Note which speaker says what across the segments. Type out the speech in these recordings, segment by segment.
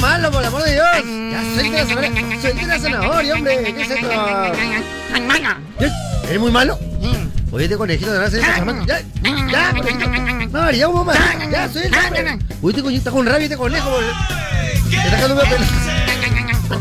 Speaker 1: malo, por el amor de Dios! ¡Ya suelta la zanahoria! ¡Suelta la zanahoria, hombre! ¿Qué es esto? ¿Ya? ¿Eres muy malo? Oye, este conejito de verdad se desarmando. ¡Ya! ¡Ya, conejito! ¡No, ya, mamá! ¡Ya, suelta, hombre! Uy, este conejo está con rabia, este conejo. Te está sacando una pelota.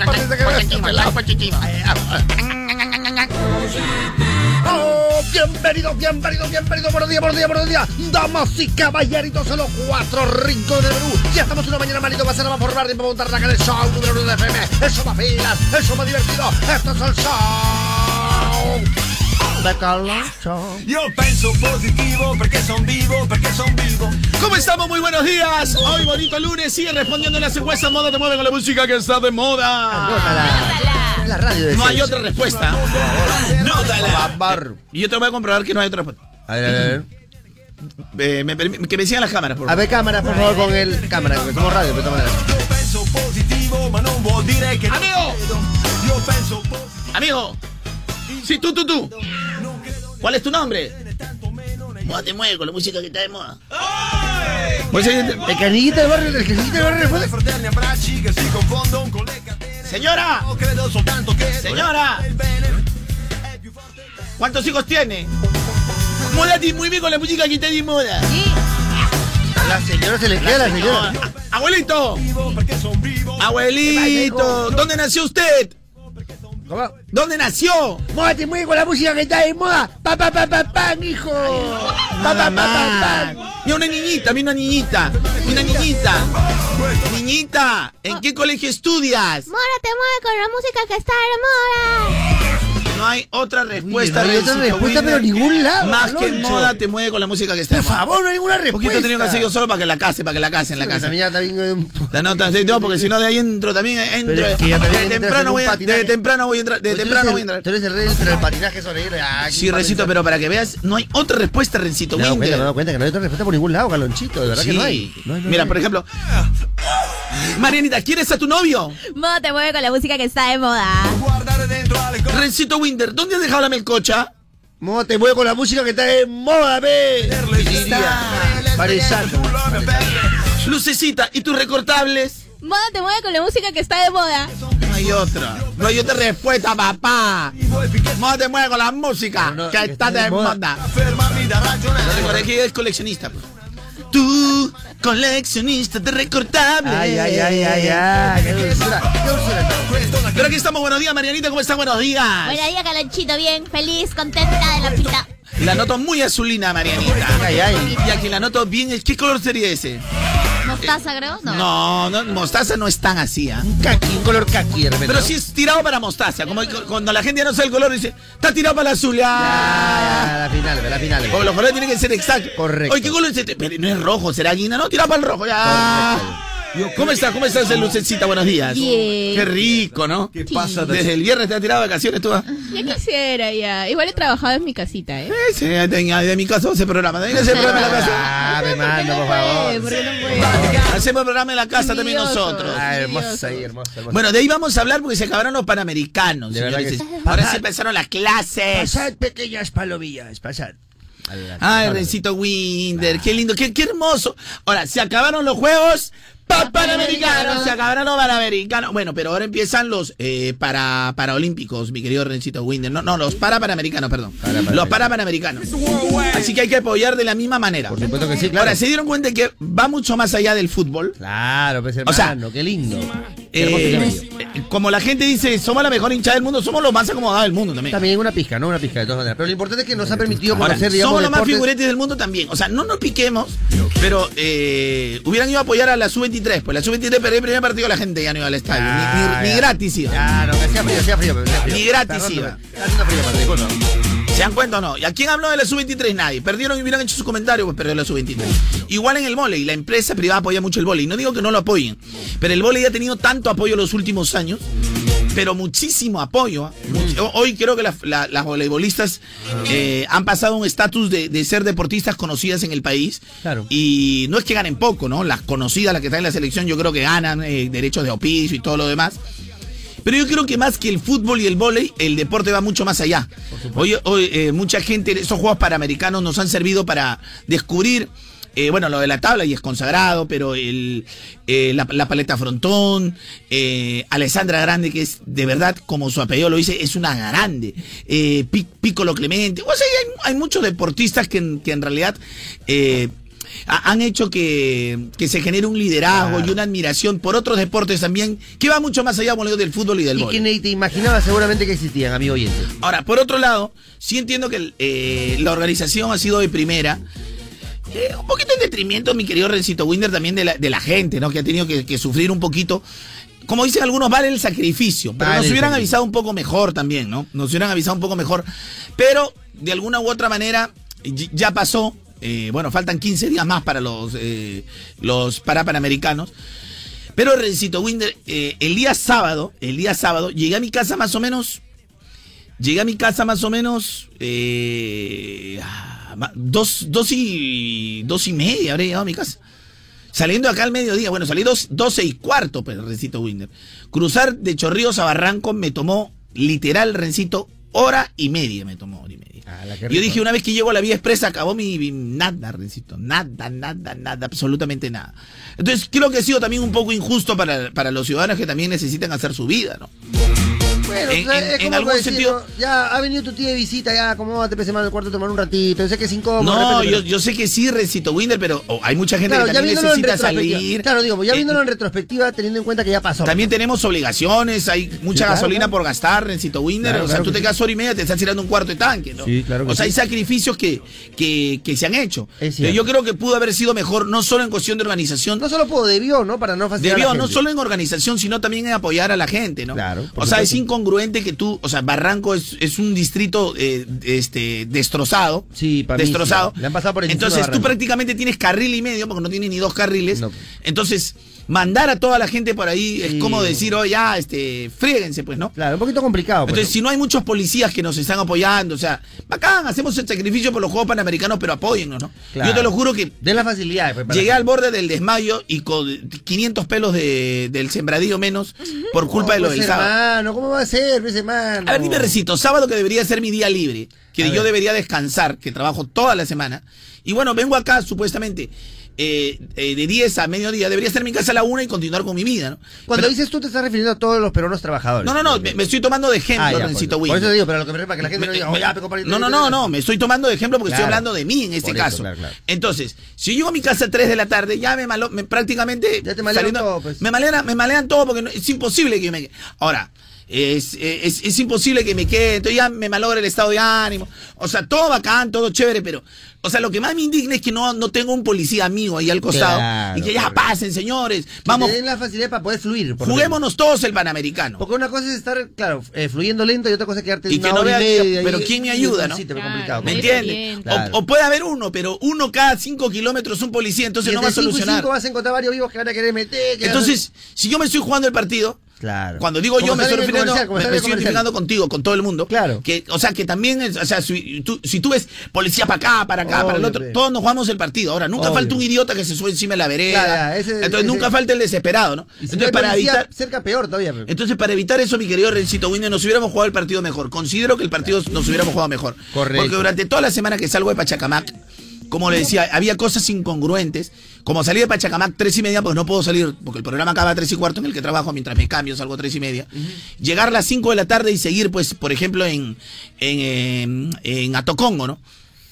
Speaker 1: Oh, bienvenido, bienvenido, bienvenido, buenos días, buenos días, buenos días, damas y caballeritos a los cuatro rincones de Perú. Ya estamos una mañana malito, va a ser más por Martín para montar acá en el show número uno de FM. Eso más filas, eso más divertido, esto es el show. De Calacho.
Speaker 2: Io penso positivo perché son vivo, perché son vivo.
Speaker 3: ¿Cómo estamos? Muy buenos días. Hoy bonito lunes. Sigue respondiendo las encuestas. Moda te mueve con la música que está de moda.
Speaker 1: Anótala. La radio de
Speaker 3: No hay
Speaker 1: seis.
Speaker 3: otra respuesta. No, dale.
Speaker 1: Babar.
Speaker 3: Y yo te voy a comprobar que no hay otra respuesta.
Speaker 1: A ver, a ver.
Speaker 3: Eh, me permi- que me sigan las cámaras, por
Speaker 1: A
Speaker 3: favor.
Speaker 1: ver, cámara, por favor, con el cámara, que somos radio, pero cámara.
Speaker 2: Io penso positivo, ma non vuol dire che non
Speaker 3: Amigo.
Speaker 2: credo. Io penso positivo,
Speaker 3: Amigo. Sí, tú, tú, tú. ¿Cuál es tu nombre? Moda te mueve con la música que está de moda. Pues, eh,
Speaker 1: El canillita del barrio, el canillita del barrio
Speaker 2: i
Speaker 1: responde.
Speaker 2: fratelli abbracci che si confondono con le catene.
Speaker 3: Señora,
Speaker 2: Io credo soltanto che
Speaker 3: Signora.
Speaker 2: il bene è più forte del male.
Speaker 3: ¿cuántos hijos tiene? Moda te mueve con la música que está de moda.
Speaker 1: A la señora se le queda, a la señora.
Speaker 3: Abuelito,
Speaker 2: Vivo perché son vivo.
Speaker 3: abuelito, ¿dónde nació usted?
Speaker 1: ¿Cómo?
Speaker 3: ¿Dónde nació?
Speaker 1: Móvete muy con la música que está de moda. Pa pa pa pa pan, hijo. Pa pa pa pa pan.
Speaker 3: Mira una niñita, mira una niñita, una niñita. Niñita, ¿en qué colegio estudias?
Speaker 4: Mora te mueve con la música que está hermosa.
Speaker 3: No hay otra
Speaker 1: Puesta,
Speaker 3: respuesta.
Speaker 1: Pues no hay otra
Speaker 3: Rencito
Speaker 1: respuesta, pero
Speaker 3: Wilmer,
Speaker 1: ningún lado.
Speaker 3: Más que
Speaker 1: Alonso.
Speaker 3: moda te mueve con la música que está.
Speaker 1: Por favor, no hay ninguna respuesta.
Speaker 3: Un poquito he tenido que hacer yo solo para que la case, para que la case en la
Speaker 1: Porque
Speaker 3: casa.
Speaker 1: también ya está bien, eh, un-
Speaker 3: La nota, sí, no, porque si no de ahí entro también, eh, entro.
Speaker 1: Pero es que ya también entras
Speaker 3: de
Speaker 1: en
Speaker 3: temprano
Speaker 1: un
Speaker 3: voy a, de
Speaker 1: patinaje. Pues
Speaker 3: temprano voy a entrar, de
Speaker 1: Tú eres
Speaker 3: temprano
Speaker 1: el-
Speaker 3: voy a entrar.
Speaker 1: Tú eres el rey entre el patinaje sobre él. Ah,
Speaker 3: Sí,
Speaker 1: qué
Speaker 3: Recito,
Speaker 1: padre.
Speaker 3: pero para que veas, no hay otra respuesta, Rencito
Speaker 1: Me he dado cuenta, me he
Speaker 3: Wilmer.
Speaker 1: dado cuenta que no hay otra respuesta por ningún lado, Galonchito. De verdad que no hay.
Speaker 3: Sí.
Speaker 1: No hay, no
Speaker 3: Mira,
Speaker 1: hay.
Speaker 3: por ejemplo. Marianita, ¿quieres a tu novio?
Speaker 4: Mora te mueve con la música que está de moda.
Speaker 2: Guardare dentro alle cose,
Speaker 3: Rencito Winter, ¿dónde has dejado la melcocha?
Speaker 1: Mo, te muevo con la música que está de moda, ve.
Speaker 2: vederle stare,
Speaker 1: Pare santo.
Speaker 2: sulla mia pelle.
Speaker 3: Lucecita, ¿y tus recortables?
Speaker 4: Mora te mueve con la música que está de moda.
Speaker 3: No hay otra. No hay otra respuesta, papá. No te mueves con la música,
Speaker 1: No, no,
Speaker 3: que
Speaker 1: que
Speaker 3: está
Speaker 1: está
Speaker 3: de
Speaker 1: de moda.
Speaker 3: moda.
Speaker 2: Fermami da ragionare.
Speaker 3: Recuerda que es coleccionista. pues. Tú, coleccionista de recortables. Pues,
Speaker 1: Ay, ay, ay, ay, ay. Qué dulzura. Qué dulzura.
Speaker 3: Pero aquí estamos, buenos días, Marianita, ¿cómo están? Buenos días.
Speaker 4: Buenos días, Galonchito. Bien, feliz, contenta de la vida.
Speaker 3: La noto muy azulina, Marianita.
Speaker 1: Ay, ay.
Speaker 3: Y aquí la noto bien, ¿qué color sería ese?
Speaker 4: ¿Mostaza, creo? No.
Speaker 3: No, no, mostaza no es tan así, ¿ah?
Speaker 1: Caqui, un color caqui de repente.
Speaker 3: Pero
Speaker 1: ¿no?
Speaker 3: sí es tirado para mostaza, como que cuando la gente ya no sabe el color dice, está tirado para el azul, ya.
Speaker 1: Ah, la final, ve, la final.
Speaker 3: Porque los colores tienen que ser exactos.
Speaker 1: Correcto.
Speaker 3: Oye, ¿qué color es este? Pero no es rojo, será guina, no, tirado para el rojo, ya. ¿Cómo estás? ¿Cómo estás, Lucecita? Buenos días.
Speaker 4: Bien.
Speaker 3: Qué rico, ¿no? ¿Qué pasa? Desde el viernes te has tirado de vacaciones tú. ¿ah?
Speaker 4: Ya quisiera, ya. Igual he trabajado en mi casita, ¿eh?
Speaker 3: Eh, sí, tenía- de mi casa ese programa. También hacemos programa en la casa.
Speaker 1: Ah, me mando, por
Speaker 4: Eh, ¿por
Speaker 1: favor.
Speaker 4: qué no puede?
Speaker 3: Hacemos programa en la casa también
Speaker 4: Envidioso.
Speaker 3: nosotros.
Speaker 1: Ah, hermosa ahí, hermosa, hermosa.
Speaker 3: Bueno, de ahí vamos a hablar porque se acabaron los panamericanos.
Speaker 1: De verdad que
Speaker 3: señores.
Speaker 1: sí.
Speaker 3: Ahora
Speaker 1: Pasad.
Speaker 3: sí empezaron las clases.
Speaker 1: pasad pequeñas palomillas, pasad. Adelante,
Speaker 3: Ay,
Speaker 1: pasad.
Speaker 3: Ah, Rencito Winder, qué lindo, qué, qué hermoso. Ahora, se acabaron los juegos pa- panamericanos, se acabaron los panamericanos. Bueno, pero ahora empiezan los eh, para paraolímpicos, mi querido Rencito Winder. No, no, los para panamericanos, perdón.
Speaker 1: Parapanamericanos.
Speaker 3: Los para panamericanos. Así que hay que apoyar de la misma manera.
Speaker 1: Por supuesto que sí, claro.
Speaker 3: Ahora, se dieron cuenta que va mucho más allá del fútbol.
Speaker 1: Claro, pues hermano,
Speaker 3: O sea,
Speaker 1: qué lindo. Qué hermoso, qué
Speaker 3: Eh,
Speaker 1: bello.
Speaker 3: eh, como la gente dice, somos la mejor hinchada del mundo, somos los más acomodados del mundo también.
Speaker 1: También una pizca, ¿no? Una pizca de todas maneras. Pero lo importante es que nos ha permitido
Speaker 3: Ahora,
Speaker 1: conocer, digamos,
Speaker 3: somos los más
Speaker 1: deportes.
Speaker 3: figuretes del mundo también. O sea, no nos piquemos, pero eh, hubieran ido a apoyar a la sub-23. Pues la sub-23 perdió el primer partido, la gente ya no iba al estadio. Ni-
Speaker 1: Ah,
Speaker 3: ni, ni
Speaker 1: ya.
Speaker 3: gratis iba.
Speaker 1: Ya, no, que hacía frío, hacía frío. pero hacía frío.
Speaker 3: Ni gratis
Speaker 1: Está
Speaker 3: iba.
Speaker 1: dando- está haciendo frío, aparte, disculpa.
Speaker 3: ¿Se dan cuenta o no? ¿Y a quién habló E de la sub-23? Nadie. Perdieron y hubieran hecho su comentario, pues perdió la sub-23. Igual en el volei, la empresa privada apoya mucho el volei. No digo que no lo apoyen, pero el volei ha tenido tanto apoyo los últimos años, pero muchísimo apoyo. ¿ah? Much- o- Hoy creo que las- la- las voleibolistas eh, han pasado un estatus de, de ser deportistas conocidas en el país.
Speaker 1: Claro.
Speaker 3: Y no es que ganen poco, ¿no? Las conocidas, las que están en la selección, yo creo que ganan eh, derechos de oficio y todo lo demás. Pero yo creo que más que el fútbol y el vóley, el deporte va mucho más allá. Hoy, hoy, eh, mucha gente, esos Juegos Panamericanos nos han servido para descubrir eh, bueno, lo de la tabla y es consagrado, pero el, eh, la, la paleta frontón, eh, Alessandra Grande, que es de verdad, como su apellido lo dice, es una grande, eh, Pi- Piccolo Clemente, o sea, hay, hay muchos deportistas que, en- que en realidad... eh, ha- han hecho que, que se genere un liderazgo y una admiración por otros deportes también, que va mucho más allá como le digo, del fútbol y del
Speaker 5: Y
Speaker 3: vóley.
Speaker 5: que ni te imaginabas seguramente que existían, amigo oyente.
Speaker 3: Ahora, por otro lado, sí entiendo que eh, la organización ha sido de primera. Eh, un poquito en detrimento, mi querido Rencito Winder, también de la, de la gente, ¿no? Que ha tenido que, que sufrir un poquito. Como dicen algunos, vale el sacrificio. Pero
Speaker 5: Vale
Speaker 3: nos
Speaker 5: el
Speaker 3: hubieran
Speaker 5: sacrificio.
Speaker 3: avisado un poco mejor también, ¿no? Nos hubieran avisado un poco mejor. Pero, de alguna u otra manera, y- ya pasó. Eh, bueno, faltan 15 días más para los, eh, los para panamericanos. Pero, Rencito Winder, eh, el día sábado, el día sábado, llegué a mi casa más o menos Llegué a mi casa más o menos eh, ah, ma- dos, dos y dos y media habré llegado a mi casa. Saliendo acá al mediodía, bueno, salí dos, doce y cuarto, pues, Rencito Winder. Cruzar de Chorrillos a Barranco me tomó, literal, Rencito, hora y media me tomó, hora y media.
Speaker 1: Ah,
Speaker 3: Yo dije, una vez que llego a la vía expresa, acabó mi, mi- nada, Rencito, nada, nada, nada, absolutamente nada. Entonces, creo que ha sido también un poco injusto para, para los ciudadanos que también necesitan hacer su vida, ¿no?
Speaker 5: Bueno,
Speaker 3: En-
Speaker 5: o sea,
Speaker 3: en-
Speaker 5: es
Speaker 3: en
Speaker 5: como
Speaker 3: algún
Speaker 5: decir,
Speaker 3: sentido-
Speaker 5: ¿no? Ya ha venido tu tía de visita, ya acomódate pese mano el cuarto a tomar un ratito. Yo sé que es incómodo. de
Speaker 3: No,
Speaker 5: repente, pero-
Speaker 3: yo, yo sé que sí recito Winder, pero oh, hay mucha gente
Speaker 5: Claro,
Speaker 3: que
Speaker 5: ya
Speaker 3: también
Speaker 5: viéndolo en
Speaker 3: necesita
Speaker 5: retrospectiva.
Speaker 3: salir.
Speaker 5: Claro, digo, ya
Speaker 3: Eh,
Speaker 5: viéndolo en retrospectiva, teniendo en cuenta que ya pasó.
Speaker 3: También tenemos obligaciones, hay mucha
Speaker 5: claro,
Speaker 3: gasolina
Speaker 5: claro.
Speaker 3: por gastar, Rencito Winder.
Speaker 5: Claro,
Speaker 3: o sea,
Speaker 5: claro
Speaker 3: tú
Speaker 5: que
Speaker 3: te
Speaker 5: sí.
Speaker 3: quedas hora y media, te estás tirando un cuarto de tanque, ¿no?
Speaker 5: Sí, claro que
Speaker 3: o sea,
Speaker 5: sí.
Speaker 3: hay sacrificios que, que, que se han hecho.
Speaker 5: Es
Speaker 3: Pero
Speaker 5: cierto.
Speaker 3: yo creo que pudo haber sido mejor, no solo en cuestión de organización,
Speaker 5: No solo pudo, debió, ¿no? Para no facilitar. a la
Speaker 3: Debió, no
Speaker 5: gente.
Speaker 3: solo en organización, sino también en apoyar a la gente, ¿no?
Speaker 5: Claro, por
Speaker 3: O sea, es
Speaker 5: supuesto.
Speaker 3: incongruente que tú, o sea, Barranco es, es un distrito eh, este, destrozado.
Speaker 5: Sí, pa' mí
Speaker 3: Destrozado.
Speaker 5: sí. Le han pasado por encima a
Speaker 3: Entonces tú
Speaker 5: Barranco.
Speaker 3: prácticamente tienes carril y medio, porque no tienes ni dos carriles.
Speaker 5: No.
Speaker 3: Entonces, mandar a toda la gente por ahí
Speaker 5: Sí.
Speaker 3: es como decir, oye, ya, este, fríguense, pues, ¿no?
Speaker 5: Claro, un poquito complicado. pues.
Speaker 3: Entonces, si no hay muchos policías que nos están apoyando, o sea, bacán, hacemos el sacrificio por los Juegos Panamericanos, pero apóyennos, ¿no?
Speaker 5: Claro.
Speaker 3: Yo te lo juro que
Speaker 5: Den las facilidades. pues, para-
Speaker 3: Llegué al borde del desmayo y con 500 pelos de- del sembradío menos por culpa de lo
Speaker 5: Pues,
Speaker 3: del sábado.
Speaker 5: hermano, ¿cómo va a ser, pues, hermano?
Speaker 3: A ver, dime recito, sábado que debería ser mi día libre, que
Speaker 5: A
Speaker 3: yo
Speaker 5: ver.
Speaker 3: debería descansar, que trabajo toda la semana. Y bueno, vengo acá supuestamente eh, eh, de 10 a mediodía, debería estar en mi casa a la 1 y continuar con mi vida, ¿no?
Speaker 5: Cuando
Speaker 3: Pero-
Speaker 5: dices tú, te estás refiriendo a todos los peruanos trabajadores.
Speaker 3: no, no, no, me, me estoy tomando de ejemplo,
Speaker 5: Ah, ya,
Speaker 3: Rencito
Speaker 5: por,
Speaker 3: Wilde.
Speaker 5: por eso digo, pero a lo que me refiero, para que la gente
Speaker 3: Me-
Speaker 5: no diga,
Speaker 3: me-
Speaker 5: "Oye, ah, pero compadre,
Speaker 3: no, no,
Speaker 5: tú-
Speaker 3: no, no, me estoy tomando de ejemplo porque
Speaker 5: Claro.
Speaker 3: estoy hablando de mí en este
Speaker 5: Por eso,
Speaker 3: caso.
Speaker 5: claro, claro.
Speaker 3: Entonces, si yo llego a mi casa a 3 de la tarde, ya me, malo, me prácticamente...
Speaker 5: Ya te malearon todo, pues.
Speaker 3: Me malean, me malean todo porque no- es imposible que yo me quede. Ahora, es, es, es imposible que me quede, entonces ya me malogra el estado de ánimo. O sea, todo bacán, todo chévere, pero... O sea, lo que más me indigna es que no, no tengo un policía amigo ahí al costado.
Speaker 5: Claro,
Speaker 3: y que ya
Speaker 5: claro.
Speaker 3: pasen, señores. Vamos,
Speaker 5: Que te den las facilidades para poder fluir. por lo menos.
Speaker 3: juguémonos todos el Panamericano.
Speaker 5: Porque una cosa es estar, claro, eh, fluyendo lento y otra cosa es quedarte
Speaker 3: Y
Speaker 5: una
Speaker 3: que no
Speaker 5: hora
Speaker 3: vea que-
Speaker 5: media
Speaker 3: pero
Speaker 5: ahí,
Speaker 3: ¿quién me
Speaker 5: y
Speaker 3: ayuda,
Speaker 5: un
Speaker 3: no?
Speaker 5: sitio, pero
Speaker 4: Claro,
Speaker 5: complicado.
Speaker 3: ¿Me
Speaker 4: Muy
Speaker 3: entiende?
Speaker 4: bien.
Speaker 3: O-
Speaker 5: Claro.
Speaker 3: O, puede haber uno, pero uno cada cinco kilómetros un policía, entonces
Speaker 5: Y
Speaker 3: no va a
Speaker 5: entre cinco y
Speaker 3: solucionar.
Speaker 5: cinco vas a encontrar varios vivos que van a querer meter. que van a-
Speaker 3: Entonces, si yo me estoy jugando el partido,
Speaker 5: Claro.
Speaker 3: cuando digo yo
Speaker 5: Como
Speaker 3: me
Speaker 5: sale
Speaker 3: estoy
Speaker 5: en el
Speaker 3: refiriendo,
Speaker 5: comercial, como
Speaker 3: me,
Speaker 5: sale
Speaker 3: me
Speaker 5: en el
Speaker 3: estoy
Speaker 5: comercial.
Speaker 3: identificando contigo, con todo el mundo.
Speaker 5: Claro.
Speaker 3: Que, o sea, que también, es- o sea, si tú, si tú ves policía para acá, para acá, para el
Speaker 5: Obvio,
Speaker 3: otro,
Speaker 5: pe.
Speaker 3: todos nos jugamos el partido. Ahora, nunca
Speaker 5: Obvio.
Speaker 3: falta un idiota que se sube encima de la vereda.
Speaker 5: Claro, ya, ese-
Speaker 3: entonces,
Speaker 5: ese-
Speaker 3: nunca falta el desesperado, ¿no?
Speaker 5: Y si no
Speaker 3: entonces,
Speaker 5: hay
Speaker 3: para
Speaker 5: policía
Speaker 3: evitar...
Speaker 5: cerca peor todavía. pero-
Speaker 3: Entonces, para evitar eso, mi querido Rencito Winder, nos hubiéramos jugado el partido mejor. Considero que el partido nos hubiéramos jugado mejor.
Speaker 5: Correcto.
Speaker 3: Porque durante toda la semana que salgo de Pachacamac, como le decía, había cosas incongruentes. Como salí de Pachacamac tres y media, pues no puedo salir, porque el programa acaba a tres y cuarto en el que trabajo mientras me cambio, salgo a tres y media. Llegar a las cinco de la tarde y seguir, pues, por ejemplo, en, en, eh, en Atocongo, ¿no?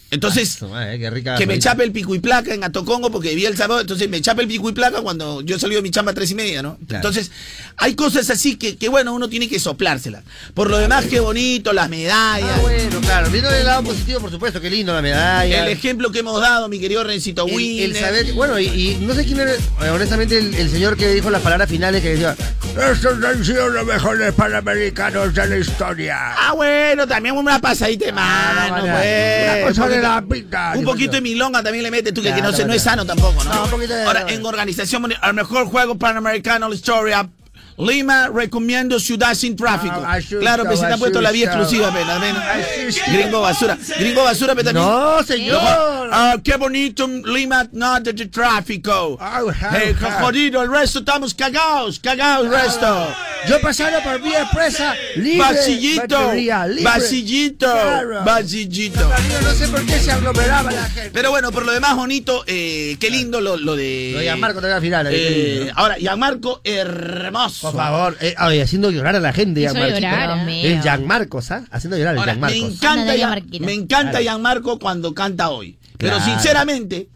Speaker 3: Entonces,
Speaker 5: Ah, Su madre, qué rica
Speaker 3: que me
Speaker 5: gasolina.
Speaker 3: chape el pico y placa en Atocongo porque vi el sábado, entonces me chape el pico y placa cuando yo salí de mi chamba a tres y media, ¿no?
Speaker 5: Claro.
Speaker 3: Entonces, hay cosas así que, que, bueno, uno tiene que soplárselas. Por lo demás, qué bonito, las medallas.
Speaker 5: Ah, bueno, claro. Viendo el lado positivo, por supuesto, qué lindo la medalla.
Speaker 3: El ejemplo que hemos dado, mi querido Rencito
Speaker 5: El-
Speaker 3: Winner.
Speaker 5: el saber, bueno, y, y no sé quién era, eh, honestamente, el, el señor que dijo las palabras finales que decía, estos han sido los mejores panamericanos de la historia.
Speaker 3: Ah, bueno, también una pasadita de mano,
Speaker 5: no,
Speaker 3: pues.
Speaker 5: Ah, una cosa
Speaker 3: Un
Speaker 5: de la
Speaker 3: poquito-
Speaker 5: pinta,
Speaker 3: Un
Speaker 5: digo
Speaker 3: poquito
Speaker 5: yo.
Speaker 3: de milonga también le metes tú, que,
Speaker 5: Ya,
Speaker 3: que no,
Speaker 5: no,
Speaker 3: sé, no
Speaker 5: no.
Speaker 3: es sano tampoco, ¿no?
Speaker 5: No, un poquito de-
Speaker 3: Ahora,
Speaker 5: no.
Speaker 3: en organización, al mejor juego panamericano, la historia, Lima, recomiendo ciudad sin tráfico.
Speaker 1: Ah, asusta,
Speaker 3: claro, pero se te han puesto la vía
Speaker 1: asusta.
Speaker 3: exclusiva, pe, la
Speaker 5: Ah,
Speaker 3: pena.
Speaker 1: Asusta.
Speaker 3: Gringo basura. Gringo basura, pero también.
Speaker 1: No, señor.
Speaker 3: Ah, qué bonito Lima, nada de tráfico.
Speaker 1: Au, au,
Speaker 3: Eh,
Speaker 1: au.
Speaker 3: jodido, el resto estamos cagados, cagados el resto.
Speaker 1: Ah, Yo pasaba por vía expresa libre.
Speaker 3: Vasillito,
Speaker 1: batería, libre.
Speaker 3: vasillito,
Speaker 1: Claro.
Speaker 3: vasillito.
Speaker 1: Amigo, no sé por qué se aglomeraba la gente.
Speaker 3: Pero bueno, por lo demás bonito, eh, qué lindo lo, lo de...
Speaker 1: Lo de Gianmarco todavía al final, ahí, qué
Speaker 3: Eh,
Speaker 1: lindo.
Speaker 3: ahora, Gianmarco, hermoso.
Speaker 1: Por favor, eh, ay, haciendo llorar a la gente,
Speaker 6: Hizo
Speaker 1: Gianmarco.
Speaker 6: llorar,
Speaker 1: Marcos.
Speaker 6: amigo.
Speaker 1: El Gianmarcos, ¿ah? Haciendo llorar al
Speaker 3: Ahora, me
Speaker 1: Gianmarcos.
Speaker 3: encanta,
Speaker 6: Anda,
Speaker 3: Gian-
Speaker 6: Gianmarquito.
Speaker 3: me encanta
Speaker 1: Claro.
Speaker 3: Gianmarco cuando canta hoy. Pero
Speaker 1: Claro.
Speaker 3: sinceramente,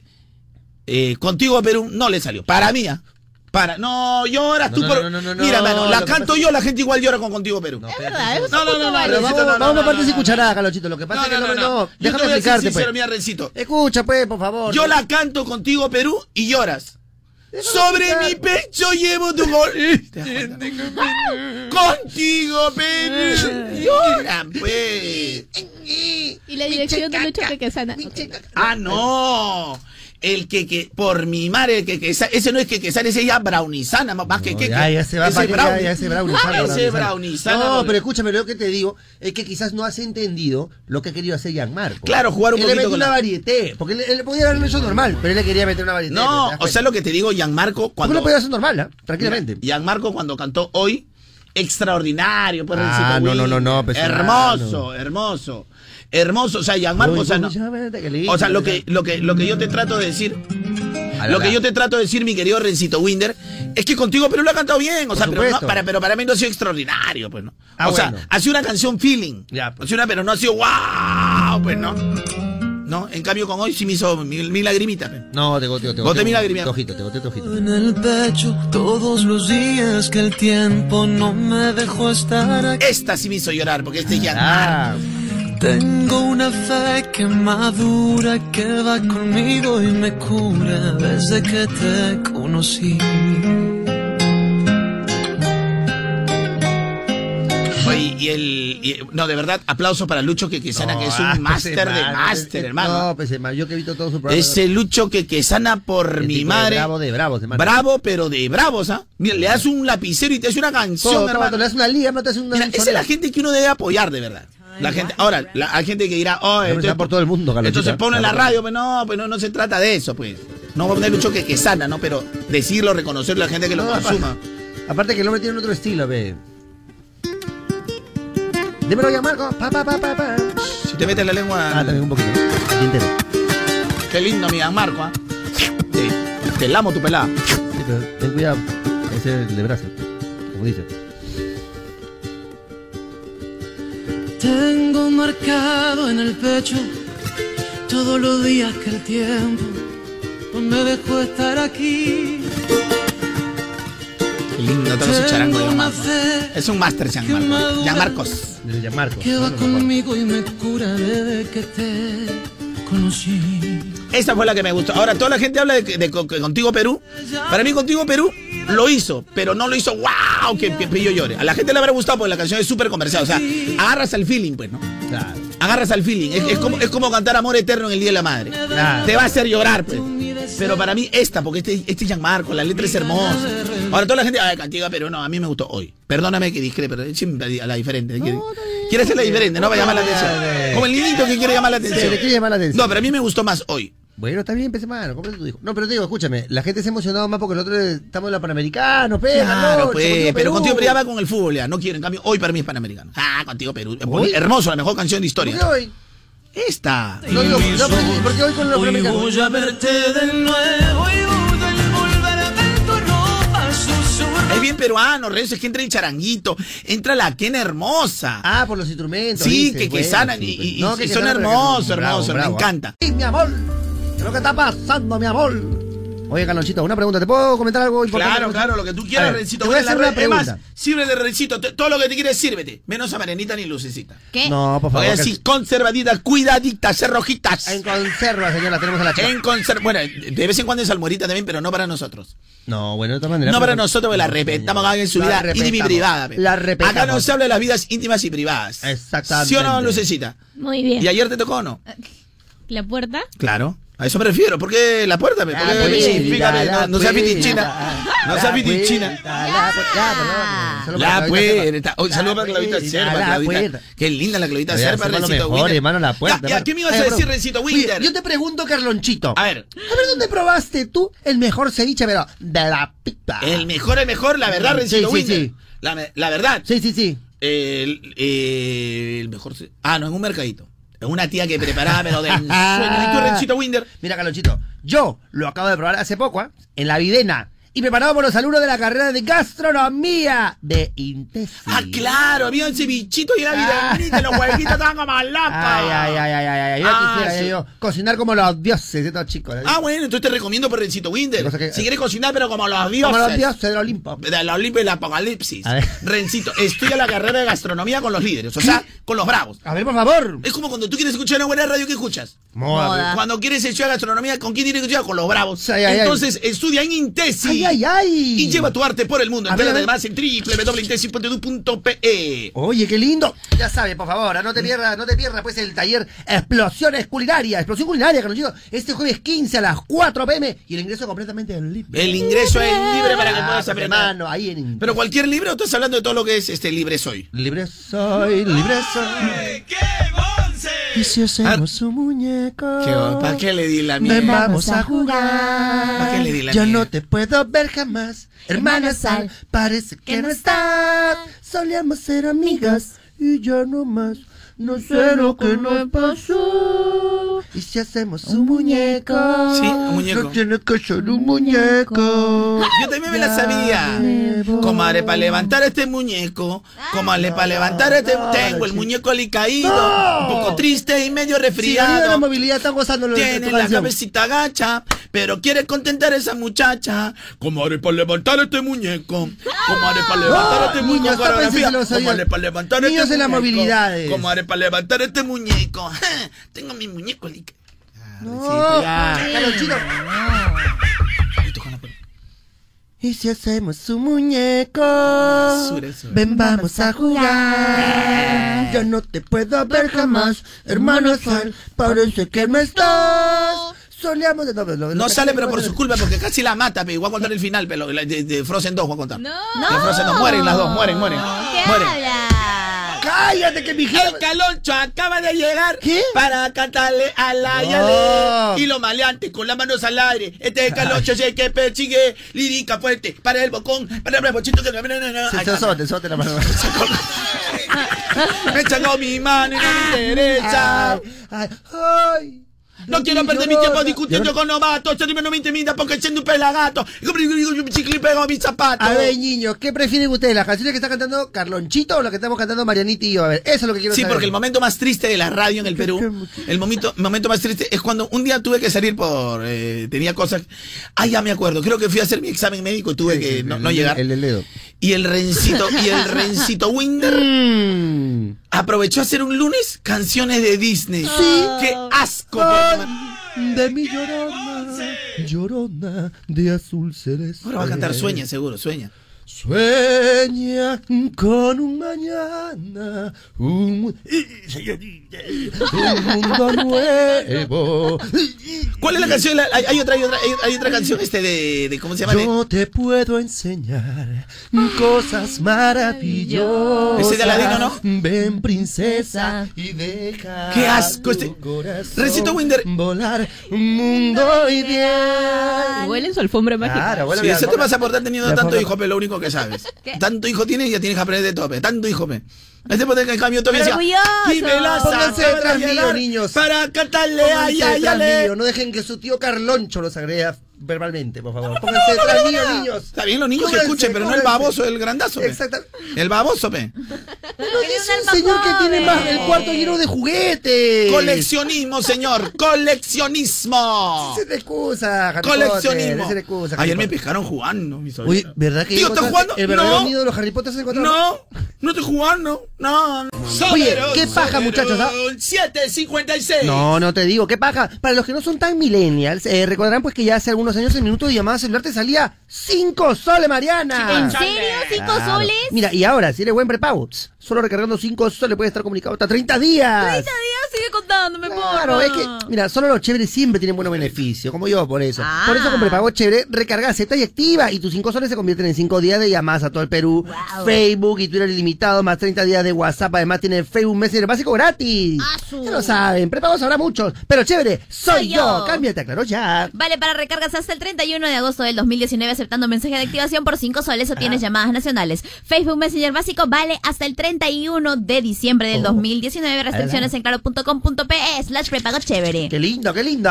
Speaker 3: eh, contigo Perú no le salió. Para mí, ah. para no lloras
Speaker 1: No,
Speaker 3: tú.
Speaker 1: no,
Speaker 3: por-
Speaker 1: no, no, no, no,
Speaker 3: Mira, mano, la
Speaker 1: lo que
Speaker 3: canto
Speaker 1: pasa-
Speaker 3: yo, la gente igual llora con contigo Perú.
Speaker 6: Es verdad, es un
Speaker 3: No, no, no,
Speaker 6: poco
Speaker 3: no,
Speaker 1: Pero
Speaker 3: no,
Speaker 6: válido.
Speaker 1: vamos,
Speaker 3: no, no,
Speaker 1: vamos
Speaker 3: no,
Speaker 1: a partir
Speaker 3: no,
Speaker 1: sin
Speaker 3: no.
Speaker 1: cucharada, Carlonchito. Lo que pasa
Speaker 3: No,
Speaker 1: es que
Speaker 3: no, no,
Speaker 1: hombre,
Speaker 3: no. Yo
Speaker 1: Déjame
Speaker 3: te voy a ser
Speaker 1: explicarte,
Speaker 3: sincero,
Speaker 1: pues.
Speaker 3: mira, Rencito.
Speaker 1: Escucha, pues, por favor.
Speaker 3: Yo la canto contigo Perú y lloras. Sobre mi pecho llevo tu gol. Contigo, Perú.
Speaker 1: Eh.
Speaker 3: Llora, pues.
Speaker 6: Y la dirección de Lucho Pequesana.
Speaker 3: Ah, no. El que, que por mi madre, el que, que ese no es que, que sale, ese ya braunizana, más que, que
Speaker 1: ya, ya se va
Speaker 3: ese
Speaker 1: para allá,
Speaker 3: brownie. Ah,
Speaker 1: ya, ya se braunizana,
Speaker 3: Ese
Speaker 1: braunizana.
Speaker 3: braunizana,
Speaker 1: No,
Speaker 3: brother.
Speaker 1: pero escúchame, lo que te digo es que quizás no has entendido lo que ha querido hacer Gianmarco.
Speaker 3: Claro, jugar un
Speaker 1: él
Speaker 3: poquito
Speaker 1: Le metió
Speaker 3: con
Speaker 1: una
Speaker 3: la-
Speaker 1: varieté, porque él, él podía haberlo hecho normal, pero él le quería meter una varieté.
Speaker 3: No, o sea, lo que te digo, Gianmarco,
Speaker 1: Cuando...
Speaker 3: cuando.
Speaker 1: lo podía hacer normal, ¿ah? tranquilamente.
Speaker 3: Gianmarco cuando cantó hoy, extraordinario, pues,
Speaker 1: Ah,
Speaker 3: Rencito
Speaker 1: no, no, no, no, pues,
Speaker 3: hermoso, hermoso, hermoso, o sea, Gianmarco, o sea, no. O sea, lo que, lo que, lo que yo te trato de decir, lo que yo te trato de decir, mi querido Rencito Winder, es que contigo Perú lo ha cantado bien, o
Speaker 1: Por
Speaker 3: sea, pero, no-
Speaker 1: supuesto.
Speaker 3: para, pero para mí no ha sido extraordinario, pues, ¿no?
Speaker 1: Ah,
Speaker 3: o sea,
Speaker 1: bueno.
Speaker 3: ha sido una canción feeling,
Speaker 1: Ya, pues.
Speaker 3: ha sido una, pero no ha sido wow, pues, ¿no? No, en cambio con hoy sí me hizo mi, mi lagrimita, pues.
Speaker 1: No, te goteo, te
Speaker 3: Boté
Speaker 1: goteo.
Speaker 3: mi lagrimia.
Speaker 1: Te ojito, te goteo, te ojito.
Speaker 7: en el pecho todos los días que el tiempo no me dejó estar aquí.
Speaker 3: Esta sí me hizo llorar, porque este es Gianmarco.
Speaker 1: Ah,
Speaker 7: Tengo una fe que madura, que va conmigo y me cura desde que te conocí.
Speaker 3: Oye, y el. y- no, de verdad, aplausos para Lucho Quequesana, que es
Speaker 1: ah,
Speaker 3: un
Speaker 1: pues,
Speaker 3: máster de
Speaker 1: hermano,
Speaker 3: máster,
Speaker 1: eh,
Speaker 3: hermano.
Speaker 1: No, pues hermano, yo que he visto todo su programa.
Speaker 3: Ese Lucho Quequesana, por
Speaker 1: El
Speaker 3: mi
Speaker 1: tipo de
Speaker 3: madre.
Speaker 1: Bravo de bravos, hermano.
Speaker 3: bravo, pero de bravos, ¿ah? Mira, le das un lapicero y te hace una canción,
Speaker 1: Todo, todo,
Speaker 3: hermano.
Speaker 1: todo, le hace una liga, no te hace una.
Speaker 3: Mira,
Speaker 1: un
Speaker 3: esa es
Speaker 1: sonido.
Speaker 3: la gente que uno debe apoyar, de verdad. La gente, ahora, la, hay gente que dirá, oh,
Speaker 1: está por todo el mundo, Carlos,
Speaker 3: Entonces
Speaker 1: chica.
Speaker 3: pone en la
Speaker 1: Claro.
Speaker 3: radio, pero no, pues no, no se trata de eso, pues. No va a poner Lucho Quequesana, ¿no? Pero decirlo, reconocerlo a la gente que lo
Speaker 1: No,
Speaker 3: consuma.
Speaker 1: aparte- Aparte que el hombre tiene otro estilo, ve. Dímelo ya, Marco. Pa, pa, pa, pa, pa.
Speaker 3: Si te metes la lengua.
Speaker 1: Ah, también un poquito. Aquí entero.
Speaker 3: Qué lindo, mi gran Marco, ¿ah? Te, te lamo tu pelada.
Speaker 1: Sí, pero ten cuidado. Ese es el de brazo. Como dice.
Speaker 7: Tengo marcado en el pecho todos los días que el tiempo no me dejó estar aquí.
Speaker 3: Qué lindo todo ese charango de Marco. Es un máster, Jean Marco. Jean Marcos.
Speaker 1: El de Marco.
Speaker 7: que va conmigo y me cura desde que te conocí.
Speaker 3: Esa fue la que me gustó. Ahora, toda la gente habla de, de co- Contigo Perú. Para mí, Contigo Perú lo hizo, pero no lo hizo wow, que, que Pillo llore. A la gente le habrá gustado porque la canción es súper comercial. O sea, agarras al feeling, pues, ¿no?
Speaker 1: Claro.
Speaker 3: Agarras al feeling. Es, es como, es como cantar Amor Eterno en el Día de la Madre.
Speaker 1: Claro.
Speaker 3: Te va a hacer llorar, pues. Pero para mí, esta, porque este, este es Gianmarco, la letra es hermosa. Ahora, toda la gente, ay, cantiga, pero no, a mí me gustó hoy. Perdóname que discrepe, pero siempre di- a la diferente. Quiere, quiere hacer la diferente, no va a llamar la atención. Como el niñito que quiere llamar la
Speaker 1: Se le quiere
Speaker 3: atención.
Speaker 1: llamar la atención.
Speaker 3: No, pero a mí me gustó más hoy.
Speaker 1: Bueno, está bien, pues, pese mano, cómprate tu hijo. No, pero te digo, escúchame, la gente se ha emocionado más porque nosotros estamos en la Panamericana, pega,
Speaker 3: Claro,
Speaker 1: no,
Speaker 3: pues,
Speaker 1: Contigo
Speaker 3: pero
Speaker 1: Perú.
Speaker 3: contigo Perú ya va con el fútbol, ya. No quiero, en cambio, hoy para mí es panamericano. Ah, contigo Perú. Eh,
Speaker 1: Hoy.
Speaker 3: Hermoso, la mejor canción de
Speaker 1: ¿Por qué
Speaker 3: historia.
Speaker 1: hoy?
Speaker 3: Esta.
Speaker 1: No digo, no, pero ¿por qué hoy con la
Speaker 7: Hoy
Speaker 1: Panamericana?
Speaker 7: voy a verte de nuevo y dudo el volver a ver tu ropa susurra.
Speaker 3: Es bien peruano, Renzo, es que entra el charanguito, entra la quena hermosa.
Speaker 1: Ah, por los instrumentos.
Speaker 3: Sí,
Speaker 1: dices,
Speaker 3: que, que
Speaker 1: bueno,
Speaker 3: sanan y,
Speaker 1: sí, pues.
Speaker 3: y-
Speaker 1: No,
Speaker 3: y
Speaker 1: que
Speaker 3: son
Speaker 1: sanan,
Speaker 3: hermosos,
Speaker 1: bravo,
Speaker 3: hermosos, me
Speaker 1: bravo.
Speaker 3: encanta.
Speaker 1: Sí, mi amor, ¿qué es lo que está pasando, mi amor? Oye, Carlonchito, una pregunta, ¿te puedo comentar algo importante?
Speaker 3: Claro, claro, lo que tú
Speaker 1: A
Speaker 3: quieras,
Speaker 1: ver,
Speaker 3: Rencito.
Speaker 1: Te voy a
Speaker 3: Voy a la
Speaker 1: hacer una
Speaker 3: red. Es más,
Speaker 1: pregunta.
Speaker 3: sírvele, Rencito. Te- Todo lo que te quieres, sírvete. Menos a Marenita ni Lucecita.
Speaker 6: ¿Qué?
Speaker 1: No, por
Speaker 3: Voy
Speaker 1: favor.
Speaker 3: a
Speaker 1: que-
Speaker 3: decir conservaditas, cuidaditas, ser rojitas.
Speaker 1: En conserva, señora, tenemos a la chica.
Speaker 3: En conser- Bueno, de vez en cuando es almorita también, pero no para nosotros.
Speaker 1: No, bueno, de todas maneras.
Speaker 3: No para
Speaker 1: pero-
Speaker 3: nosotros, porque la
Speaker 1: No,
Speaker 3: respetamos cada
Speaker 1: señor.
Speaker 3: en su
Speaker 1: La
Speaker 3: vida íntima y
Speaker 1: respetamos.
Speaker 3: privada. pues. pe.
Speaker 1: La
Speaker 3: Acá no
Speaker 1: respetamos.
Speaker 3: se habla de las vidas íntimas y privadas.
Speaker 1: Exactamente.
Speaker 3: ¿Sí o no, Lucecita?
Speaker 6: Muy
Speaker 3: ¿Y
Speaker 6: bien.
Speaker 3: ayer te tocó o no?
Speaker 6: ¿La puerta?
Speaker 3: Claro. A eso me refiero. ¿Por qué la puerta? ¿Por
Speaker 1: La
Speaker 3: qué me
Speaker 1: puerta,
Speaker 3: explícame?
Speaker 1: la
Speaker 3: No, no seas
Speaker 1: puerta,
Speaker 3: fitichina. No
Speaker 1: Ah, la
Speaker 3: seas
Speaker 1: puerta,
Speaker 3: fitichina.
Speaker 1: la pu- ya, por favor. Saludos para
Speaker 3: La
Speaker 1: Claudita Serpa.
Speaker 3: puerta. Oye, saludos para
Speaker 1: La
Speaker 3: Claudita
Speaker 1: puerta,
Speaker 3: Serpa,
Speaker 1: la
Speaker 3: Claudita.
Speaker 1: puerta.
Speaker 3: Qué linda la Claudita
Speaker 1: Oye,
Speaker 3: Serpa,
Speaker 1: Serpa, lo
Speaker 3: Rencito
Speaker 1: mejor,
Speaker 3: Winter.
Speaker 1: hermano, la puerta,
Speaker 3: Ya, ya,
Speaker 1: hermano.
Speaker 3: ¿qué me ibas
Speaker 1: Oye,
Speaker 3: a
Speaker 1: bro,
Speaker 3: decir, Rencito
Speaker 1: oye,
Speaker 3: Winter?
Speaker 1: Yo te pregunto, Carlonchito.
Speaker 3: A ver.
Speaker 1: A ver, ¿dónde probaste tú el mejor ceviche, pero de la pipa?
Speaker 3: El mejor, el mejor, la verdad, Rencito
Speaker 1: Sí, sí,
Speaker 3: Winter.
Speaker 1: sí.
Speaker 3: La, me- la verdad.
Speaker 1: Sí, sí, sí.
Speaker 3: El, eh, el mejor. se- Ah, no, en un mercadito. En una tía que preparaba, pero del sueño. ¿Y tú, Rencito Winder?
Speaker 1: Mira, Carlonchito, yo lo acabo de probar hace poco, ¿ah? en la Videna. Y preparado por los alumnos de la carrera de gastronomía de Intesi.
Speaker 3: Ah, claro, había un cevichito y una vitamina y los huequitos estaban como locos.
Speaker 1: Ah, Ay, ay, ay, ay, ay, ay. Yo
Speaker 3: Ah,
Speaker 1: quisiera
Speaker 3: sí.
Speaker 1: yo cocinar como los dioses estos chicos. ¿eh?
Speaker 3: Ah, bueno, entonces te recomiendo por Rencito Winder.
Speaker 1: Cosa que-
Speaker 3: si quieres cocinar, pero como los dioses.
Speaker 1: como los dioses del Olimpo.
Speaker 3: De la Olimpia y la Apocalipsis.
Speaker 1: A ver.
Speaker 3: Rencito, estudia la carrera de gastronomía con los líderes, o sea, con los bravos.
Speaker 1: A ver, por favor.
Speaker 3: Es como cuando tú quieres escuchar una buena radio, ¿qué escuchas?
Speaker 1: Moda.
Speaker 3: Cuando quieres estudiar gastronomía, ¿con quién tienes que estudiar? Con los bravos.
Speaker 1: Ay, ay, ay.
Speaker 3: Entonces, estudia en Intesi.
Speaker 1: Ay, ay, ay.
Speaker 3: Y lleva tu arte por el mundo.
Speaker 1: A ver,
Speaker 3: Entérate
Speaker 1: a ver.
Speaker 3: además en www.intesi.edu.pe.
Speaker 1: Oye, qué lindo. Ya sabes, por favor, ah, no
Speaker 3: Mm.
Speaker 1: te pierdas, no te pierdas pues el taller Explosiones Culinarias, Explosión Culinaria, Carlonchito. Este jueves 15 a las 4 pm y el ingreso completamente en libre. Ah,
Speaker 3: El ingreso es libre para que puedas aprender.
Speaker 1: Hermano, ahí en Intesi.
Speaker 3: Pero cualquier libre o estás hablando de todo lo que es este libre soy.
Speaker 1: Libre soy, libre soy.
Speaker 8: ¡Qué bonce!
Speaker 9: Y si hacemos un muñeco,
Speaker 3: ¿Para Ah. qué le di la
Speaker 1: Ven,
Speaker 3: mía?
Speaker 1: vamos a
Speaker 3: ¿Para qué
Speaker 1: jugar.
Speaker 3: le di la
Speaker 1: Yo
Speaker 3: mía?
Speaker 1: no te puedo ver jamás. Hermana Sal, parece que no estás. Solíamos ser amigas y ya no más. No sé lo que nos pasó. Y si hacemos un muñeco.
Speaker 3: Sí, un muñeco.
Speaker 1: No tiene que ser un muñeco.
Speaker 3: Yo también me la sabía. Comadre, para levantar este muñeco. Comadre, para levantar este. Tengo el muñeco alicaído. Un poco triste y medio
Speaker 1: Si la
Speaker 3: resfriado.
Speaker 1: movilidad están gozando lo de tu
Speaker 3: Tiene la
Speaker 1: canción.
Speaker 3: cabecita gacha, pero quiere contentar a esa muchacha. ¿Cómo haré para levantar este muñeco? ¿Cómo haré
Speaker 1: Ah,
Speaker 3: para levantar este
Speaker 1: niños,
Speaker 3: muñeco?
Speaker 1: tápense
Speaker 3: Coreografía.
Speaker 1: los
Speaker 3: ¿Cómo
Speaker 1: oídos.
Speaker 3: haré para levantar
Speaker 1: Niños
Speaker 3: este
Speaker 1: en las
Speaker 3: muñeco?
Speaker 1: movilidades.
Speaker 3: ¿Cómo haré para levantar este muñeco? Ja, Tengo mi muñeco. Lic-
Speaker 1: No. Carlonchito. Y si hacemos un muñeco,
Speaker 3: eso.
Speaker 1: ven vamos a jugar. Yo no te puedo Ah. ver jamás, hermano Sal, parece que no estás. Soleamos de no,
Speaker 3: No sale, pero por su culpa, porque casi la mata, pero voy a contar el final, pero la- de, de Frozen 2 voy a contar.
Speaker 10: No.
Speaker 3: De Frozen 2, mueren las dos, mueren, mueren.
Speaker 6: ¿Qué
Speaker 3: mueren.
Speaker 6: hablas?
Speaker 1: ¡Cállate que mi
Speaker 3: El caloncho acaba de llegar
Speaker 1: ¿Qué?
Speaker 3: para cantarle a la
Speaker 1: No.
Speaker 3: Yadel. y los maleantes con las manos al aire. Este es caloncho es el que persigue lírica fuerte para el bocón, para el bochito que no, no, no, no. Ay,
Speaker 1: Te sote la mano.
Speaker 3: Me chacó mi mano y no me interesa.
Speaker 1: Ay, ay.
Speaker 3: No quiero perder mi tiempo discutiendo con novatos. Este no me intimida porque siendo un pelagato. Un chicle y pego mis zapatos.
Speaker 1: A ver, niños, ¿qué prefieren ustedes? ¿Las canciones que está cantando Carlonchito o las que estamos cantando Marianita y yo? A ver, eso es lo que quiero
Speaker 3: Sí,
Speaker 1: saber.
Speaker 3: porque el momento más triste de la radio en el Perú, el momento, momento más triste es cuando un día tuve que salir por, eh, tenía cosas, ah, ya me acuerdo, creo que fui a hacer mi examen médico y tuve que no, no llegar.
Speaker 1: El del dedo.
Speaker 3: y el rencito, y el rencito Winder
Speaker 1: Mm.
Speaker 3: aprovechó a hacer un lunes canciones de Disney. Sí. Qué asco. por-
Speaker 1: Ah, de mi llorona, llorona de azul celeste.
Speaker 3: Ahora va a cantar Sueña, seguro, Sueña.
Speaker 1: Sueña con un mañana, un, eh, señorita, un mundo Eh, nuevo.
Speaker 3: ¿Cuál es la canción? La- hay, hay otra, hay otra, hay, hay otra canción este de, de- ¿cómo se llama? De-
Speaker 1: Yo te puedo enseñar cosas
Speaker 3: Ese
Speaker 1: maravillosas.
Speaker 3: de Aladino, ¿no?
Speaker 1: Ven, princesa, y deja
Speaker 3: Qué asco
Speaker 1: tu
Speaker 3: este-
Speaker 1: corazón
Speaker 3: Rencito Winder.
Speaker 1: volar un mundo ideal.
Speaker 10: Huele en su alfombra mágica.
Speaker 1: Claro, bueno,
Speaker 3: Sí,
Speaker 1: mira,
Speaker 3: eso te
Speaker 1: vamos-
Speaker 3: pasa por estar teniendo
Speaker 1: la
Speaker 3: tanto
Speaker 1: forma-
Speaker 3: hijo, pe, lo único que sabes. Tanto hijo tienes y ya tienes que aprender de tope. Tanto hijo, pe. Este poder que en cambio todavía decía,
Speaker 6: Orgulloso.
Speaker 3: "Y me la
Speaker 1: Pónganse
Speaker 3: sacaron
Speaker 1: detrás
Speaker 3: a
Speaker 1: mío,
Speaker 3: bailar
Speaker 1: niños.
Speaker 3: Para cantarle
Speaker 1: Pónganse
Speaker 3: ay, ay,
Speaker 1: detrás
Speaker 3: ay.
Speaker 1: mío, No dejen que su tío Carloncho los agrega verbalmente, por favor. Pónganse detrás mío, niños.
Speaker 3: Está bien los niños que
Speaker 1: Cúbranse,
Speaker 3: escuchen, pero no el
Speaker 1: cúbranse.
Speaker 3: baboso, el grandazo. pe.
Speaker 1: Exactamente.
Speaker 3: El baboso, pe.
Speaker 1: Pero dice un señor que tiene más el cuarto lleno de juguetes.
Speaker 3: Coleccionismo, señor. Coleccionismo.
Speaker 1: Esa es la excusa, Harry Potter,
Speaker 3: Coleccionismo.
Speaker 1: esa es la excusa, Harry
Speaker 3: Ayer me
Speaker 1: Potter.
Speaker 3: pescaron jugando, mi
Speaker 1: Uy,
Speaker 3: sobrina.
Speaker 1: ¿verdad que
Speaker 3: Tío,
Speaker 1: encontraste
Speaker 3: ¿estás jugando?
Speaker 1: El verdadero
Speaker 3: No.
Speaker 1: nido de los Harry Potter se encontró.
Speaker 3: No, no estoy jugando. No.
Speaker 1: Oye, qué paja, muchachos, ¿ah?
Speaker 3: 756.
Speaker 1: No, no te digo, qué paja. Para los que no son tan millennials, eh, recordarán pues que ya hace algunos años el minuto de llamada celular te salía 5 soles, Mariana.
Speaker 6: ¿En serio? ¿Cinco
Speaker 1: Claro.
Speaker 6: soles?
Speaker 1: Mira, y ahora, si eres buen prepago, tss, solo recargando 5 soles puedes estar comunicado hasta 30 días.
Speaker 6: 30 días sigue
Speaker 11: pagando, me
Speaker 1: Claro,
Speaker 11: porro.
Speaker 1: es que, mira, solo los chéveres siempre tienen buenos beneficios, como yo, por eso.
Speaker 6: Ah.
Speaker 1: Por eso con prepago chévere, recargas Z y activa, y tus 5 soles se convierten en 5 días de llamadas a todo el Perú.
Speaker 6: Wow.
Speaker 1: Facebook y Twitter ilimitado, más 30 días de WhatsApp, además tiene Facebook Messenger básico gratis.
Speaker 6: Asu.
Speaker 1: Ya lo saben, prepagos habrá muchos, pero chévere, Ah, soy,
Speaker 6: Soy
Speaker 1: yo.
Speaker 6: yo.
Speaker 1: Cámbiate, claro, ya.
Speaker 6: Vale para recargas hasta el 31 de agosto del 2019 aceptando mensaje de activación por 5 soles o tienes llamadas nacionales. Facebook Messenger básico vale hasta el 31 de diciembre del
Speaker 1: Oh.
Speaker 6: 2019. Restricciones en claro.com.pe slash prepago chévere.
Speaker 1: Qué lindo, qué lindo.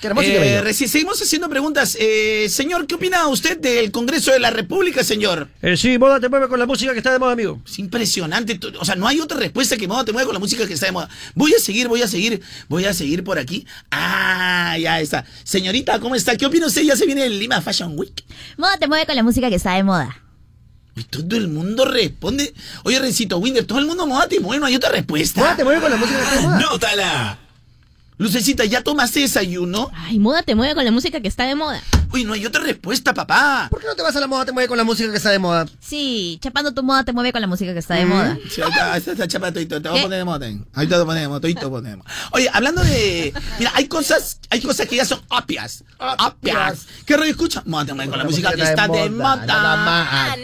Speaker 1: Qué hermoso y qué
Speaker 3: Eh,
Speaker 1: bello.
Speaker 3: reci- seguimos haciendo preguntas. Eh, señor, ¿qué opina usted del Congreso de la República, señor?
Speaker 12: Eh, sí, moda te mueve con la música que está de moda, amigo.
Speaker 3: Es impresionante. tú- O sea, no hay otra respuesta que moda te mueve con la música que está de moda. Voy a seguir, voy a seguir, voy a seguir por aquí. Ah, ya está. Señorita, ¿cómo está? ¿Qué opina usted? Ya se viene el Lima Fashion Week.
Speaker 6: Eh, Moda te mueve con la música que está de moda.
Speaker 3: Y todo el mundo responde. Oye, Rencito Winder, todo el mundo moda te mueve, no hay otra respuesta. Ah,
Speaker 1: Moda te mueve con la música que está de moda.
Speaker 13: ¡Nótala!
Speaker 3: Lucecita, ¿ya tomaste desayuno?
Speaker 11: Ay, moda te mueve con la música que está de moda.
Speaker 3: Uy, no hay otra respuesta, papá.
Speaker 1: ¿Por qué no te vas a la moda te mueve con la música que está de moda?
Speaker 6: Sí, chapando tu moda te mueve con la música que está de moda.
Speaker 1: Mm.
Speaker 3: Mm. Sí, ahí está, ahí está, chapa, todito, te voy a
Speaker 6: ¿Qué?
Speaker 3: poner de moda. ten. Ahí te voy a poner de moda, todito voy a poner de moda. Oye, hablando de. Mira, hay cosas, hay cosas que ya son obvias. Obvias. ¿Qué rollo escucha? Moda, te mueve con la música que está de
Speaker 1: nada
Speaker 3: moda.
Speaker 1: más.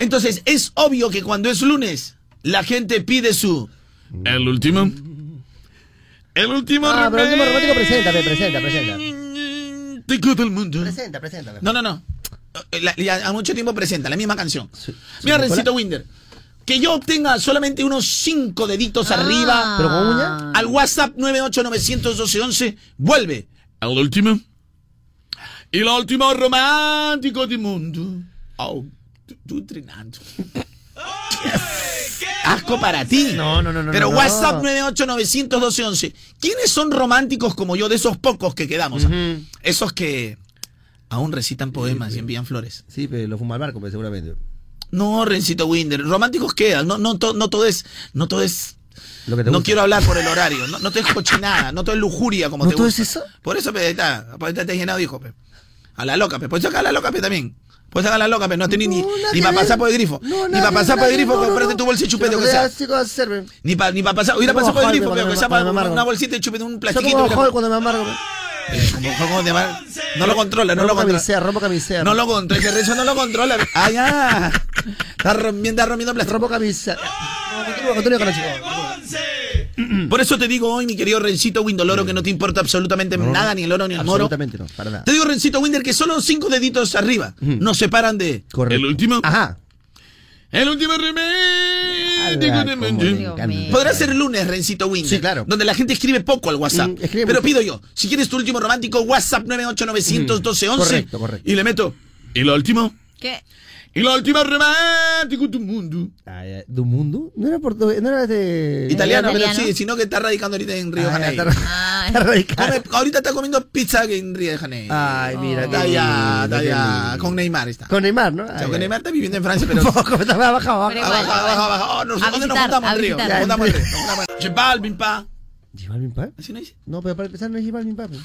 Speaker 3: Entonces, es obvio que cuando es lunes, la gente pide su. El último. El último
Speaker 1: Ah, pero el último romántico, preséntame, presenta, presenta.
Speaker 3: Tico del mundo.
Speaker 1: Presenta, presenta.
Speaker 3: No, no, no. La- ya a mucho tiempo presenta la misma canción. Mira,
Speaker 1: Nicolás.
Speaker 3: Rencito Winder. Que yo obtenga solamente unos cinco deditos arriba.
Speaker 1: ¿Pero con uña?
Speaker 3: Al WhatsApp 9891211 vuelve. El último. Y lo último romántico del mundo. Oh, tú, tú trinando. Asco para ti.
Speaker 1: No, no, no, no,
Speaker 3: Pero
Speaker 1: no.
Speaker 3: WhatsApp 9891211. ¿Quiénes son románticos como yo de esos pocos que quedamos? Esos que aún recitan poemas y envían flores.
Speaker 1: Sí, pero lo fuma al barco, pues, seguramente.
Speaker 3: No, Rencito Winder, románticos quedan. No, no, to- no todo es, no todo es
Speaker 1: Lo que te
Speaker 3: no
Speaker 1: gusta.
Speaker 3: quiero hablar por el horario, no, no te es cochinada, no todo es lujuria como
Speaker 1: ¿No
Speaker 3: te
Speaker 1: todo
Speaker 3: gusta.
Speaker 1: es eso?
Speaker 3: Por eso, pe, ahí está, por ahí te has llenado, hijo, pe. A la loca, pe. Puedes sacar a la loca, pe, también. Puedes sacar a la loca, pe. No tenés ni,
Speaker 1: No, nada
Speaker 3: ni
Speaker 1: que
Speaker 3: para
Speaker 1: ver.
Speaker 3: pasar por el grifo.
Speaker 1: No,
Speaker 3: ni
Speaker 1: nada
Speaker 3: para
Speaker 1: que-
Speaker 3: pasar por
Speaker 1: nada
Speaker 3: el
Speaker 1: que-
Speaker 3: grifo,
Speaker 1: no, no,
Speaker 3: comprarte
Speaker 1: no.
Speaker 3: tu bolsa de chupete,
Speaker 1: Lo
Speaker 3: o
Speaker 1: que
Speaker 3: que sea.
Speaker 1: sea, sí, cosa sirve.
Speaker 3: Ni para ni pa pasar, hubiera
Speaker 1: Yo como
Speaker 3: pasado por el
Speaker 1: Hulk
Speaker 3: grifo,
Speaker 1: cuando
Speaker 3: pe,
Speaker 1: me-
Speaker 3: que sea
Speaker 1: cuando
Speaker 3: para
Speaker 1: me amargo.
Speaker 3: una bolsita de chupete, un
Speaker 1: Yo
Speaker 3: plastiquito.
Speaker 1: como
Speaker 3: hubiera-
Speaker 1: Hulk cuando me amargo.
Speaker 3: Como- como te amar- No lo controla, no lo
Speaker 1: Rompo
Speaker 3: controla.
Speaker 1: camisea, rompo camisea.
Speaker 3: No lo controla, ese rezo no lo controla. pe. Ah, ya. Está rompiendo, está rompiendo plástico.
Speaker 1: Rompo camisea. Continúa, continúa con la chica.
Speaker 3: Por eso te digo hoy, mi querido Rencito Windoloro, que no te importa absolutamente nada, ni el oro ni el moro.
Speaker 1: Absolutamente no, para nada.
Speaker 3: Te digo, Rencito Winder, que solo cinco deditos arriba nos separan de.
Speaker 1: Correcto.
Speaker 3: El último.
Speaker 1: Ajá.
Speaker 3: El último
Speaker 1: Ala, cómo me
Speaker 3: remate.
Speaker 1: encanta.
Speaker 6: mío.
Speaker 3: Podrá ser el lunes, Rencito Winder.
Speaker 1: Sí, claro.
Speaker 3: Donde la gente escribe poco al WhatsApp.
Speaker 1: Mm, escribe
Speaker 3: pero
Speaker 1: mucho.
Speaker 3: pido yo, si quieres tu último romántico, WhatsApp 9891211.
Speaker 1: Mm, correcto, correcto.
Speaker 3: Y le meto. Y lo último.
Speaker 6: ¿Qué?
Speaker 3: Y lo último romántico tu mundo.
Speaker 1: Ah, ya. ¿De un mundo? No era portugués, no era de...
Speaker 3: Italiano, pero
Speaker 6: italiano.
Speaker 3: sí, sino que está radicando ahorita en Río de
Speaker 1: Ah, ya,
Speaker 3: Janeiro.
Speaker 1: está- está radicado.
Speaker 3: Come- ahorita está comiendo pizza en Río de Janeiro.
Speaker 1: Ay, mira.
Speaker 3: Está
Speaker 1: qué
Speaker 3: allá,
Speaker 1: lindo,
Speaker 3: está
Speaker 1: qué
Speaker 3: allá.
Speaker 1: lindo.
Speaker 3: Con Neymar está.
Speaker 1: Con Neymar, ¿no?
Speaker 3: O
Speaker 1: Ah,
Speaker 3: sea,
Speaker 1: ya.
Speaker 3: con Neymar está viviendo en Francia, pero.
Speaker 1: Un poco, está más abajo, abajo.
Speaker 6: Pero
Speaker 3: Abajo,
Speaker 6: igual.
Speaker 3: abajo, abajo. Oh, no,
Speaker 6: A
Speaker 3: ¿Dónde nos
Speaker 6: visitar,
Speaker 3: juntamos,
Speaker 6: a
Speaker 3: Andrío? Nos
Speaker 6: visitar.
Speaker 3: juntamos, Andrío. Nos juntamos. Je Balvin, pa.
Speaker 1: ¿Llevar bien pa?
Speaker 3: ¿Así no dice?
Speaker 1: No, pero para empezar no es llevar bien pa. pues.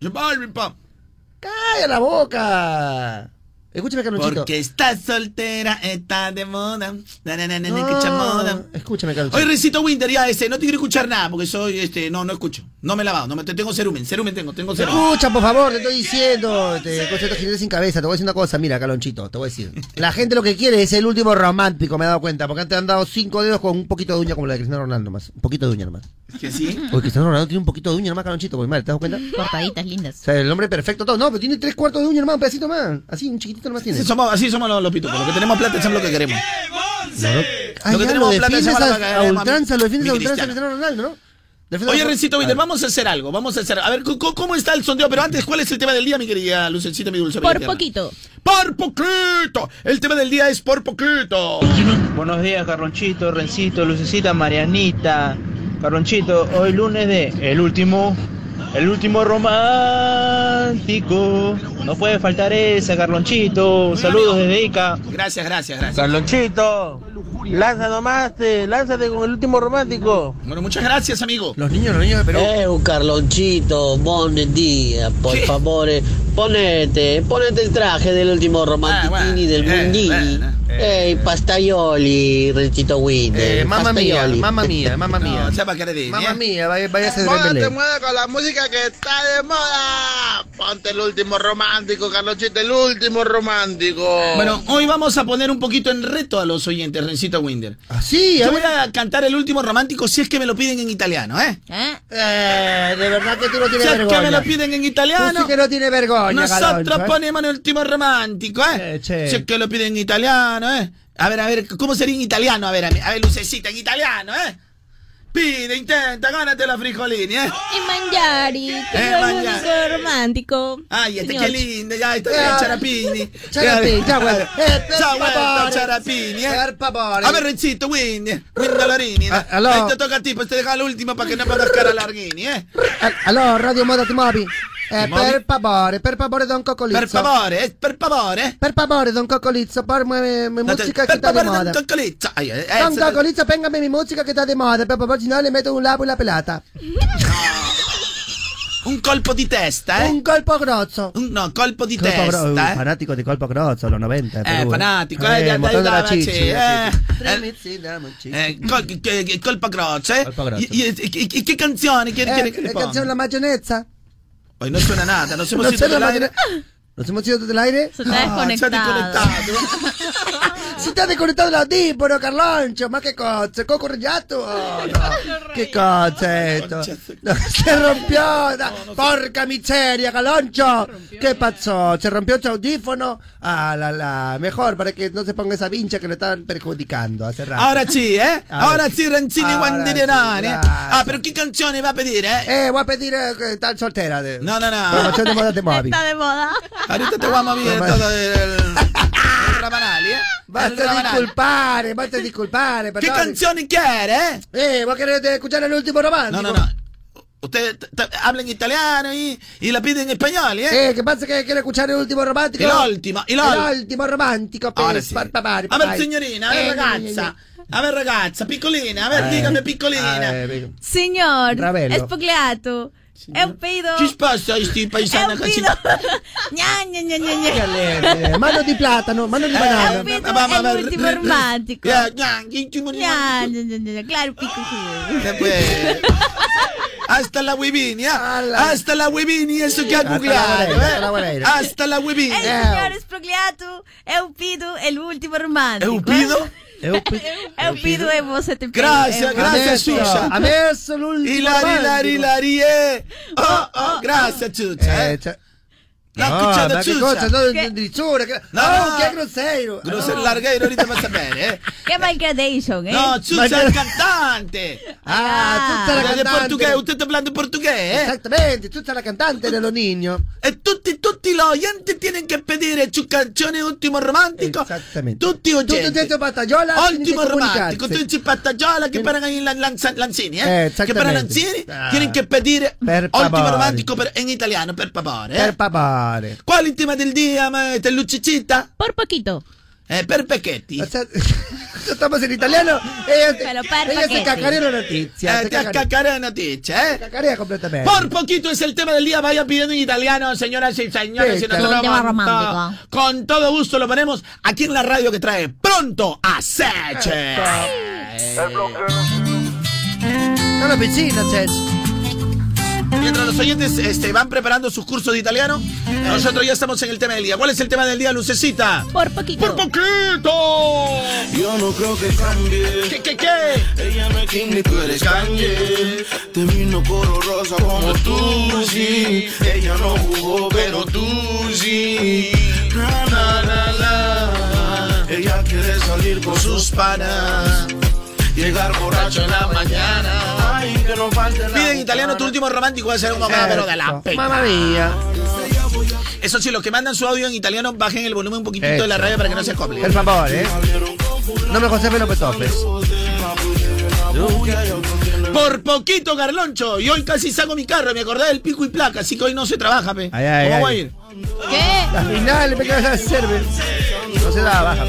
Speaker 3: Je Balvin, pa.
Speaker 1: ¡Calla la boca! Escúchame, Carlonchito.
Speaker 3: Porque estás soltera, está de moda. Na, na, na, na, na,
Speaker 1: No,
Speaker 3: que cha moda.
Speaker 1: Escúchame,
Speaker 3: Hoy
Speaker 1: Carlonchito.
Speaker 3: recito Winter, ya este, no te quiero escuchar nada porque soy, este, no, no escucho. No me he lavado, no me, tengo cerumen, cerumen tengo, tengo cerumen.
Speaker 1: Escucha, por favor, te estoy diciendo. Te concepto general sin cabeza. Te voy a decir una cosa, mira, Calonchito, te voy a decir. La gente lo que quiere es el último romántico, me he dado cuenta. Porque antes han dado cinco dedos con un poquito de uña como la de Cristiano Ronaldo más. Un poquito de uña nomás.
Speaker 3: Es que sí.
Speaker 1: Porque Cristiano Ronaldo tiene un poquito de uña nomás, Calonchito, muy mal, ¿te das cuenta? O
Speaker 6: Cortaditas lindas.
Speaker 1: sea, el hombre perfecto todo. No, pero tiene tres cuartos de uña nomás, un pedacito más. Así, un chiquitito nomás tiene.
Speaker 3: Así somos, así somos los, los pitucos, lo que tenemos plata es lo que queremos.
Speaker 1: Ah,
Speaker 3: Lo que
Speaker 1: ya,
Speaker 3: tenemos plata
Speaker 1: defiendes
Speaker 3: llama la vaca,
Speaker 1: a, a
Speaker 3: eh,
Speaker 1: ultranza,
Speaker 3: mami.
Speaker 1: lo defiendes
Speaker 3: Mi
Speaker 1: a ultranza a
Speaker 3: Cristiano.
Speaker 1: Cristiano Ronaldo, ¿no? Defiendes
Speaker 3: Oye,
Speaker 1: a-
Speaker 3: Rencito Winter,
Speaker 1: Ah.
Speaker 3: vamos a hacer algo, vamos a hacer. A ver, ¿cómo, cómo está el sondeo? Pero antes, ¿cuál es el tema del día, mi querida Lucencita, mi dulce bella
Speaker 11: Por
Speaker 3: tierna?
Speaker 11: poquito.
Speaker 3: ¡Por poquito! El tema del día es por poquito.
Speaker 10: Buenos días, Carronchito, Rencito, Lucecita, Marianita. Carronchito, hoy lunes de El último, el último romántico. No puede faltar esa, Carlonchito. Saludos desde Ica.
Speaker 3: Gracias, gracias, gracias.
Speaker 10: Carlonchito, lanza nomás, te- lánzate con el último romántico.
Speaker 3: Bueno, muchas gracias, amigo.
Speaker 1: Los niños, los niños de Perú.
Speaker 5: Eh, un Carlonchito, buen día. Por
Speaker 3: ¿Qué?
Speaker 5: favor, eh,
Speaker 9: Ponete, ponete el traje del
Speaker 1: Eh,
Speaker 9: último romantichini, del
Speaker 14: eh,
Speaker 9: Bundini.
Speaker 14: bueno,
Speaker 3: Eh,
Speaker 9: Ey, pastaioli, Renchito Winter.
Speaker 14: Eh, mamma mía,
Speaker 9: pastaioli.
Speaker 14: mamma mía, mamma mía. Mamma mía,
Speaker 3: eh.
Speaker 14: vaya- váyase de Belén.
Speaker 15: con la música que está de moda. Ponte el último romántico, Carlonchito, el último romántico.
Speaker 3: Bueno, hoy vamos a poner un poquito en reto a los oyentes, Rencito Winder.
Speaker 1: Así,
Speaker 3: Yo voy a cantar el último romántico si es que me lo piden en italiano, ¿eh?
Speaker 1: Eh, de verdad que tú no tienes
Speaker 3: Si es
Speaker 1: vergüenza.
Speaker 3: que me lo piden en italiano.
Speaker 1: Tú sí que no tienes vergüenza,
Speaker 3: Nosotros
Speaker 1: Galoncho, ¿eh?
Speaker 3: ponemos el último romántico, ¿eh? Si es que lo piden en italiano, ¿eh? A ver, a ver, ¿cómo sería en italiano? A ver, a, mí- a ver, lucecita, en italiano, ¿eh? Pide, intenta, gánate la frijolini, ¿eh?
Speaker 4: Y mangiari, que
Speaker 3: Eh,
Speaker 4: es lo
Speaker 3: mangiari.
Speaker 4: único romántico.
Speaker 3: Ay, este qué
Speaker 4: Señor.
Speaker 3: lindo, ya está
Speaker 4: Eh,
Speaker 3: el Charapini.
Speaker 4: Charapini,
Speaker 1: ya, bueno. Eh, per
Speaker 3: Ya, bueno,
Speaker 1: favore.
Speaker 3: Charapini, eh.
Speaker 1: Per favore.
Speaker 3: A ver, Rencito, Winnie, Winnie Dolorini.
Speaker 1: Ah, aló.
Speaker 3: Ahí te toca a ti, pues te deja el último para que no pongas cara a Larghini, eh.
Speaker 1: Al- Aló, Radio Moda Ti Muovi. Eh,
Speaker 3: Ti muovi?
Speaker 1: per favore, per favore, don Cocolizzo.
Speaker 3: Per favore, eh, per favore.
Speaker 1: Per favore, don Cocolizzo, porme mi
Speaker 3: Date-
Speaker 1: música que
Speaker 3: per
Speaker 1: está de
Speaker 3: favore,
Speaker 1: moda.
Speaker 3: Don Cocolizzo. Ay, eh, eh,
Speaker 1: Don
Speaker 3: se-
Speaker 1: Cocolizzo, péngame mi música que está de moda, per favore, si no le meto un lapo y la pelata.
Speaker 3: Un colpo di testa, eh.
Speaker 1: Un colpo grosso.
Speaker 3: no, colpo di
Speaker 14: Colpo
Speaker 3: testa,
Speaker 14: Gro- uh,
Speaker 3: eh.
Speaker 14: fanático de Colpo Grozzo, los 90. de
Speaker 3: Eh,
Speaker 14: Perú,
Speaker 3: fanático, eh,
Speaker 14: el
Speaker 3: ya-
Speaker 14: motor de
Speaker 3: ya-
Speaker 1: ah,
Speaker 14: la
Speaker 3: ya-
Speaker 14: chichi.
Speaker 3: sí,
Speaker 14: la
Speaker 3: eh.
Speaker 14: chichi.
Speaker 1: Tremezzi, damo un chico.
Speaker 3: Eh, col- che- che- colpa croce.
Speaker 14: Colpa croce.
Speaker 3: I- i- i- i- che canzone? Che, che-
Speaker 1: Eh,
Speaker 3: che
Speaker 1: eh,
Speaker 3: pongo?
Speaker 1: canción La Mayonesa.
Speaker 3: Poi non suona nada, non siamo
Speaker 1: No
Speaker 3: sentiti
Speaker 1: suena la
Speaker 3: live.
Speaker 1: mayonesa. ¿Nos hemos ido del aire?
Speaker 6: Se está
Speaker 1: Ah,
Speaker 6: desconectado.
Speaker 1: Si estás desconectado de la dípora, Carloncho, más que coche, coco rellato. Oh, no. eh. ¿Qué coche esto? No, se rompió, da- porca miseria, Carloncho. ¿Qué pasó? ¿Se rompió tu audífono? Ah, la, la, mejor para que no se ponga esa vincha que lo estaban perjudicando hace rato.
Speaker 3: Ora sì, eh?
Speaker 1: Ora
Speaker 3: Ora
Speaker 1: sì.
Speaker 3: sì, Ranzini
Speaker 1: Ora
Speaker 3: Guandirinani.
Speaker 1: sì,
Speaker 3: Ah, però che canzone va a vedere, eh?
Speaker 1: Eh, voy a pedir eh, que tal soltera. De,
Speaker 3: No, no, no.
Speaker 1: Promoción de moda de móvil.
Speaker 6: Está de moda.
Speaker 3: Ahorita te vamos a ver
Speaker 1: Mamá.
Speaker 3: todo el, el Rabanali, eh? El
Speaker 1: Basta
Speaker 3: Rabanali.
Speaker 1: disculpare, basta disculpare.
Speaker 3: Che canzone che era, eh?
Speaker 1: Eh, vos querés escuchar el último romántico.
Speaker 3: No, no, no. Usted t- t- habla en italiano y, y la pide en español,
Speaker 1: Eh,
Speaker 3: ¿eh?
Speaker 1: ¿qué pasa? que quiere escuchar el último romántico?
Speaker 3: El último, el ul-
Speaker 1: El último romántico. pe-
Speaker 3: Ahora sì.
Speaker 1: pa- pa- pa-
Speaker 3: A ver,
Speaker 1: pa-
Speaker 3: signorina, a ver,
Speaker 1: Eh,
Speaker 3: ragazza. A ver, ragazza, piccolina, a ver,
Speaker 1: Eh.
Speaker 3: dígame,
Speaker 1: eh,
Speaker 3: piccolina.
Speaker 1: eh, eh,
Speaker 6: Signor,
Speaker 1: Ravello.
Speaker 6: Spogliato, è un pedido.
Speaker 3: Ci sposta sti paesana
Speaker 6: È un
Speaker 3: così.
Speaker 6: pedido. Gna, gna, gna, gna, gna.
Speaker 1: eh, eh, Mano di plátano, mano di
Speaker 6: È
Speaker 1: banana.
Speaker 6: un pedido, è l'ultimo romantico.
Speaker 3: Eh, gna, gna,
Speaker 6: Gna, gna, gna, gna, Claro, picco culo.
Speaker 3: eh, pues. Hasta la huevini, eh.
Speaker 1: Alla.
Speaker 3: Hasta la huevini, eso que ha
Speaker 1: la
Speaker 3: googleado,
Speaker 1: guareira, hasta la
Speaker 3: eh.
Speaker 1: guareira.
Speaker 3: Hasta la
Speaker 6: E
Speaker 3: huevini.
Speaker 6: il signor Spogliato è un pido, è l'ultimo romantico.
Speaker 3: ¿Es un pido?
Speaker 6: È un pido e voi siete pido.
Speaker 3: Grazie,
Speaker 6: Eh,
Speaker 3: grazie,
Speaker 1: Adesso,
Speaker 3: Susa.
Speaker 1: adesso l'ultimo
Speaker 3: Hilari, hilari,
Speaker 1: romantico.
Speaker 3: hilari, eh. Oh, oh, grazie, Ciuccia,
Speaker 1: Eh,
Speaker 3: eh.
Speaker 1: cioè-
Speaker 3: L'ha
Speaker 1: No,
Speaker 3: cucciata,
Speaker 1: ma che
Speaker 3: Ciuccia.
Speaker 1: cosa? No,
Speaker 6: Che-
Speaker 1: drittura, che-
Speaker 3: No,
Speaker 1: Oh,
Speaker 3: no.
Speaker 1: che grosseiro.
Speaker 3: Grosso largueiro, ahorita vas a ver, eh.
Speaker 6: Che malgradation, eh?
Speaker 3: No,
Speaker 1: Ma
Speaker 3: Chucha
Speaker 1: che-
Speaker 3: es cantante.
Speaker 1: Ah,
Speaker 6: Ah.
Speaker 1: tutta la
Speaker 3: Usted es portugués,
Speaker 1: cantante.
Speaker 3: usted está hablando portugués, ¿eh?
Speaker 1: Esattamente, tutta la cantante dello Nino.
Speaker 3: E tutti, tutti los oyentes tienen que pedir eh, su canzone Último Romántico.
Speaker 1: Esattamente.
Speaker 3: Tutti
Speaker 1: Tutto dentro
Speaker 3: oyentes.
Speaker 1: battagliola.
Speaker 3: Último Romántico, tutti pattagiola que para ahí lan- lanza- Lanzini,
Speaker 1: Eh,
Speaker 3: ¿eh? que
Speaker 1: exactamente.
Speaker 3: para Lanzini
Speaker 1: Ah.
Speaker 3: tienen que pedir
Speaker 1: Per
Speaker 3: Último
Speaker 1: favore.
Speaker 3: Romántico per- en italiano, per favore,
Speaker 1: Per
Speaker 3: eh.
Speaker 1: papare.
Speaker 3: ¿Cuál el tema del día, maestra Luchichita?
Speaker 4: Por poquito.
Speaker 3: Eh, per Pecchetti.
Speaker 1: O sea, estamos en italiano. Ella,
Speaker 6: Pero per
Speaker 1: ella se
Speaker 6: paquete.
Speaker 1: cacareó la noticia.
Speaker 3: Eh,
Speaker 1: se
Speaker 3: te has
Speaker 1: cacarea,
Speaker 3: cacareado noticia, ¿eh?
Speaker 1: cacarea completamente.
Speaker 3: Por poquito es el tema del día. Vayan pidiendo en italiano, señoras y señores.
Speaker 1: Sí,
Speaker 3: y nosotros
Speaker 6: un tema
Speaker 3: vamos a-
Speaker 6: romántico.
Speaker 3: Con todo gusto lo ponemos aquí en la radio que trae pronto a Seche.
Speaker 1: No la piscina, Chech.
Speaker 3: Mientras los oyentes este, van preparando sus cursos de italiano, nosotros ya estamos en el tema del día. ¿Cuál es el tema del día, Lucecita?
Speaker 4: Por poquito.
Speaker 3: ¡Por poquito!
Speaker 2: Yo no creo que cambie.
Speaker 3: ¿Qué, qué, qué?
Speaker 2: Ella no es Kim ni tú eres Kanye. Te vino coro rosa como tú, sí. Ella no jugó, pero tú, sí. Na, na, na, na. Ella quiere salir con sus panas. Llegar borracho en la mañana. Ay, que no falte la
Speaker 3: Pide en italiano tu último romántico va a ser un mamá, pero de la pena.
Speaker 1: Mamma mía.
Speaker 3: Eso sí, los que mandan su audio en italiano, bajen el volumen un poquitito de la radio para que no se acople.
Speaker 1: Por favor, eh. No me José López López.
Speaker 3: Por poquito, Carloncho. Y hoy casi saco mi carro. Me acordé del pico y placa, así que hoy no se trabaja, pe.
Speaker 1: Ay, ay,
Speaker 3: ¿Cómo
Speaker 1: ay.
Speaker 3: va a ir?
Speaker 4: ¿Qué?
Speaker 1: La final, me quedas a hacer, ve. No se da, baja.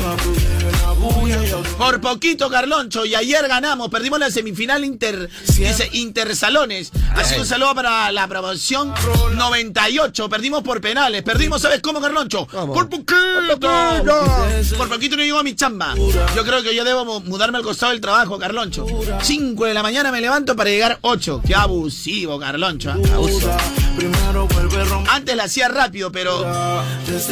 Speaker 3: Por poquito, Carloncho. Y ayer ganamos. Perdimos la semifinal inter, dice, Intersalones. Así
Speaker 1: Ay.
Speaker 3: un saludo para la promoción 98. Perdimos por penales. Perdimos, ¿sabes cómo, Carloncho? Por poquito. Por poquito no llegó a mi chamba. Yo creo que yo debo mu- mudarme al costado del trabajo, Carloncho. 5 de la mañana me levanto para llegar 8. Qué abusivo, Carloncho. ¿ah? Antes la hacía rápido, pero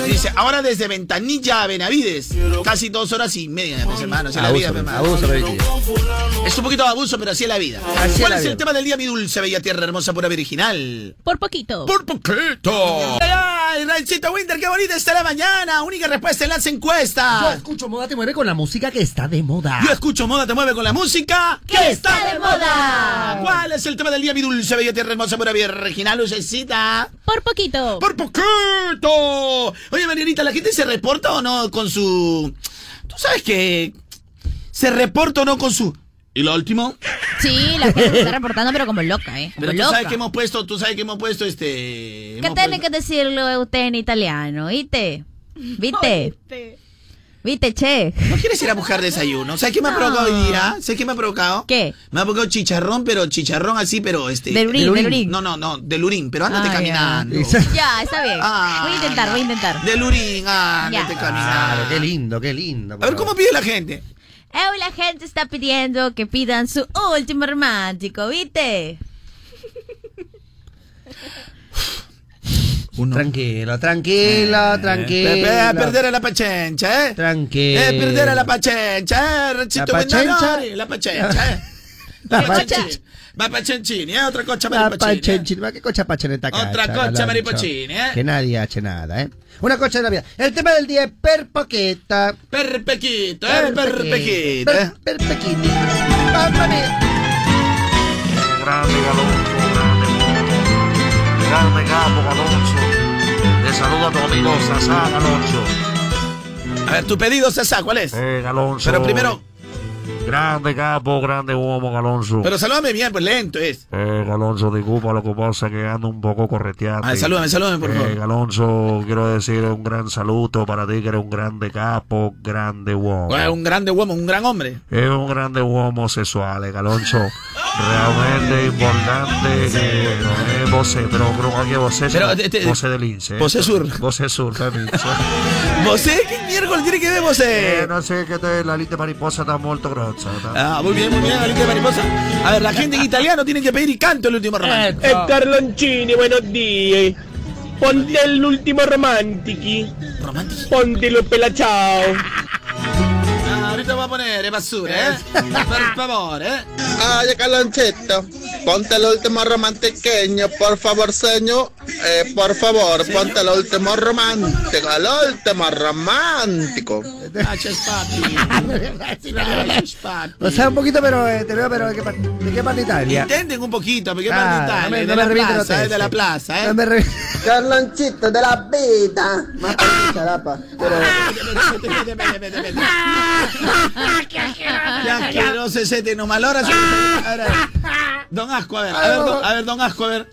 Speaker 3: dice, ahora desde Ventanilla a Benavides, casi dos horas y media, pues, hermano, así es la vida,
Speaker 1: Abuso,
Speaker 3: mi hermano.
Speaker 1: abuso, baby.
Speaker 3: Es un poquito de abuso, pero así es la vida.
Speaker 1: es
Speaker 3: ¿Cuál
Speaker 1: la
Speaker 3: es
Speaker 1: vida.
Speaker 3: el tema del día, mi dulce bella tierra hermosa pura virginal?
Speaker 16: Por poquito.
Speaker 3: Por poquito. ¡Ay, Rancito Winter, qué bonita está la mañana! Única respuesta en las
Speaker 17: Yo
Speaker 3: encuestas.
Speaker 17: escucho Moda Te Mueve con la música que está de moda.
Speaker 3: Yo escucho Moda Te Mueve con la música
Speaker 17: que está de moda.
Speaker 3: ¿Cuál es el tema del día, mi dulce bella tierra hermosa pura virginal, lucecita?
Speaker 16: Por poquito.
Speaker 3: ¡Por poquito! Oye, Marianita, ¿la gente se reporta o no con su. Tú sabes que. ¿Se reporta o no con su. ¿Y lo último?
Speaker 6: Sí, la gente se está reportando, pero como loca, ¿eh? Como
Speaker 3: Pero tú
Speaker 6: loca.
Speaker 3: sabes que hemos puesto, tú sabes que hemos puesto este.
Speaker 6: ¿Qué
Speaker 3: hemos
Speaker 6: tiene que decirlo usted en italiano? ¿Viste? ¿Viste? ¿Viste, che?
Speaker 3: puesto- ¿No quieres ir a buscar desayuno? ¿Sabes qué me ha
Speaker 6: No.
Speaker 3: provocado hoy día? ¿Sabes qué me ha provocado? ¿Qué? Me ha provocado chicharrón, pero chicharrón así, pero este.
Speaker 6: Del urín, del urín.
Speaker 3: No, no, no, del urín, pero ándate
Speaker 6: Ah, ya.
Speaker 3: caminando.
Speaker 6: Ya, está bien. voy
Speaker 3: Ah,
Speaker 6: a intentar, voy a intentar.
Speaker 3: Del urín, ándate
Speaker 6: Ya.
Speaker 3: caminando.
Speaker 1: qué lindo, qué lindo.
Speaker 3: A ver cómo pide la gente.
Speaker 6: Eh, la gente está pidiendo que pidan su último romántico, ¿viste?
Speaker 1: Tranquilo, tranquilo, tranquilo.
Speaker 3: Eh, pe- eh, perder a la pachencha, ¿eh?
Speaker 1: Tranquilo.
Speaker 3: Eh, perder a la pachencha, eh, Ranchito
Speaker 1: La
Speaker 3: Vendadores,
Speaker 1: pachencha.
Speaker 3: La pachencha, eh.
Speaker 1: La
Speaker 3: La
Speaker 1: pacha-
Speaker 3: pachenchini. Va pachenchini, eh, otra cocha para
Speaker 1: La
Speaker 3: el pachenchini.
Speaker 1: Pachenchina, ¿qué cocha pacheneta acá?
Speaker 3: Otra
Speaker 1: chaval,
Speaker 3: cocha,
Speaker 1: ha dicho.
Speaker 3: Maripochini, ¿eh?
Speaker 1: Que nadie hace nada, ¿eh? Una cocha de la vida. El tema del día es per poqueta.
Speaker 3: Perpequito, eh, perpequito, eh.
Speaker 1: Per, per pequito. Mamma mia.
Speaker 18: Grande Galoncho, grande Mono, grande Gato Galoncho. Le saluda a tu amigo Sasá Galoncho.
Speaker 3: A ver, tu pedido, Sasa, ¿cuál es?
Speaker 18: Eh, Galoncho.
Speaker 3: Pero primero,
Speaker 18: Grande capo, grande uomo, Galoncho.
Speaker 3: pero salúdame bien, pues lento es.
Speaker 18: Eh, Galonzo, disculpa lo que pasa, que ando un poco correteado.
Speaker 3: Ah, salúdame, salúdame, por favor.
Speaker 18: Eh, Galonzo, quiero decir un gran saludo para ti, que eres un grande capo, grande uomo.
Speaker 3: Eh, un grande huevo, un gran hombre.
Speaker 18: Es un grande homosexual, Galoncho. Realmente importante que eh, vos, pero creo que vos es
Speaker 3: Pero, te- te-
Speaker 18: vos del lince.
Speaker 3: vos es sur.
Speaker 18: Vos es sur, también.
Speaker 3: ¿Vos qué miércoles tiene que ver vos?
Speaker 18: Eh, no sé qué te la lista mariposa está muy grossa.
Speaker 3: Ah, muy bien, muy bien, la linda mariposa. A ver, la gente en italiano tiene que pedir y canto el último romance.
Speaker 19: E Carloncini, buenos días. Ponte el último romantiqui. Pontelo pelachao.
Speaker 3: Ah, ahorita voy a poner eh, basura, eh. Por favor, eh.
Speaker 20: Ay, Calonchito, ponte el último romantiqueño, por favor, señor. Eh, por favor, ponte el último romántico, el último romántico.
Speaker 3: Gracias, papi. Gracias, papi.
Speaker 1: O sea, un poquito, pero, eh, te veo, pero ¿de qué, par- de qué parte de Italia?
Speaker 3: Intenten un poquito, porque
Speaker 1: Ah,
Speaker 3: ah,
Speaker 1: no me-
Speaker 3: de,
Speaker 1: no me
Speaker 3: la
Speaker 1: revienten los
Speaker 3: plaza, eh, de
Speaker 1: testes.
Speaker 3: la plaza, eh.
Speaker 1: No me re-
Speaker 21: Carlonchito de la vida. Más charapa. Pero...
Speaker 3: Ah, Ya Ah. asqueroso ese te no mal, ahora sí. Ahora, Don Asco, a ver, a ver, don, a ver, don Asco, Ah, a ver.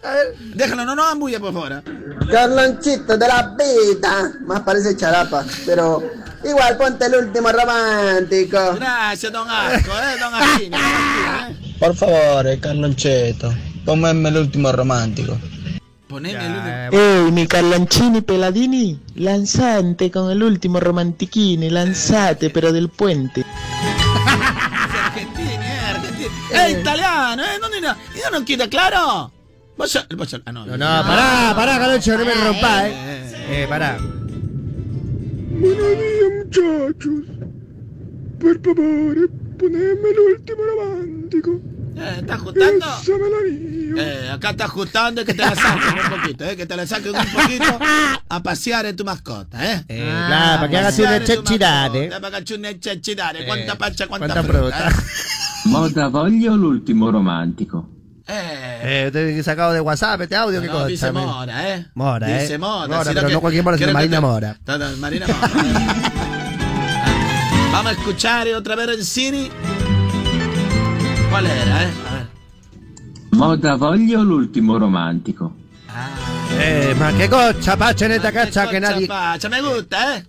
Speaker 3: Déjalo, no, no hagan bulla, por favor.
Speaker 21: Carlonchito de la vida. Más parece charapa. Pero igual ponte el último romántico.
Speaker 3: Gracias, don Asco, eh, don Asquini.
Speaker 22: Por favor, eh, Carloncheto, ponme el último romántico.
Speaker 3: Poneme el
Speaker 1: eh,
Speaker 3: último.
Speaker 10: Ey, mi Carlanchini Peladini, lanzante con el último romantiquini, lanzate, pero del puente.
Speaker 3: ¡Eh, italiano! ¿eh? ¿Dónde no? ¿Eso no queda claro? ¿Vos so- vos so- ah, no,
Speaker 1: No, pará, pará, Galoncho, no me
Speaker 3: Ah,
Speaker 1: rompa, eh. Eh, pará.
Speaker 14: Buenos días, muchachos. Por favor, ponedme el último romántico.
Speaker 3: Eh, ¿Estás ajustando?
Speaker 14: Esa me la vi.
Speaker 3: Eh, acá está ajustando, que te la saquen un poquito, eh, que te la saquen un poquito a pasear en tu mascota, eh.
Speaker 1: claro, para que hagas
Speaker 3: pasear
Speaker 1: una
Speaker 3: en tu
Speaker 1: chachidad,
Speaker 3: mascota,
Speaker 1: eh.
Speaker 3: Para que hagas una chachidad, eh. cuánta
Speaker 1: Eh,
Speaker 3: pacha, cuánta,
Speaker 1: cuánta fruta.
Speaker 3: fruta, eh.
Speaker 23: Moda, voglio l'ultimo romantico.
Speaker 1: Eh, usted sacado de WhatsApp este audio, qué
Speaker 3: No,
Speaker 1: cosa.
Speaker 3: dice
Speaker 1: men?
Speaker 3: Mora, ¿eh?
Speaker 1: Mora, ¿eh?
Speaker 3: Dice Mora. sino
Speaker 1: pero
Speaker 3: que-
Speaker 1: no cualquier Mora, sino
Speaker 3: creo que
Speaker 1: Marina
Speaker 3: te-
Speaker 1: Mora.
Speaker 3: Ta- ta- Marina Mora. Ah, Vamos a escuchar eh, otra vez el cine. ¿Cuál era, eh? A ver.
Speaker 23: Moda, voglio l'ultimo romantico.
Speaker 3: Ah.
Speaker 1: Eh, ma che goccia, pace netta caccia che Mm. nadie...
Speaker 3: Pacha, me gusta, eh.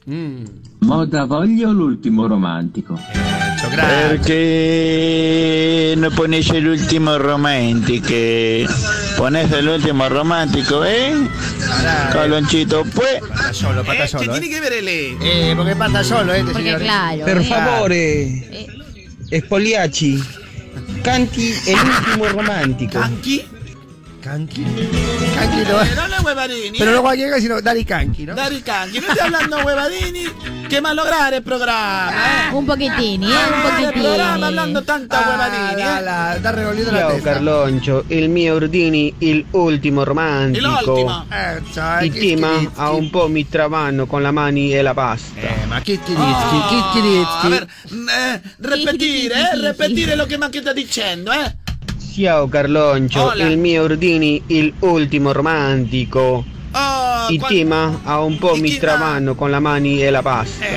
Speaker 23: Moda, voglio l'ultimo romantico.
Speaker 1: Cioè,
Speaker 3: grazie.
Speaker 24: Perché non ponesce l'ultimo romantico? Ponesse l'ultimo romantico, eh? Caloncito, pues.
Speaker 1: solo, pata solo.
Speaker 3: Tiene que ver el... eh.
Speaker 1: Eh, porque pata solo, eh.
Speaker 25: Porque claro,
Speaker 1: Per
Speaker 25: eh.
Speaker 1: favore.
Speaker 26: Spogliacci, canti el último romántico.
Speaker 3: ¿Canqui?
Speaker 1: Canqui. Canqui no.
Speaker 3: Pero no huevadini.
Speaker 1: eh. Pero no cualquiera, sino Dari Canqui, ¿no?
Speaker 3: Dari Canqui, no estoy hablando huevadini. Que más lograr el programa, eh.
Speaker 25: Un poquitini, eh, un
Speaker 3: Ah, el
Speaker 25: poquitini. Ah,
Speaker 3: programa hablando tanta huevadini, eh.
Speaker 1: Está revolviendo la
Speaker 5: Ciao
Speaker 1: testa.
Speaker 5: Carloncio, il mio Urdini, il ultimo romantico.
Speaker 1: Eh, sai,
Speaker 5: Il tema ha un po' mi travanno con la mani e la pasta. Oh,
Speaker 1: Eh, ma che ti
Speaker 3: Ah, a ver, mm, eh, repetir, eh, repetir lo que más que está diciendo, eh.
Speaker 5: Ciao Carloncio,
Speaker 3: Hola.
Speaker 5: il mio Urdini, il ultimo romantico.
Speaker 3: Oh,
Speaker 5: Il
Speaker 3: cuan-
Speaker 5: tema ha un po' mi travanno con la mani e la pasta.
Speaker 1: Eh,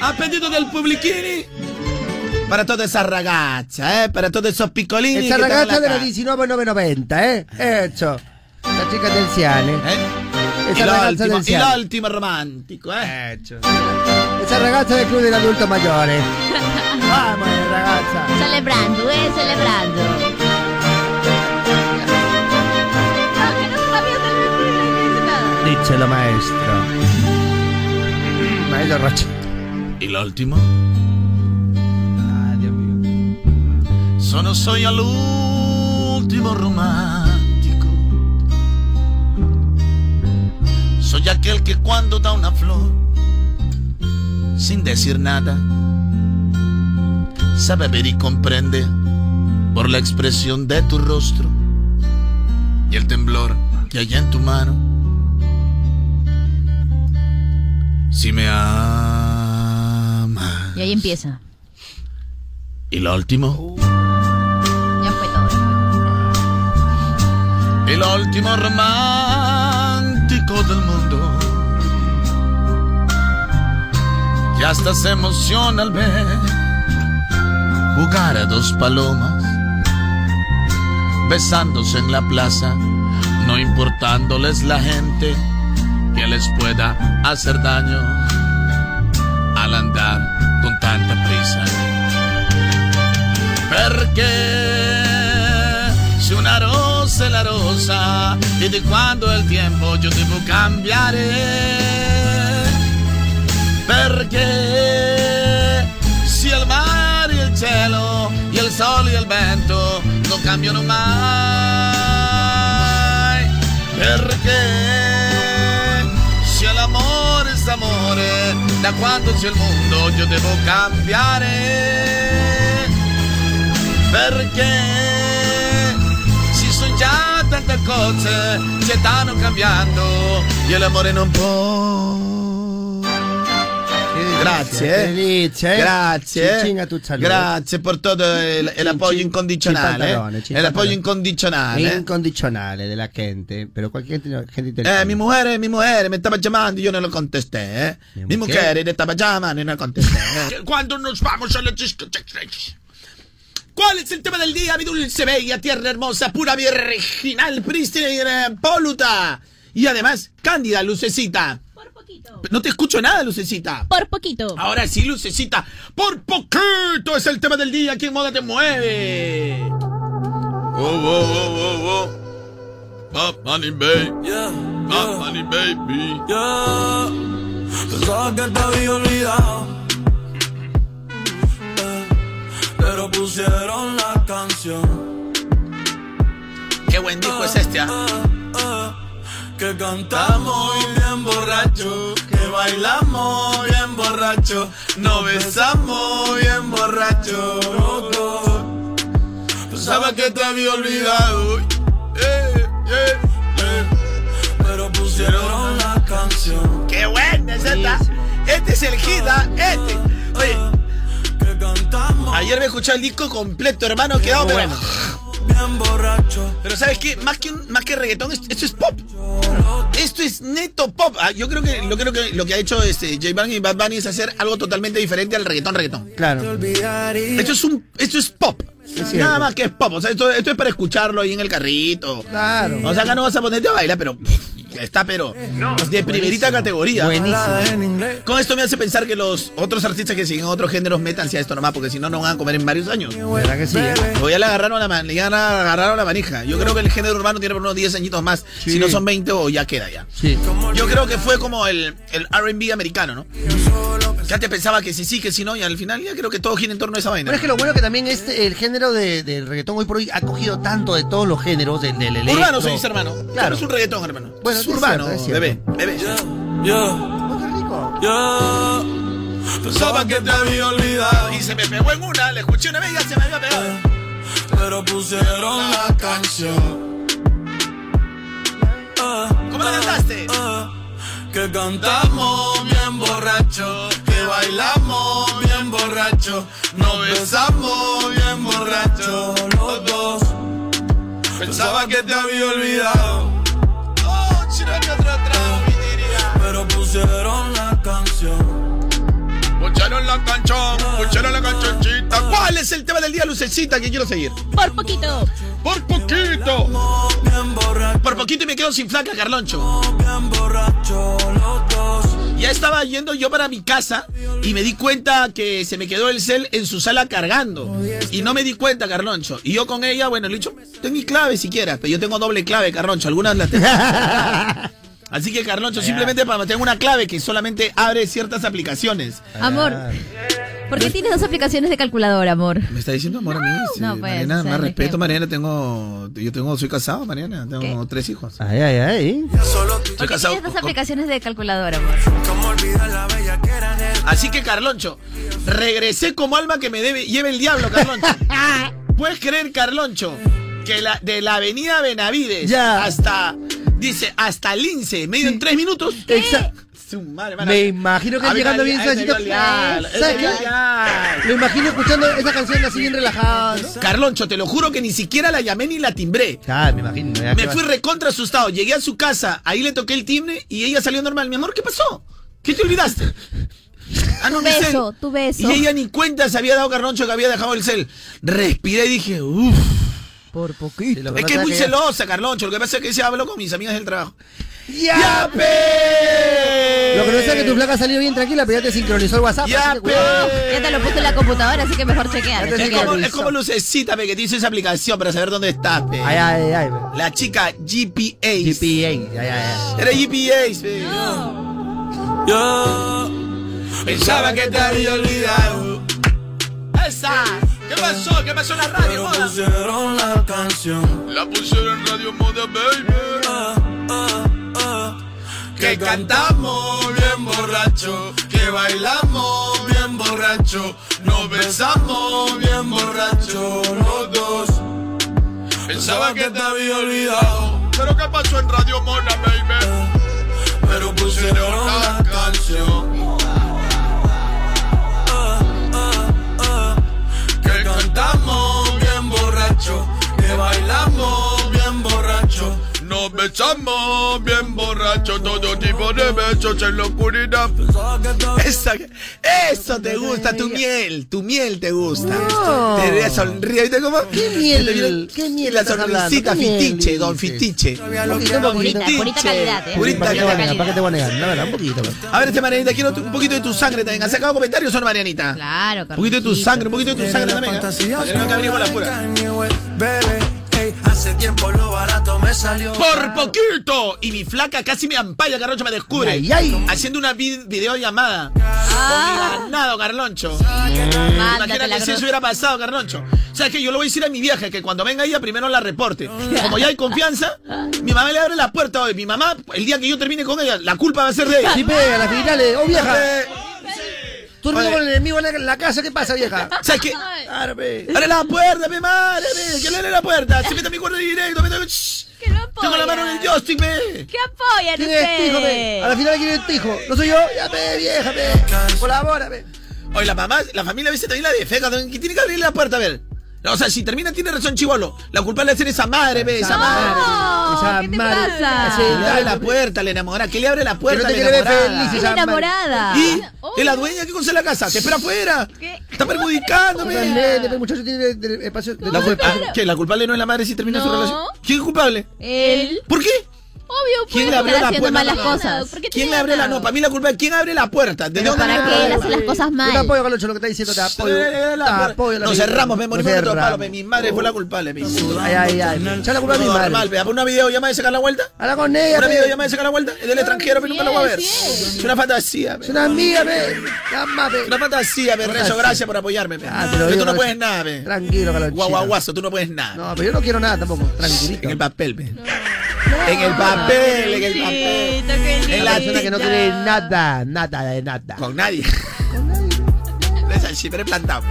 Speaker 3: A pedido del publiquini. Para toda esa ragazza, eh, para todos esos piccolini.
Speaker 1: Esta
Speaker 3: que están en
Speaker 1: ragazza
Speaker 3: la
Speaker 1: della
Speaker 3: calle.
Speaker 1: 19990, eh? Hecho. La chica del Ciane.
Speaker 3: ¿Eh? Y
Speaker 1: Esa
Speaker 3: lo
Speaker 1: ragazza
Speaker 3: último,
Speaker 1: del
Speaker 3: y lo
Speaker 1: Ciane.
Speaker 3: último romántico, eh.
Speaker 1: Esa ragazza del ¿eh? club dell'adulto maggiore. Vamos, eh, ragazza.
Speaker 6: Celebrando, eh, celebrando. No, que no se sabía hacer el vestido, nada.
Speaker 1: Dícelo, maestro. Maestro Rocha.
Speaker 3: Y lo último. Sono soy al último romántico. Soy aquel que cuando da una flor, sin decir nada, sabe ver y comprende por la expresión de tu rostro y el temblor que hay en tu mano. Si me ama.
Speaker 6: Y ahí empieza.
Speaker 3: Y lo último.
Speaker 6: Ya fue todo.
Speaker 3: el último romántico del mundo. Y hasta se emociona al ver jugar a dos palomas, besándose en la plaza, no importándoles la gente que les pueda hacer daño al andar con tanta prisa. Perché se una rosa è la rosa e di quando è il tempo io devo cambiare. Perché se il mare e il cielo e il sole e il vento non cambiano mai. Perché se l'amore è amore, da quando c'è il mondo io devo cambiare perché ci sono già tante cose che stanno cambiando e l'amore non può. Grazie, eh.
Speaker 1: Felice, eh.
Speaker 3: grazie, eh.
Speaker 1: Ciccinga tu saluti.
Speaker 3: grazie per tutto il, il appoggio incondizionale,
Speaker 1: pantalone,
Speaker 3: eh.
Speaker 1: cin
Speaker 3: l'appoggio
Speaker 1: pantalone.
Speaker 3: incondizionale.
Speaker 1: Incondicionale de la gente. Pero cualquier gente, gente
Speaker 3: Eh,
Speaker 1: inteligente.
Speaker 3: mi mujer, mi mujer, me estaba llamando y yo no lo contesté, eh. Mi mujer, le estaba llamando y no contesté. eh. Cuando nos vamos a la discoteca. ¿Cuál es el tema del día? Mi dulce bella tierra hermosa, pura virginal, prístina y poluta. Y además, cándida, lucecita. Por poquito. No te escucho nada, lucecita.
Speaker 25: Por poquito.
Speaker 3: Ahora sí, lucecita. Por poquito es el tema del día. ¿Quién moda te mueve? Oh, oh, oh, oh, oh. Pop Money Baby. Pop Money Baby.
Speaker 10: Yeah. Pensaba que te había olvidado. Eh, Pero pusieron la canción Eh,
Speaker 3: Qué buen disco es este, ah.
Speaker 10: que cantamos bien borracho, que bailamos bien borracho, nos besamos bien borracho. loco. Pensaba que te había olvidado. eh, eh, eh, Pero pusieron la canción.
Speaker 3: Qué buena es esta. Este es el hit, ah, este. Oye. Ayer me escuché el disco completo, hermano, quedó bueno. Pero ¿sabes qué? Más que, un- más que reggaetón, es- esto es pop. Esto es neto pop. Ah, yo creo que, yo creo que lo que ha hecho este J Balvin y Bad Bunny es hacer algo totalmente diferente al reggaetón reggaetón.
Speaker 1: Claro.
Speaker 3: Esto es un, esto es pop. Nada más que es pop. O sea, esto, esto es para escucharlo ahí en el carrito.
Speaker 1: Claro.
Speaker 3: O sea, acá no vas a ponerte a bailar, pero. Está pero de primerita categoría. Con esto me hace pensar que los otros artistas que siguen otros géneros métanse a esto nomás, porque si no, no van a comer en varios años.
Speaker 1: ¿Verdad que sí? eh?
Speaker 3: O ya le agarraron la, man- le ya la agarraron la manija. Yo creo que el género urbano tiene por unos 10 añitos más. Si no son 20 o ya queda ya.
Speaker 1: Sí.
Speaker 3: Yo creo que fue como el, el RB americano, ¿no? Ya te pensaba que sí, sí, que sí, no, y al final ya creo que todo gira en torno a esa vaina.
Speaker 1: Pero es que lo bueno que también este, el género de, del reggaetón hoy por hoy ha cogido tanto de todos los géneros, del, del electro.
Speaker 3: Urbano se dice, hermano. Claro.
Speaker 1: Claro.
Speaker 3: Es un reggaetón, hermano.
Speaker 1: Bueno,
Speaker 3: es
Speaker 1: es
Speaker 3: urbano,
Speaker 1: cierto, es cierto.
Speaker 3: bebé. Bebé. Oh,
Speaker 10: Yo pensaba que te había olvidado
Speaker 3: Y se me pegó en una, le escuché una vez y ya se me había pegado.
Speaker 10: Pero pusieron la canción
Speaker 3: Ah.
Speaker 10: Ah,
Speaker 3: ¿Cómo la cantaste?
Speaker 10: Que cantamos bien borracho Que bailamos bien borracho Nos besamos bien borracho Los dos Pensaba que te había olvidado Oh, chira que atrás, atrás, mi diría. Pero pusieron la canción
Speaker 27: Escucharon la canchón, escucharon la canchonchita.
Speaker 3: ¿Cuál es el tema del día, Lucecita, que quiero seguir?
Speaker 14: Por poquito.
Speaker 3: Por poquito. Por poquito y me quedo sin flaca, Carloncho. Ya estaba yendo yo para mi casa y me di cuenta que se me quedó el cel en su sala cargando. Y no me di cuenta, Carloncho. Y yo con ella, bueno, le he dicho, tengo mi clave siquiera. Pero yo tengo doble clave, Carloncho. Algunas las tengo. Así que, Carloncho, simplemente para mantener una clave que solamente abre ciertas aplicaciones.
Speaker 6: Amor, ¿por qué tienes dos aplicaciones de calculadora, amor?
Speaker 3: Me está diciendo amor a mí. sí.
Speaker 6: no, pues,
Speaker 3: Mariana,
Speaker 6: o sea,
Speaker 3: más
Speaker 6: el
Speaker 3: respeto,
Speaker 6: ejemplo.
Speaker 3: Mariana, tengo. Yo tengo, soy casado, Mariana. Tengo tres hijos.
Speaker 1: Ay, ay, ay.
Speaker 3: Estoy casado.
Speaker 6: Tienes dos aplicaciones de calculadora, amor.
Speaker 3: Así que, Carloncho, regresé como alma que me debe, lleve el diablo, Carloncho. ¿Puedes creer, Carloncho, que la, de la avenida Benavides
Speaker 1: Ya.
Speaker 3: hasta, dice, hasta Lince, medio en tres minutos?
Speaker 1: Exacto.
Speaker 3: Su madre,
Speaker 1: Me imagino que
Speaker 3: A
Speaker 1: él
Speaker 3: ver,
Speaker 1: llegando
Speaker 3: dale,
Speaker 1: bien
Speaker 3: a ver,
Speaker 1: suavecito.
Speaker 3: dale, dale, dale,
Speaker 1: ¿Sabes
Speaker 3: dale,
Speaker 1: qué?
Speaker 3: dale.
Speaker 1: Lo imagino escuchando esa canción así bien relajada. ¿no?
Speaker 3: Carloncho, te lo juro que ni siquiera la llamé ni la timbré.
Speaker 1: Ah, me imagino. ya
Speaker 3: Me
Speaker 1: que
Speaker 3: fui
Speaker 1: va.
Speaker 3: recontra asustado. Llegué a su casa, ahí le toqué el timbre y ella salió normal. Mi amor, ¿qué pasó? ¿Qué te olvidaste? Ah,
Speaker 6: Tu
Speaker 3: mi cel.
Speaker 6: beso, tu beso.
Speaker 3: Y ella ni cuenta se había dado Carloncho que había dejado el cel. Respiré y dije, uff.
Speaker 1: Por poquito.
Speaker 3: Es que es muy celosa, Carloncho. Lo que pasa es que se habló con mis amigas del trabajo.
Speaker 1: ¡Ya, Lo que no sé es que tu placa ha salido bien tranquila, pero ya te sincronizó el WhatsApp. así que cuidado.
Speaker 6: Ya te lo puse en la computadora, así que mejor chequea.
Speaker 3: Es como, es como lucecita pe, que te hizo esa aplicación para saber dónde estás. pe.
Speaker 1: Ay, ay, ay.
Speaker 3: La chica GPA.
Speaker 1: GPA, ay, ay.
Speaker 3: Era GPA. pe.
Speaker 10: Yo pensaba que te había olvidado.
Speaker 3: ¡Esa! ¿Qué pasó? ¿Qué pasó en la radio?
Speaker 10: Pero pusieron la canción. La pusieron en Radio Moda, baby. ah, Que cantamos bien borracho. Que bailamos bien borracho. Nos besamos bien borracho. Los dos. Pensaba que te había olvidado. Pero qué pasó en Radio Mona, baby. Pero pusieron la canción. Que cantamos bien borracho, que bailamos bien borracho, nos besamos bien borracho, todo tipo de besos en la oscuridad.
Speaker 3: Eso, eso te gusta, tu miel, tu miel te gusta. Te ve sonríe, ¿viste cómo?
Speaker 1: ¿Qué miel? ¿Qué miel?
Speaker 3: La
Speaker 1: estás hablando?
Speaker 3: sonrisita
Speaker 1: ¿Qué miel
Speaker 3: fitiche, don
Speaker 1: dices?
Speaker 3: fitiche.
Speaker 1: Poquito,
Speaker 3: Don
Speaker 1: poquito.
Speaker 3: fitiche.
Speaker 1: Purita calidad, ¿eh?
Speaker 3: Purita
Speaker 1: ¿Para qué te voy a negar? ¿Para qué te voy a
Speaker 3: calidad.
Speaker 1: negar? La verdad, un poquito. pues.
Speaker 3: A ver, este Marianita, quiero tu- un poquito de tu sangre también. ¿Has sacado comentarios o no, Marianita?
Speaker 14: Claro,
Speaker 3: Un poquito de tu sangre, un poquito de tu sangre también. ¿eh? Para que no te abrimos la pura.
Speaker 10: Hace tiempo lo barato me salió.
Speaker 3: Por poquito. Y mi flaca casi me ampalla, Carloncho, me descubre.
Speaker 10: Ay, ay.
Speaker 3: Haciendo una vid- videollamada. Ganado, Carloncho.
Speaker 1: Mm.
Speaker 3: Imagínate
Speaker 10: Mándatela,
Speaker 3: si eso
Speaker 10: Carloncho.
Speaker 3: hubiera pasado, Carloncho. O sea, es que yo lo voy a decir a mi vieja, que cuando venga ella primero la reporte. Como ya hay confianza, mi mamá le abre la puerta hoy. Mi mamá, el día que yo termine con ella, la culpa va a ser de ella.
Speaker 1: Sí, pega, las finales. Oh, vieja. Tú no
Speaker 3: Oye.
Speaker 1: con el enemigo en la- en la casa. ¿Qué pasa, vieja?
Speaker 3: O sea, es que...
Speaker 1: Claro, pe.
Speaker 3: ¡Abre la puerta, mi madre! pe! ¡Que le abre la puerta! ¡Se mete a mi cuarto directo! Mete... ¡Que
Speaker 6: no
Speaker 3: ¡Tengo la mano en el joystick, pe!
Speaker 6: ¿Qué apoyan
Speaker 1: ¿Quién es
Speaker 3: este
Speaker 1: tu hijo, pe? A la
Speaker 6: ustedes?
Speaker 1: final, ¿quién es tu hijo? ¿No soy yo? Ya, pe, vieja, pe. Colabora, pe.
Speaker 3: Oye, la mamá, la familia a veces también la defeca, también, que tiene que abrirle la puerta, a ver. O sea, si termina, tiene razón Chivolo. La culpable es esa madre, ve, esa
Speaker 1: No,
Speaker 3: madre.
Speaker 1: Esa
Speaker 6: ¿qué te
Speaker 1: madre.
Speaker 6: pasa?
Speaker 1: Así,
Speaker 3: Que le abre la
Speaker 1: dale,
Speaker 3: puerta, la enamorada. Que le abre la puerta,
Speaker 1: Que no te
Speaker 3: la
Speaker 1: quiere ver
Speaker 3: enamorada.
Speaker 1: feliz,
Speaker 6: Es la enamorada.
Speaker 3: ¿Y? ¿Es la dueña que conoce la casa? ¿Te espera afuera? Está perjudicándome.
Speaker 1: Dale, dale, pe, muchacho tiene eh, espacio.
Speaker 3: La culpa- ¿Qué? ¿La culpable no es la madre si termina su
Speaker 6: No.
Speaker 3: relación? ¿Quién es culpable?
Speaker 6: Él.
Speaker 3: ¿Por qué?
Speaker 4: Obvio,
Speaker 3: ¿Quién le
Speaker 4: puede
Speaker 3: abrió
Speaker 4: estar
Speaker 3: la
Speaker 4: haciendo
Speaker 3: puerta?
Speaker 4: malas
Speaker 3: No, no, no.
Speaker 4: cosas. ¿Por qué te
Speaker 3: ¿Quién le abre la no? Para mí la culpa es quién abre la puerta. ¿De dónde
Speaker 6: para
Speaker 3: la-
Speaker 6: que él hace las cosas
Speaker 14: Yo te
Speaker 6: mal.
Speaker 14: apoyo, Carlos, en lo que está diciendo, te apoyo. Te apoyo,
Speaker 3: Nos
Speaker 14: Carlos.
Speaker 3: cerramos, me morimos
Speaker 14: Nos
Speaker 3: otro palo,
Speaker 14: cerramos.
Speaker 3: pe, mi madre fue la culpable. pe.
Speaker 14: Ay, ay, ay. Ya la culpa es mi
Speaker 3: No,
Speaker 14: madre.
Speaker 3: normal, pe, ¿por una videollamada de sacar la vuelta?
Speaker 14: Ahora con ella,
Speaker 3: ¿Una
Speaker 14: pe.
Speaker 3: videollamada de sacar la vuelta? Es del extranjero, pero nunca la voy a ver. Es una fantasía, pe.
Speaker 14: Es una amiga, ve.
Speaker 3: Una fantasía, pe, Rezo,
Speaker 14: Fantasía.
Speaker 3: gracias por apoyarme, pe.
Speaker 14: Ah, te lo
Speaker 3: Pero tú
Speaker 14: digo,
Speaker 3: no
Speaker 14: Carlos.
Speaker 3: puedes nada, pe.
Speaker 14: Tranquilo, Carlos.
Speaker 3: Guau, guau, guaso, tú no puedes nada.
Speaker 14: No, pero yo no quiero nada tampoco. Tranquilito.
Speaker 3: En el papel, pe. En el papel, en el papel.
Speaker 14: Es
Speaker 3: En
Speaker 14: la
Speaker 3: la
Speaker 14: persona que no quiere nada, nada de nada.
Speaker 3: Con nadie. Eres así, pero eres plantado.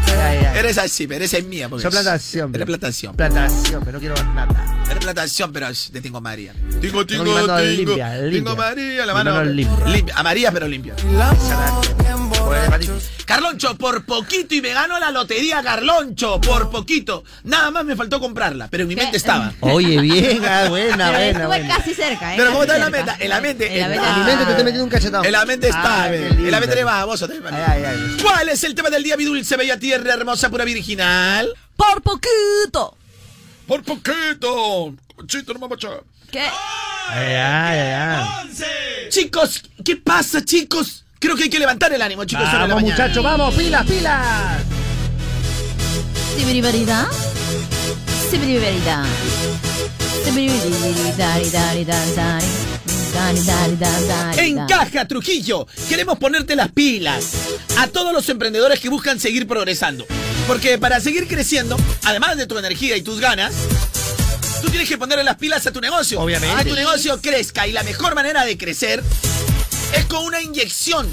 Speaker 3: Eres así, pero eres mía. porque
Speaker 14: Yo plantación.
Speaker 3: Eres pues. plantación.
Speaker 14: Plantación, pero no quiero nada.
Speaker 3: Eres plantación, pero sh, te tengo María.
Speaker 14: Tengo
Speaker 3: Tengo, tengo,
Speaker 14: mi mano
Speaker 3: tengo.
Speaker 14: limpia, limpia.
Speaker 3: Tengo María, la
Speaker 14: Mi
Speaker 3: mano,
Speaker 14: mano limpia.
Speaker 3: limpia. A María, pero limpia. Carloncho, por poquito y me gano la lotería, Carloncho, por poquito. Nada más me faltó comprarla, pero en mi mente estaba.
Speaker 14: Oye, bien, ah, buena, buena, buena.
Speaker 6: casi cerca, ¿eh?
Speaker 3: Pero ¿cómo
Speaker 6: Casi
Speaker 3: está en la
Speaker 6: cerca.
Speaker 3: meta? En la mente.
Speaker 6: En la
Speaker 3: está.
Speaker 6: mente.
Speaker 14: En mi mente te estoy metiendo un cachetado.
Speaker 3: En la mente está,
Speaker 14: Ah,
Speaker 3: ve.
Speaker 14: qué lindo.
Speaker 3: en la mente le va, vos te
Speaker 14: Ay, ay, ay.
Speaker 3: ¿Cuál es el tema del día, mi dulce bella tierra hermosa pura virginal?
Speaker 6: Por poquito.
Speaker 3: Por poquito. Chito, no me
Speaker 6: ¿Qué?
Speaker 14: Ay, ay, ay, ay.
Speaker 3: Chicos, ¿qué pasa, chicos? Creo que hay que levantar el ánimo, chicos. ahora en la
Speaker 14: Vamos,
Speaker 3: mañana.
Speaker 14: muchachos, vamos, pilas, pilas.
Speaker 6: Sibiribarida. Sibiribarida. Sibiribaridaridaridaridari. Daridaridaridari.
Speaker 3: Encaja, Trujillo. Queremos ponerte las pilas a todos los emprendedores que buscan seguir progresando. Porque para seguir creciendo, además de tu energía y tus ganas, tú tienes que ponerle las pilas a tu negocio.
Speaker 14: Obviamente.
Speaker 3: A tu negocio crezca. Y la mejor manera de crecer es con una inyección.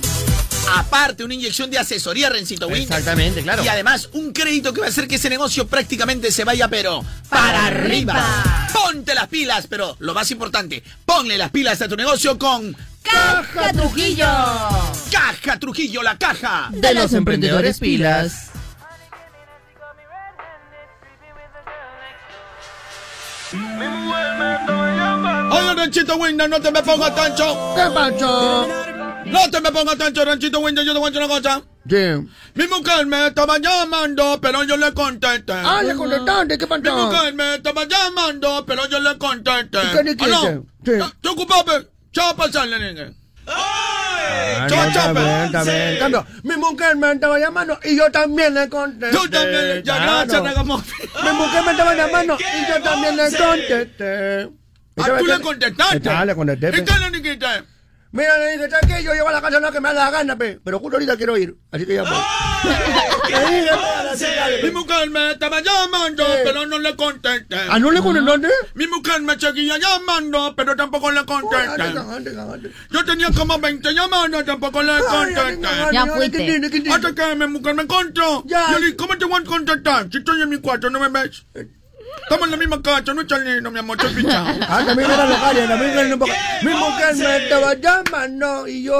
Speaker 3: Aparte, una inyección de asesoría, Rencito Win.
Speaker 14: Exactamente, claro.
Speaker 3: Y además, un crédito que va a hacer que ese negocio prácticamente se vaya, pero para arriba. Ponte las pilas, pero lo más importante, ponle las pilas a tu negocio con
Speaker 6: Caja Trujillo.
Speaker 3: Caja Trujillo, la caja
Speaker 14: De em- los emprendedores pilas.
Speaker 3: Oye, Ranchito Windows, no te me pongas tancho.
Speaker 14: ¿Qué pancho?
Speaker 3: No te me pongas tancho, Ranchito Windows, yo te voy a decir una cosa. Mi mujer me estaba llamando, pero yo le contesté.
Speaker 14: Ah, le contestaste, ¿qué
Speaker 3: Mi
Speaker 14: pancho?
Speaker 3: mujer me estaba llamando, pero yo le Ah, contesté.
Speaker 14: ¿Y qué le dijiste?
Speaker 3: Aló, ¿Te ocupaste? Chao, pasarle, nigga.
Speaker 14: Chao, chao, Cambio. Mi mujer me estaba llamando y yo también le conté.
Speaker 3: Tú también le- ya, gracias,
Speaker 14: Eh, Mi mujer me estaba llamando y yo también le contesté.
Speaker 3: Ah, tú le contestaste.
Speaker 14: Ah, le contesté.
Speaker 3: ¿Y
Speaker 14: pe.
Speaker 3: qué le dijiste?
Speaker 14: Mira, le dije, ¿sabes qué? Yo llevo a la casa no que me da la gana, pe. Pero justo ahorita quiero ir. Así que ya pues. Le dije, pe, a la chica, le-
Speaker 3: Mi mujer me estaba llamando, pero no le contesté.
Speaker 14: Eh. ¿Ah, no le contestaste?
Speaker 3: Mi mujer me seguía llamando, pero tampoco le
Speaker 14: Oh,
Speaker 3: contesté. Yo tenía como 20 llamadas, tampoco le contesté.
Speaker 6: Ya fuiste.
Speaker 3: Hasta que mi mujer me encontró. Yo le dije, ¿cómo te voy a contestar? Si estoy en mi cuarto, ¿no me ves? Estamos en la misma casa, no estás lindo, mi amor, estoy pichado.
Speaker 14: Ah, también era local, también era local. Mi mujer me estaba llamando y yo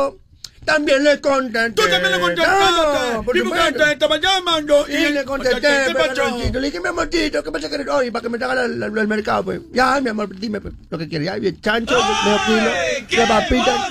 Speaker 14: también le contesté. Tú también le
Speaker 3: contestaste. Mi mujer te
Speaker 14: estaba llamando
Speaker 3: y-
Speaker 14: le contesté.
Speaker 3: ¿Qué
Speaker 14: pe,
Speaker 3: pasó?
Speaker 14: Carlosito. Le dije, mi amorcito, ¿qué pasa que hoy para que me traiga el, el- el mercado? Pues. Ya, mi amor, dime pe, lo que quieres. Ya, bien, chancho, medio kilo, de papita. Ah,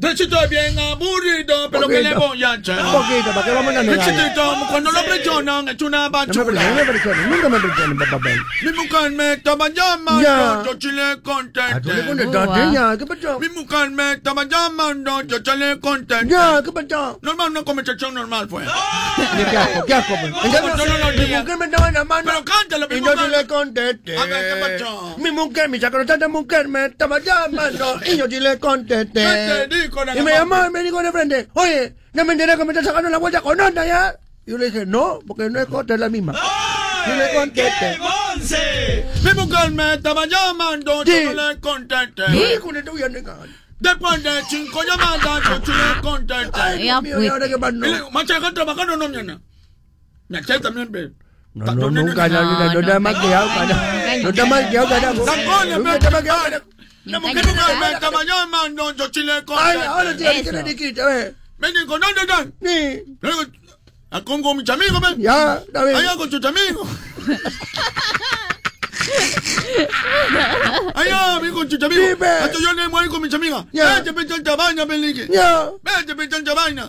Speaker 3: Yo estoy bien aburrido, pero ¿qué le voy a hacer?
Speaker 14: Un poquito, ¿para qué vamos a negar?
Speaker 3: Chiquito, cuando lo presionan, es una
Speaker 14: No me presiones, no me
Speaker 3: bachula.
Speaker 14: presiones, nunca me presiones, papá. pe.
Speaker 3: Mi mujer me estaba llamando,
Speaker 14: Ya. Ah,
Speaker 3: yo sí le contesté.
Speaker 14: ¿Tú le contestaste? Ya, ¿qué pasó?
Speaker 3: Mi mujer me estaba llamando, yo ya le contesté.
Speaker 14: Ya, ¿qué pasó?
Speaker 3: Normal, una conversación normal fue.
Speaker 14: ¿Qué asco, qué asco? pe. En cambio,
Speaker 3: todos los
Speaker 14: mi
Speaker 3: días.
Speaker 14: mujer me estaba llamando.
Speaker 3: Pero cántalo, mi
Speaker 14: Y yo sí
Speaker 3: mujer.
Speaker 14: le contesté.
Speaker 3: A ver, ¿qué pasó?
Speaker 14: Mi mujer, mi sacrosanta mujer me estaba llamando y yo sí le contesté.
Speaker 3: ¿Qué te dijo la
Speaker 14: y me
Speaker 3: mamá?
Speaker 14: llamó y me dijo de frente, oye, no me enteré que me estás sacando la vuelta con onda ya. Y yo le dije, no, porque no es corta, es la misma. Y le contesté.
Speaker 3: Mi mujer me estaba llamando,
Speaker 14: Sí.
Speaker 3: yo no le contesté.
Speaker 14: Sí, con esto voy a negar.
Speaker 3: Después de cinco llamadas, yo sí le contesté.
Speaker 14: Ay, Dios mío, ¿y ahora qué más no?
Speaker 3: Y le digo, ¿Macha, dejar trabajar o no, nena? Me eché también, ve.
Speaker 14: No, no, nunca, no, no, no, no te has maquillado, carajo. No te has maquillado, carajo.
Speaker 3: Tacones,
Speaker 14: Nunca
Speaker 3: ve,
Speaker 14: te has maquillado, carajo.
Speaker 3: La mujer nunca me estaba llamando, yo sí le contesté.
Speaker 14: Ay, ahora sí, ahora sí, ahora sí, quita, ve.
Speaker 3: Me dijo, ¿dónde están?
Speaker 14: Sí.
Speaker 3: Le digo, "Ah, con, con mis amigos, ve.
Speaker 14: Ya, está bien.
Speaker 3: Allá con sus amigos. Allá, vi con sus amigos.
Speaker 14: Sí, ve.
Speaker 3: Hasta yo le voy con mis amigas.
Speaker 14: Ya.
Speaker 3: Vete, pe, tanta vaina, me dije.
Speaker 14: Ya.
Speaker 3: Vete, pe, tanta vaina.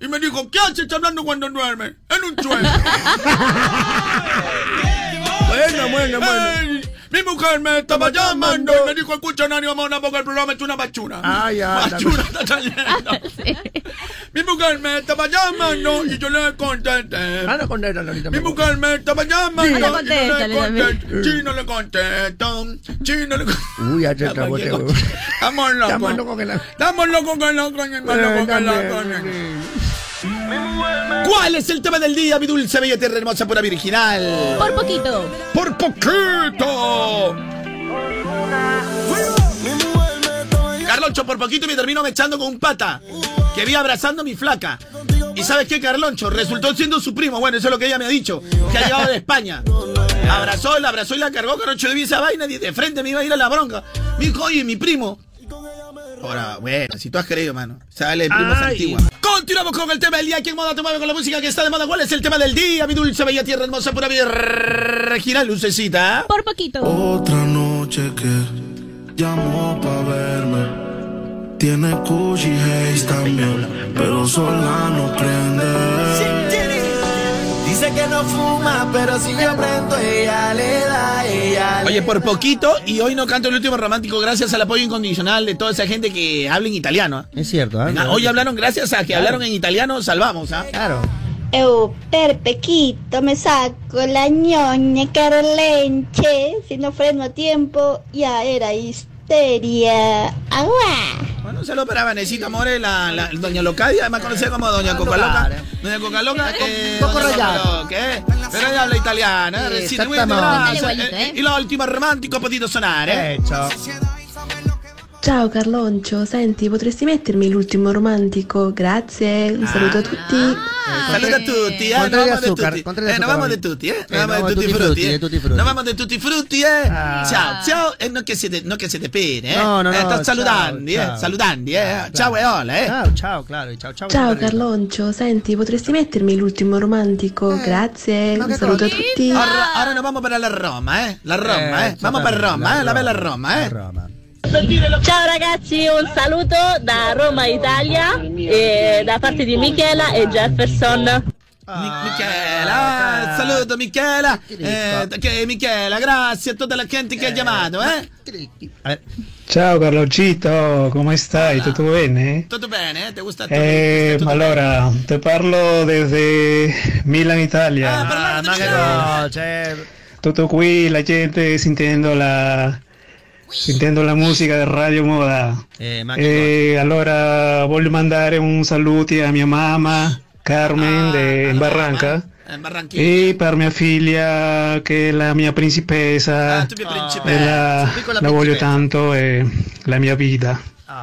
Speaker 14: Y me dijo, ¿qué haces hablando cuando duerme? En un sueño. bueno, bueno, bueno. Mi mujer me estaba llamando y me dijo, escucha, Nani, vamos porque el programa es una bachuna.
Speaker 1: Ah, ya, la-
Speaker 14: Bachuna está saliendo. Mi mujer me estaba llamando y yo le contesté.
Speaker 1: Ah, no, contesta, Lolita.
Speaker 14: Mi mujer me estaba llamando
Speaker 1: Sí.
Speaker 14: y
Speaker 1: Ah, no
Speaker 14: yo le
Speaker 1: contéstale también.
Speaker 14: contesté. Sí, no le contestan. Sí, no le contestan.
Speaker 1: Uy, ya
Speaker 3: Eh,
Speaker 1: te trabote, huevón.
Speaker 14: Estamos locos.
Speaker 1: Estamos locos que la-
Speaker 14: Estamos locos que la coña, estamos
Speaker 1: Eh,
Speaker 14: locos que la
Speaker 1: también,
Speaker 14: coña.
Speaker 3: ¿Cuál es el tema del día, mi dulce bella tierra hermosa pura virginal?
Speaker 28: Por poquito.
Speaker 3: Por poquito. Carloncho, por poquito me termino mechando con un pata que vi abrazando a mi flaca. ¿Y sabes qué, Carloncho? Resultó siendo su primo. Bueno, eso es lo que ella me ha dicho, que ha llegado de España. Abrazó, la abrazó y la cargó, Carloncho. Yo vi esa vaina y de frente me iba a ir a la bronca. Me dijo, oye, mi primo. Ahora, bueno, si tú has creído, mano. Sale de primos
Speaker 14: Ay.
Speaker 3: antigua. Continuamos con el tema del día. Aquí en Moda Tomada con la música que está de moda? ¿Cuál es el tema del día, mi dulce bella tierra hermosa pura virginal, lucecita?
Speaker 28: Por poquito.
Speaker 10: Otra noche que llamó pa' verme. Tiene Gucci Haze también, pero sola no prende.
Speaker 29: Dice que no fuma, pero si yo prendo, ella le da, ella
Speaker 3: Oye, por poquito, y hoy no canto el último romántico gracias al apoyo incondicional de toda esa gente que habla en italiano. ¿ah?
Speaker 1: Es cierto, ¿ah?
Speaker 3: Hoy hablaron gracias a que
Speaker 1: Claro.
Speaker 3: hablaron en italiano, salvamos, ¿ah?
Speaker 1: Claro.
Speaker 6: Eu per pequito me saco la ñoña carolenche, si no freno a tiempo ya era histeria. Agua.
Speaker 3: Bueno, un saludo para Vanesita More, la, la- doña Locadia, además conocida como doña Coca Loca. Doña Coca Loca, eh,
Speaker 1: Coco
Speaker 3: doña
Speaker 1: Rallado.
Speaker 3: Coca Loca, eh. Pero ella habla italiana, eh,
Speaker 1: Sí,
Speaker 3: recita,
Speaker 1: esattamente.
Speaker 3: quindi, grazie,
Speaker 1: Dale igualito,
Speaker 3: eh, Y la última romántica ha podido sonar, eh.
Speaker 30: Ciao Carloncio, senti, potresti mettermi l'ultimo romantico? Grazie,
Speaker 3: Ah.
Speaker 30: un saluto a tutti.
Speaker 3: Saluda a tutti, eh.
Speaker 30: Contrario
Speaker 3: Nos vamos de
Speaker 30: azúcar,
Speaker 3: tutti.
Speaker 30: contrario
Speaker 3: Eh,
Speaker 30: azúcar,
Speaker 3: nos vamos
Speaker 30: hoy.
Speaker 3: de tutti, eh.
Speaker 30: Eh,
Speaker 3: Nos vamos de tutti frutti, eh.
Speaker 1: tutti frutti.
Speaker 3: Nos vamos de tutti frutti, eh.
Speaker 1: Ah.
Speaker 3: Ciao, ciao. E non che siete, non che siete pene, eh.
Speaker 1: No, no,
Speaker 3: Eh,
Speaker 1: no,
Speaker 3: sto salutando,
Speaker 1: ciao, ciao.
Speaker 3: eh. Salutando, eh. Ciao e hola, eh.
Speaker 1: Ciao, ciao, claro. y Ciao, ciao.
Speaker 30: Ciao
Speaker 1: Carlita.
Speaker 30: Carloncio, senti, potresti mettermi l'ultimo romantico? Grazie,
Speaker 3: Eh. Ma
Speaker 30: un
Speaker 3: che
Speaker 30: saluto a
Speaker 3: cosa?
Speaker 30: tutti.
Speaker 3: Ahora, ahora nos vamos para la Roma, eh. La Roma, eh. Vamos para Roma, eh. La bella Roma, eh.
Speaker 31: Ciao ragazzi, un saluto da Roma Italia e da parte di Michela e Jefferson.
Speaker 3: Mi- Michela, eh, saluto Michela. Eh, Ah, che- Michela, grazie a tutta la gente che ha chiamato, eh.
Speaker 25: Ciao Carloncito, come stai? Tutto bene?
Speaker 3: Ah, Tutto bene, eh? Ti gusta tutto?
Speaker 25: Eh, ma allora, te parlo desde Milan, Italia.
Speaker 1: Ah, ma che eh. cosa?
Speaker 25: Tutto qui, la gente sentendo la, sentendo la musica di Radio Moda.
Speaker 1: Eh, ma
Speaker 25: Eh, allora, voglio mandare un saluto a mia mamma,
Speaker 3: Ah,
Speaker 25: Carmen, de in Barranca. E per mia figlia, che è la mia
Speaker 3: Ah,
Speaker 25: principessa, e la,
Speaker 3: Piccola
Speaker 25: la voglio
Speaker 3: principessa.
Speaker 25: tanto, è la mia vita.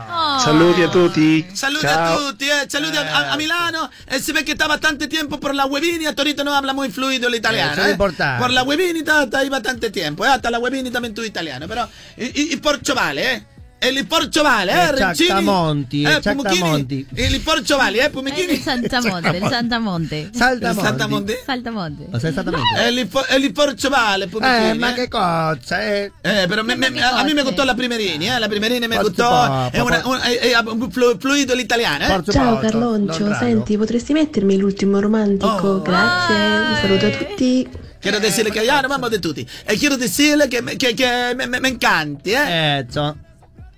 Speaker 25: Saluti a tutti.
Speaker 3: Ah. Oh. Saluti
Speaker 25: Ciao.
Speaker 3: a tutti, eh. saluti a, a Milano. Eh, E si vede che sta bastante tempo per la webinita. Torito non habla muy fluido
Speaker 1: Eh,
Speaker 3: l'italiano.
Speaker 1: sono importante.
Speaker 3: Per la webinita sta ahí bastante tempo. Eh. Hasta la webinita in tu italiano. Però i- i- il porcio vale, eh. E il porcio vale, eh, Rincini.
Speaker 1: Exactamonti,
Speaker 3: eh,
Speaker 1: exactamonti.
Speaker 3: Pumichini. E il porcio vale, eh, Pumichini.
Speaker 32: El
Speaker 1: Ah,
Speaker 32: Santamonte, el Santamonte.
Speaker 1: Saltamonte.
Speaker 32: Saltamonte. Saltamonte.
Speaker 1: O sea, exactamente.
Speaker 3: E Eh, il po- e il porcio vale, Pumichini.
Speaker 1: Eh, ma che cosa? Eh,
Speaker 3: Eh, però me- me- a, a me mi gustò la primerini, eh, la primerini mi gustò,
Speaker 1: pa-
Speaker 3: è, una, un- è- è un flu- fluido l'italiano, eh.
Speaker 30: Ciao Carloncio, senti, potresti mettermi l'ultimo romantico?
Speaker 3: Oh.
Speaker 30: Grazie, un saluto a tutti.
Speaker 3: Quiero decirle que ya nos vamos de tutti. E quiero decirle que me, que, que me, me- me encanti, eh.
Speaker 1: Eh, so.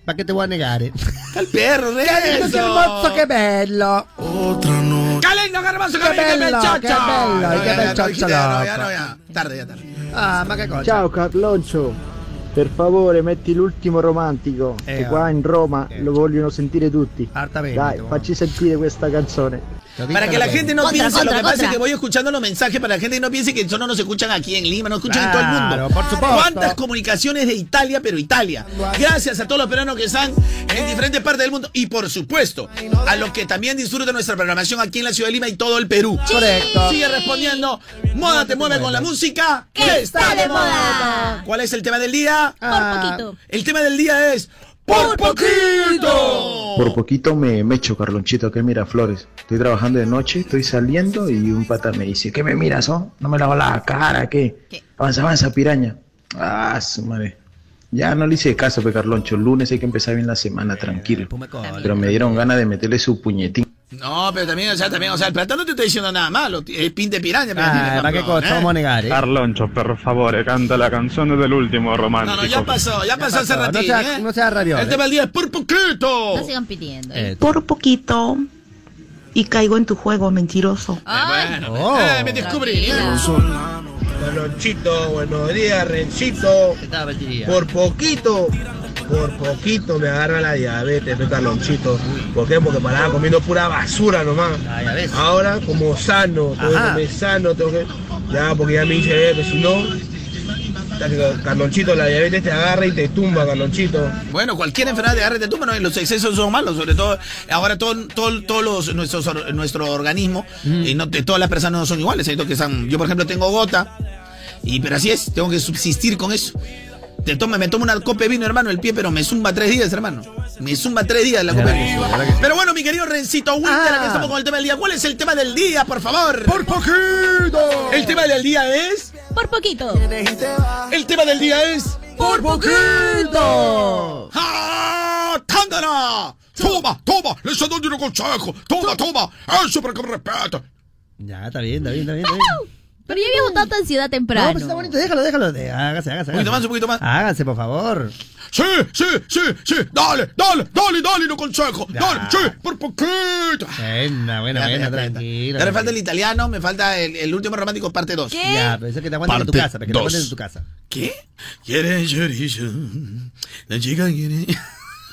Speaker 1: Ma che te vuoi negare?
Speaker 3: Al perro,
Speaker 1: Che
Speaker 3: eso.
Speaker 1: hermoso, che bello!
Speaker 3: Calengo, garbanzo,
Speaker 1: Che
Speaker 3: calengo, che bel
Speaker 1: bello,
Speaker 3: chocho.
Speaker 1: che bello,
Speaker 3: No,
Speaker 1: che
Speaker 3: ya,
Speaker 1: bel
Speaker 3: ya,
Speaker 1: chocho,
Speaker 3: dijiste, no,
Speaker 1: loco.
Speaker 3: ya, no, ya. Tarde, ya tarde.
Speaker 1: Ah, ma che cosa?
Speaker 5: Ciao Carloncio, per favore metti l'ultimo romantico che
Speaker 1: ah.
Speaker 5: qua in Roma lo vogliono sentire tutti.
Speaker 1: Arta
Speaker 5: Dai,
Speaker 1: Veneto,
Speaker 5: facci sentire questa canzone.
Speaker 3: Para que la gente no
Speaker 6: Contra,
Speaker 3: piense, lo
Speaker 6: contra,
Speaker 3: que pasa es
Speaker 6: contra.
Speaker 3: que voy escuchando los mensajes para que la gente no piense que solo nos escuchan aquí en Lima, nos escuchan en todo el
Speaker 1: Claro,
Speaker 3: mundo.
Speaker 1: por supuesto.
Speaker 3: ¿Cuántas comunicaciones de Italia, pero Italia? Gracias a todos los peruanos que están en diferentes partes del mundo y por supuesto a los que también disfrutan nuestra programación aquí en la ciudad de Lima y todo el Perú.
Speaker 1: Correcto.
Speaker 3: Sigue respondiendo. Moda te mueve con la música
Speaker 1: que está de moda.
Speaker 3: ¿Cuál es el tema del día? Por
Speaker 1: poquito.
Speaker 3: El tema del día es por poquito.
Speaker 33: Por poquito me, me echo, Carlonchito, que mira flores. Estoy trabajando de noche, estoy saliendo y un pata me dice, ¿qué me miras, oh? No me lavo la cara, ¿qué? Avanza, avanza, piraña. Ah, su madre. Ya no le hice caso, pe Carloncho. Lunes hay que empezar bien la semana, tranquilo. Pero me dieron ganas de meterle su puñetín.
Speaker 3: No, pero también, o sea, también, o sea, el platón no te está diciendo nada malo. t- Es pin de piraña, pero tiene
Speaker 5: Ah, ¿para qué
Speaker 3: campeón,
Speaker 5: cosa?
Speaker 3: ¿eh?
Speaker 5: Vamos a negar, ¿eh?
Speaker 15: Carloncho, por favor, canta la canción del último romántico.
Speaker 3: No, ya pasó, ya pasó hace
Speaker 15: pasó. No
Speaker 3: ratito.
Speaker 15: sea- no sea rabioso.
Speaker 3: El tema del día es por poquito.
Speaker 6: No sigan pidiendo.
Speaker 34: Por poquito. Y caigo en tu juego, mentiroso.
Speaker 6: Ah, Oh.
Speaker 3: Bueno, eh, me descubrí.
Speaker 35: Carlonchito, buenos días, Rencito. Por poquito, por poquito me agarra la diabetes, pe, Carlonchito. ¿Por qué? Porque paraba comiendo pura basura nomás.
Speaker 3: Ah,
Speaker 35: Ahora, como sano, tengo que
Speaker 1: Ajá.
Speaker 35: comer sano, tengo que. Ya, porque ya me hice ver que si no. ta- Carlonchito, la diabetes te agarra y te tumba, Carlonchito.
Speaker 3: Bueno, cualquier enfermedad de agarre de tumba, no, los excesos son malos, sobre todo ahora todo, todo, todos los- nuestros or- nuestro organismo y no te- todas las personas no son iguales, hay otros que están- yo por ejemplo tengo gota y pero así es, tengo que subsistir con eso. Te toma, me tomo una copa de vino, hermano, el pie, pero me zumba tres días, hermano. Me zumba tres días la copa de vino. Pero bueno, mi querido Rencito Winter, aquí estamos con el tema del día. ¿Cuál es el tema del día, por favor? Por poquito. El tema del día es
Speaker 6: Por poquito.
Speaker 3: el tema del día es. ¡Por poquito! ¡Ah! ¡Tándara! ¡Toma, toma! ¡Le estoy dando un consejo! ¡Toma, toma! ¡Eso para que me respete!
Speaker 1: Ya, está bien, está bien, está bien. Está bien.
Speaker 6: Pero yo había votado tu ansiedad
Speaker 1: No,
Speaker 6: temprano.
Speaker 1: pues está bonito, déjalo, déjalo. de- Hágase, hágase. Un poquito más,
Speaker 3: un poquito más.
Speaker 1: Hágase, por favor.
Speaker 3: Sí, sí, sí, sí. Dale, dale, dale, dale, no consejo. Dale, sí, por poquito.
Speaker 1: Buena, buena,
Speaker 3: Ya,
Speaker 1: buena,
Speaker 3: ya,
Speaker 1: tranquila.
Speaker 3: Ahora me falta el italiano, me falta el, el último romántico, parte 2.
Speaker 1: Ya, pero eso que te aguantes en tu
Speaker 3: Parte
Speaker 1: casa, para que te
Speaker 3: dos.
Speaker 1: aguantes en tu casa.
Speaker 3: ¿Qué? ¿Quiere chorizo? La chica quiere.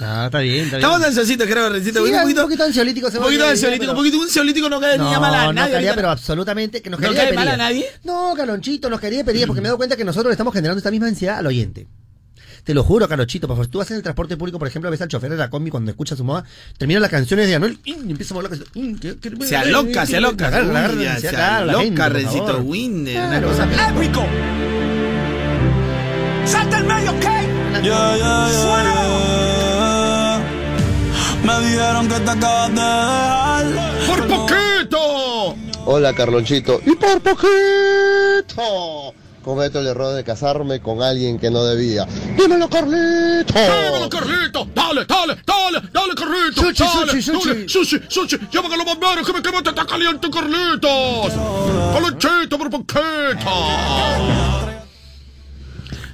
Speaker 1: Ah, está bien, está bien.
Speaker 3: Estamos ansiositos, creo, Rencito.
Speaker 1: Sí,
Speaker 3: un poquito,
Speaker 1: un poquito ansiolítico. se
Speaker 3: un
Speaker 1: va a
Speaker 3: poquito
Speaker 1: olvidar,
Speaker 3: ansiolítico, un
Speaker 1: pero-
Speaker 3: poquito, un ansiolítico no cae ni a mal a
Speaker 1: no
Speaker 3: nadie.
Speaker 1: caería,
Speaker 3: ahorita.
Speaker 1: pero absolutamente que nos
Speaker 3: ¿No
Speaker 1: quería
Speaker 3: cae
Speaker 1: de
Speaker 3: mal a
Speaker 1: pedida.
Speaker 3: nadie?
Speaker 1: No, Calonchito, nos quería de pedida porque me he dado cuenta que nosotros le estamos generando esta misma ansiedad al oyente. Te lo juro, Calonchito, por favor, tú vas en el transporte público, por ejemplo, ves al chofer de la combi cuando escucha su moda, termina las canciones de Anuel y empieza a mover la canción. Mm, que- que-
Speaker 3: Se aloca, se aloca.
Speaker 1: Agarra, agarra,
Speaker 3: Uy, ya,
Speaker 1: ansiedad,
Speaker 3: se
Speaker 1: claro, la gente,
Speaker 3: aloca,
Speaker 1: por
Speaker 3: Rencito
Speaker 1: favor.
Speaker 3: Winder. Una
Speaker 1: Claro.
Speaker 3: cosa.
Speaker 1: ¡Épico!
Speaker 10: Salta el medio, ¿ok? Yeah, yeah, yeah, yeah. Me dijeron que te acabas de dejar. ¡Por poquito!
Speaker 36: Hola Carlonchito. Y por poquito cometo el error de casarme con alguien que no debía. Dímelo
Speaker 3: Oh.
Speaker 36: Carlito.
Speaker 3: ¡Dámelo, Carlito! ¡Dale, dale, dale! ¡Dale, Carlito!
Speaker 36: Sushi,
Speaker 3: dale,
Speaker 36: sushi,
Speaker 3: dale, ¡Sushi, sushi! ¡Llámame a los bomberos que me quemo! ¡Te está caliente, Carlitos! ¡Carlonchito, por poquito!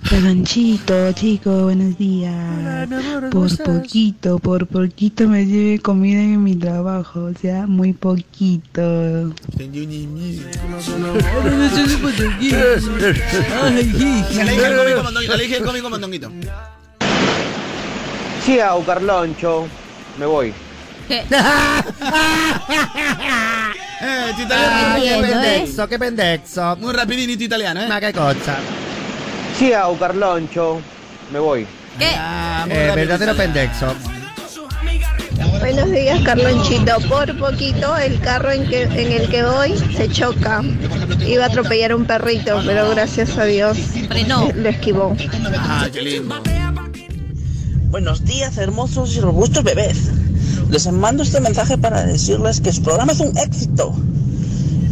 Speaker 36: Carlonchito, chico, buenos días. por poquito, por poquito me lleve comida en mi trabajo, o sea, muy poquito.
Speaker 3: Se le dije el cómico mandonguito, le dije el cómico mandonguito.
Speaker 37: Chao, Carloncho. Me voy.
Speaker 3: Eh, tu italiano.
Speaker 1: Ay, Ah, qué
Speaker 3: Muy rapidito.
Speaker 1: pendejo, qué pendejo.
Speaker 3: Muy rapidinito tu italiano, eh.
Speaker 1: Ma qué cosa.
Speaker 37: Chao, Carloncho. Me voy.
Speaker 6: Ah,
Speaker 1: Eh, verdadero pendejo.
Speaker 36: Buenos días, Carlonchito. Por poquito el carro en, que, en el que voy se choca. Iba a atropellar un perrito, pero gracias a Dios lo esquivó.
Speaker 3: Ah, qué lindo.
Speaker 38: Buenos días, hermosos y robustos bebés. Les mando este mensaje para decirles que su programa es un éxito.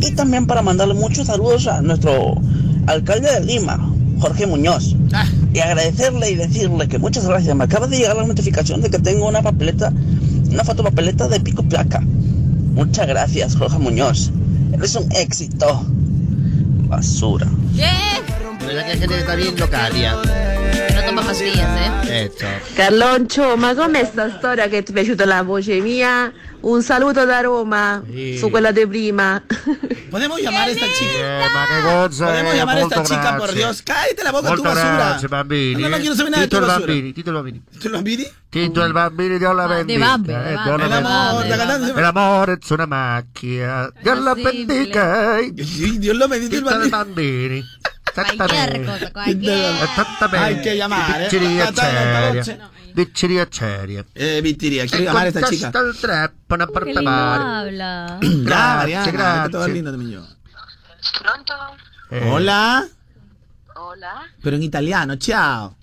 Speaker 38: Y también para mandarle muchos saludos a nuestro alcalde de Lima, Jorge Muñoz.
Speaker 3: Ah.
Speaker 38: Y agradecerle y decirle que muchas gracias. Me acaba de llegar la notificación de que tengo una papeleta, una foto papeleta de pico y placa. Muchas gracias, Jorge Muñoz. Eres un éxito. Basura.
Speaker 1: Pero que gente que está bien locaria.
Speaker 6: No toma pastillas, ¿eh?
Speaker 1: Eso.
Speaker 36: Carloncho, ma come sta storia che ti è piaciuta la voce mia?
Speaker 39: Un saluto da Roma,
Speaker 3: Sì.
Speaker 39: su quella di prima.
Speaker 3: Podemos llamar a esta chica.
Speaker 5: Ma che cosa
Speaker 3: Podemos
Speaker 5: è?
Speaker 3: llamar a esta
Speaker 5: Molto
Speaker 3: chica,
Speaker 5: grazie.
Speaker 3: por Dios. Cállate la boca,
Speaker 5: Molto
Speaker 3: tu basura.
Speaker 5: grazie, bambini.
Speaker 3: No, no, quiero saber nada de
Speaker 5: Tito
Speaker 3: tu
Speaker 5: il
Speaker 3: basura.
Speaker 5: bambini, Tito il bambini.
Speaker 3: Tito il bambini?
Speaker 5: Tito il bambini,
Speaker 6: Ah,
Speaker 5: Dio la bendica.
Speaker 3: babbe,
Speaker 5: eh,
Speaker 3: babbe.
Speaker 5: Dio la
Speaker 3: È l'amore,
Speaker 5: bendica.
Speaker 3: ragazzi.
Speaker 5: È l'amore, è una macchia. Dio la bendica.
Speaker 3: Dios lo bendica il
Speaker 5: bambino. Tito il bambini. Cualquier cosa,
Speaker 3: Hay que llamar, eh.
Speaker 5: Diceria
Speaker 3: Tanta- tanta
Speaker 5: seria.
Speaker 3: voce.
Speaker 6: eh.
Speaker 5: Diceria seria.
Speaker 3: Eh, vittiria, quiero llamar a esta chica.
Speaker 5: Sta il trappo, una
Speaker 6: Qué
Speaker 5: porta
Speaker 6: lindo
Speaker 5: mare.
Speaker 3: ah.
Speaker 6: habla.
Speaker 3: Ya,
Speaker 5: Grazie,
Speaker 3: Mariana,
Speaker 5: grazie.
Speaker 3: tanto bambino también yo.
Speaker 5: Eh.
Speaker 3: Hola,
Speaker 30: Hola,
Speaker 3: pero en italiano, ciao.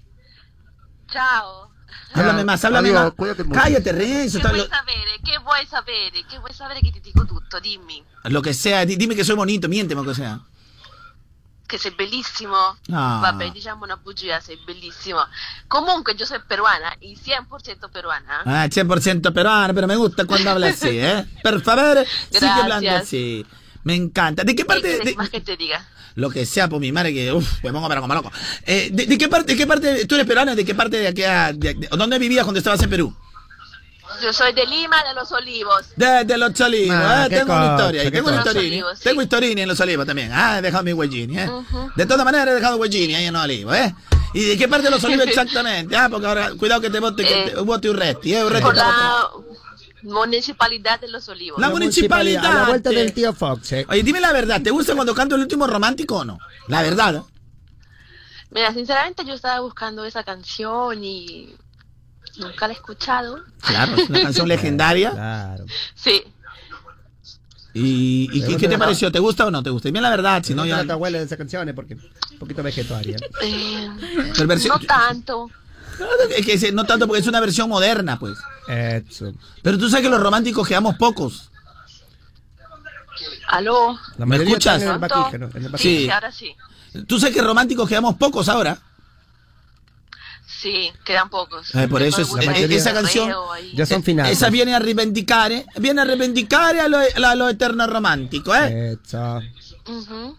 Speaker 30: ciao.
Speaker 3: Háblame más, háblame
Speaker 5: Adiós,
Speaker 3: más. Cállate,
Speaker 30: Che
Speaker 3: Renzo. está-
Speaker 30: vuoi
Speaker 3: Lo,
Speaker 30: sapere? Che vuoi sapere? Che vuoi sapere che ti dico tutto? Dimmi.
Speaker 3: lo que sea, di- dime que soy bonito, miénteme lo que sea.
Speaker 30: Che sei bellissimo?
Speaker 3: Ah.
Speaker 30: Vabbè, diciamo una bugia, sei bellissimo. Comunque, Giuseppe è peruana, il 100% peruana.
Speaker 3: Ah, 100% peruano, pero me gusta cuando habla así, ¿eh? Por favor, sigue hablando
Speaker 30: Gracias.
Speaker 3: así. Me encanta. ¿De qué
Speaker 30: ¿Qué
Speaker 3: parte?
Speaker 30: quieres
Speaker 3: de-
Speaker 30: más que te diga?
Speaker 3: lo que sea, por mi madre, que uf, me pongo para como loco. Eh, de, de qué parte? ¿De qué parte? ¿Tú eres peruana? ¿De qué parte de acá? de- de- ¿Dónde vivías cuando estabas en Perú?
Speaker 30: Yo soy de Lima, de los Olivos.
Speaker 3: Desde los Cholivos.
Speaker 5: Ah,
Speaker 3: eh,
Speaker 5: qué
Speaker 3: tengo una
Speaker 5: cosa,
Speaker 3: historia ahí.
Speaker 5: qué
Speaker 3: Tengo una
Speaker 5: cosa.
Speaker 3: historia.
Speaker 30: Los Olivos,
Speaker 3: Tengo historia en los Olivos también. Ah, he dejado mi huellini, ¿eh?
Speaker 30: Ujú.
Speaker 3: De todas maneras, he dejado huellini ahí en los Olivos, ¿eh? ¿Y de qué parte de los Olivos exactamente? Ah, porque ahora, cuidado que te bote, que te bote un resti, ¿eh? Un resti
Speaker 30: Por
Speaker 3: para botar.
Speaker 30: la municipalidad de los Olivos.
Speaker 3: La municipalidad.
Speaker 1: A la vuelta
Speaker 3: Sí.
Speaker 1: del tío Fox, eh.
Speaker 3: Oye, dime la verdad, ¿te gusta cuando canto el último romántico o no? La verdad. ¿eh?
Speaker 30: Mira, sinceramente yo estaba buscando esa canción y nunca la he escuchado.
Speaker 3: Claro, es una canción legendaria.
Speaker 30: Sí,
Speaker 3: ¿Y, y qué, qué te pareció? ¿Te gusta o no te gusta? Dime la verdad, si no
Speaker 1: No,
Speaker 3: ya...
Speaker 1: te abuela de esas canciones porque un poquito vegetaria.
Speaker 30: eh,
Speaker 3: Pero versión-
Speaker 30: no tanto.
Speaker 3: Es que ese- no tanto porque es una versión moderna, pues. Pero tú sabes que los románticos quedamos pocos.
Speaker 30: Aló.
Speaker 3: La ¿Me mayoría escuchas? están en el
Speaker 30: ¿Pronto?
Speaker 3: vaquígeno, en el vaquígeno.
Speaker 30: sí,
Speaker 3: Sí.
Speaker 30: ahora sí.
Speaker 3: Tú sabes que románticos quedamos pocos ahora.
Speaker 30: Sí, quedan pocos.
Speaker 3: Eh, por eso es-
Speaker 30: Todo el
Speaker 3: eh,
Speaker 30: mundo tiene
Speaker 3: esa
Speaker 30: correo
Speaker 3: canción
Speaker 30: ahí.
Speaker 1: Ya son finales.
Speaker 3: Esa viene a reivindicar, ¿eh? Viene a reivindicar a lo, a lo eterno romántico, ¿eh?
Speaker 1: Eso.
Speaker 30: Ujú.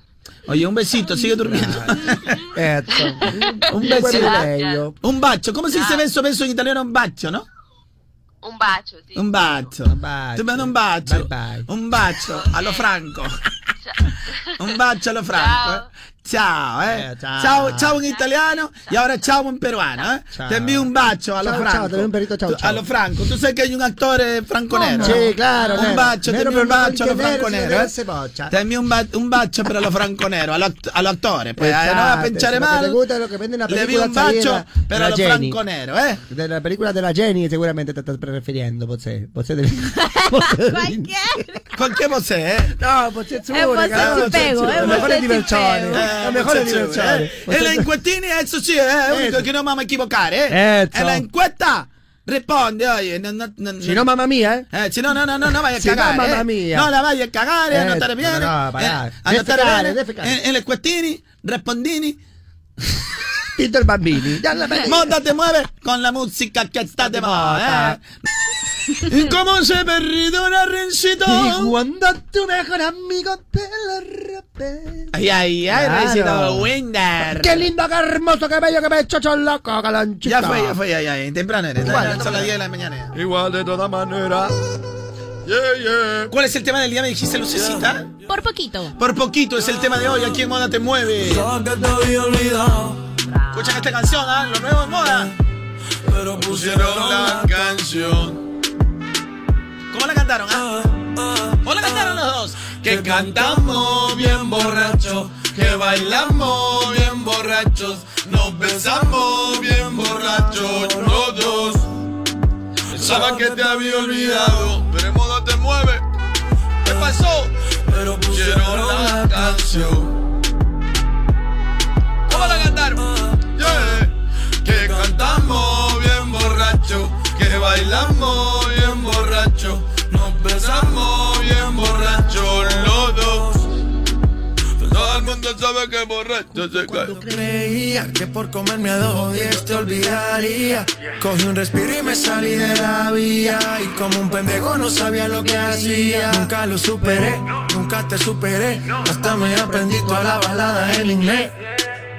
Speaker 3: Oye, un besito, sigue durmiendo. un
Speaker 30: Gracias.
Speaker 3: besito. Un bacho. ¿Cómo se dice beso, beso en italiano? Un bacho, ¿no?
Speaker 30: Un bacho, sí.
Speaker 3: Un bacio. Ti mando un bacio. Un bacio a lo franco. un bacio a lo franco. eh. Ciao, eh.
Speaker 1: Eh, ciao.
Speaker 3: Ciao, ciao in italiano y ahora ciao en peruano, eh.
Speaker 1: Ciao.
Speaker 3: Te envío un bacio a lo
Speaker 1: Ciao,
Speaker 3: franco.
Speaker 1: ciao, te envío un perito, ciao,
Speaker 3: Tú- A
Speaker 1: ciao.
Speaker 3: lo franco. Tú sabes que hay un actor eh, franco negro.
Speaker 1: Sí, claro,
Speaker 3: Un
Speaker 1: negro.
Speaker 3: bacio, te
Speaker 1: Negro,
Speaker 3: envío un
Speaker 1: pero no
Speaker 3: bacio a lo
Speaker 1: cualquier
Speaker 3: franco
Speaker 1: negro,
Speaker 3: negro.
Speaker 1: sino
Speaker 3: eh.
Speaker 1: se boccia.
Speaker 3: Te envío un, ba- un bacio pero a lo franco negro, a lo, act- a lo actores. Pues, eh, no va a
Speaker 1: Estate,
Speaker 3: pinchar
Speaker 1: lo que
Speaker 3: mal.
Speaker 1: te gusta es lo que venden en la
Speaker 3: Le vi un
Speaker 1: película
Speaker 3: bacio,
Speaker 1: italiana
Speaker 3: pero
Speaker 1: de
Speaker 3: a
Speaker 1: la
Speaker 3: lo
Speaker 1: Jenny.
Speaker 3: franco negro, eh.
Speaker 1: De la película de la Jenny seguramente te estás refiriendo, José. José del...
Speaker 3: ¿Con qué vos eh?
Speaker 1: No, José
Speaker 3: Eh, José Zupego, eh,
Speaker 1: Lo mejor
Speaker 3: José
Speaker 1: es diversiones.
Speaker 3: Zupego.
Speaker 1: Lo mejor es diversiones.
Speaker 3: En Eh, la encuestina, eso sí,
Speaker 1: Eh,
Speaker 3: es único que no vamos a equivocar, ¿eh?
Speaker 1: Eso.
Speaker 3: En la encuesta, responde, oye, no, no, no,
Speaker 1: Si certo. no, mamá mía, ¿eh?
Speaker 3: Eh, si no, no, no, no, no vaya a
Speaker 1: Si no,
Speaker 3: cagar.
Speaker 1: mamma
Speaker 3: eh.
Speaker 1: mia.
Speaker 3: No la vaya a cagar, eh,
Speaker 1: Eh,
Speaker 3: anotar bien.
Speaker 1: no, no, no,
Speaker 3: eh,
Speaker 1: pará.
Speaker 3: anotar
Speaker 1: Defecare,
Speaker 3: bien, eh.
Speaker 1: defecare.
Speaker 3: En- En la encuestini, respondini.
Speaker 1: Peter Bambini. Ya la película.
Speaker 3: Moda te mueve con la música que está de
Speaker 1: Ah,
Speaker 3: moda, ¿eh? Ah, ¿Cómo se perdona, Rencito?
Speaker 1: Y cuando tu mejor amigo te la rompe.
Speaker 3: Ay, ay, ay,
Speaker 1: Claro.
Speaker 3: Rencito Winder.
Speaker 1: Qué lindo, qué hermoso, qué bello, qué me chocho loco, calonchito.
Speaker 3: Ya fue, ya fue, ya, ya, ya, temprano eres. Igual, son las 10 de la mañana.
Speaker 5: Igual de todas maneras.
Speaker 3: ¿Cuál es el tema del día? Me dijiste, Lucecita.
Speaker 6: Por poquito.
Speaker 3: Por poquito es el tema de hoy. Aquí en Moda te mueve. Escuchan esta canción, ¿ah? Lo nuevo en moda.
Speaker 10: Pero pusieron la canción.
Speaker 3: ¿Cómo la cantaron, ah? ¿Cómo la cantaron los dos?
Speaker 10: Que cantamos bien borrachos. Que bailamos bien borrachos. Nos besamos bien borrachos. Los dos. Pensaba que te había olvidado. Pero en moda te mueve. ¿Qué pasó? Pero pusieron la canción. ¿Cómo la cantaron? Yeah. Que cantamos bien borracho, que bailamos bien borracho, nos besamos bien borracho los dos. Todo el mundo sabe que borracho se cae.
Speaker 9: Creía que por comerme a dos o diez te olvidaría. Cogí un respiro y me salí de la vía. Y como un pendejo no sabía lo que hacía. Nunca lo superé, nunca te superé. Hasta me aprendí toda la balada en inglés.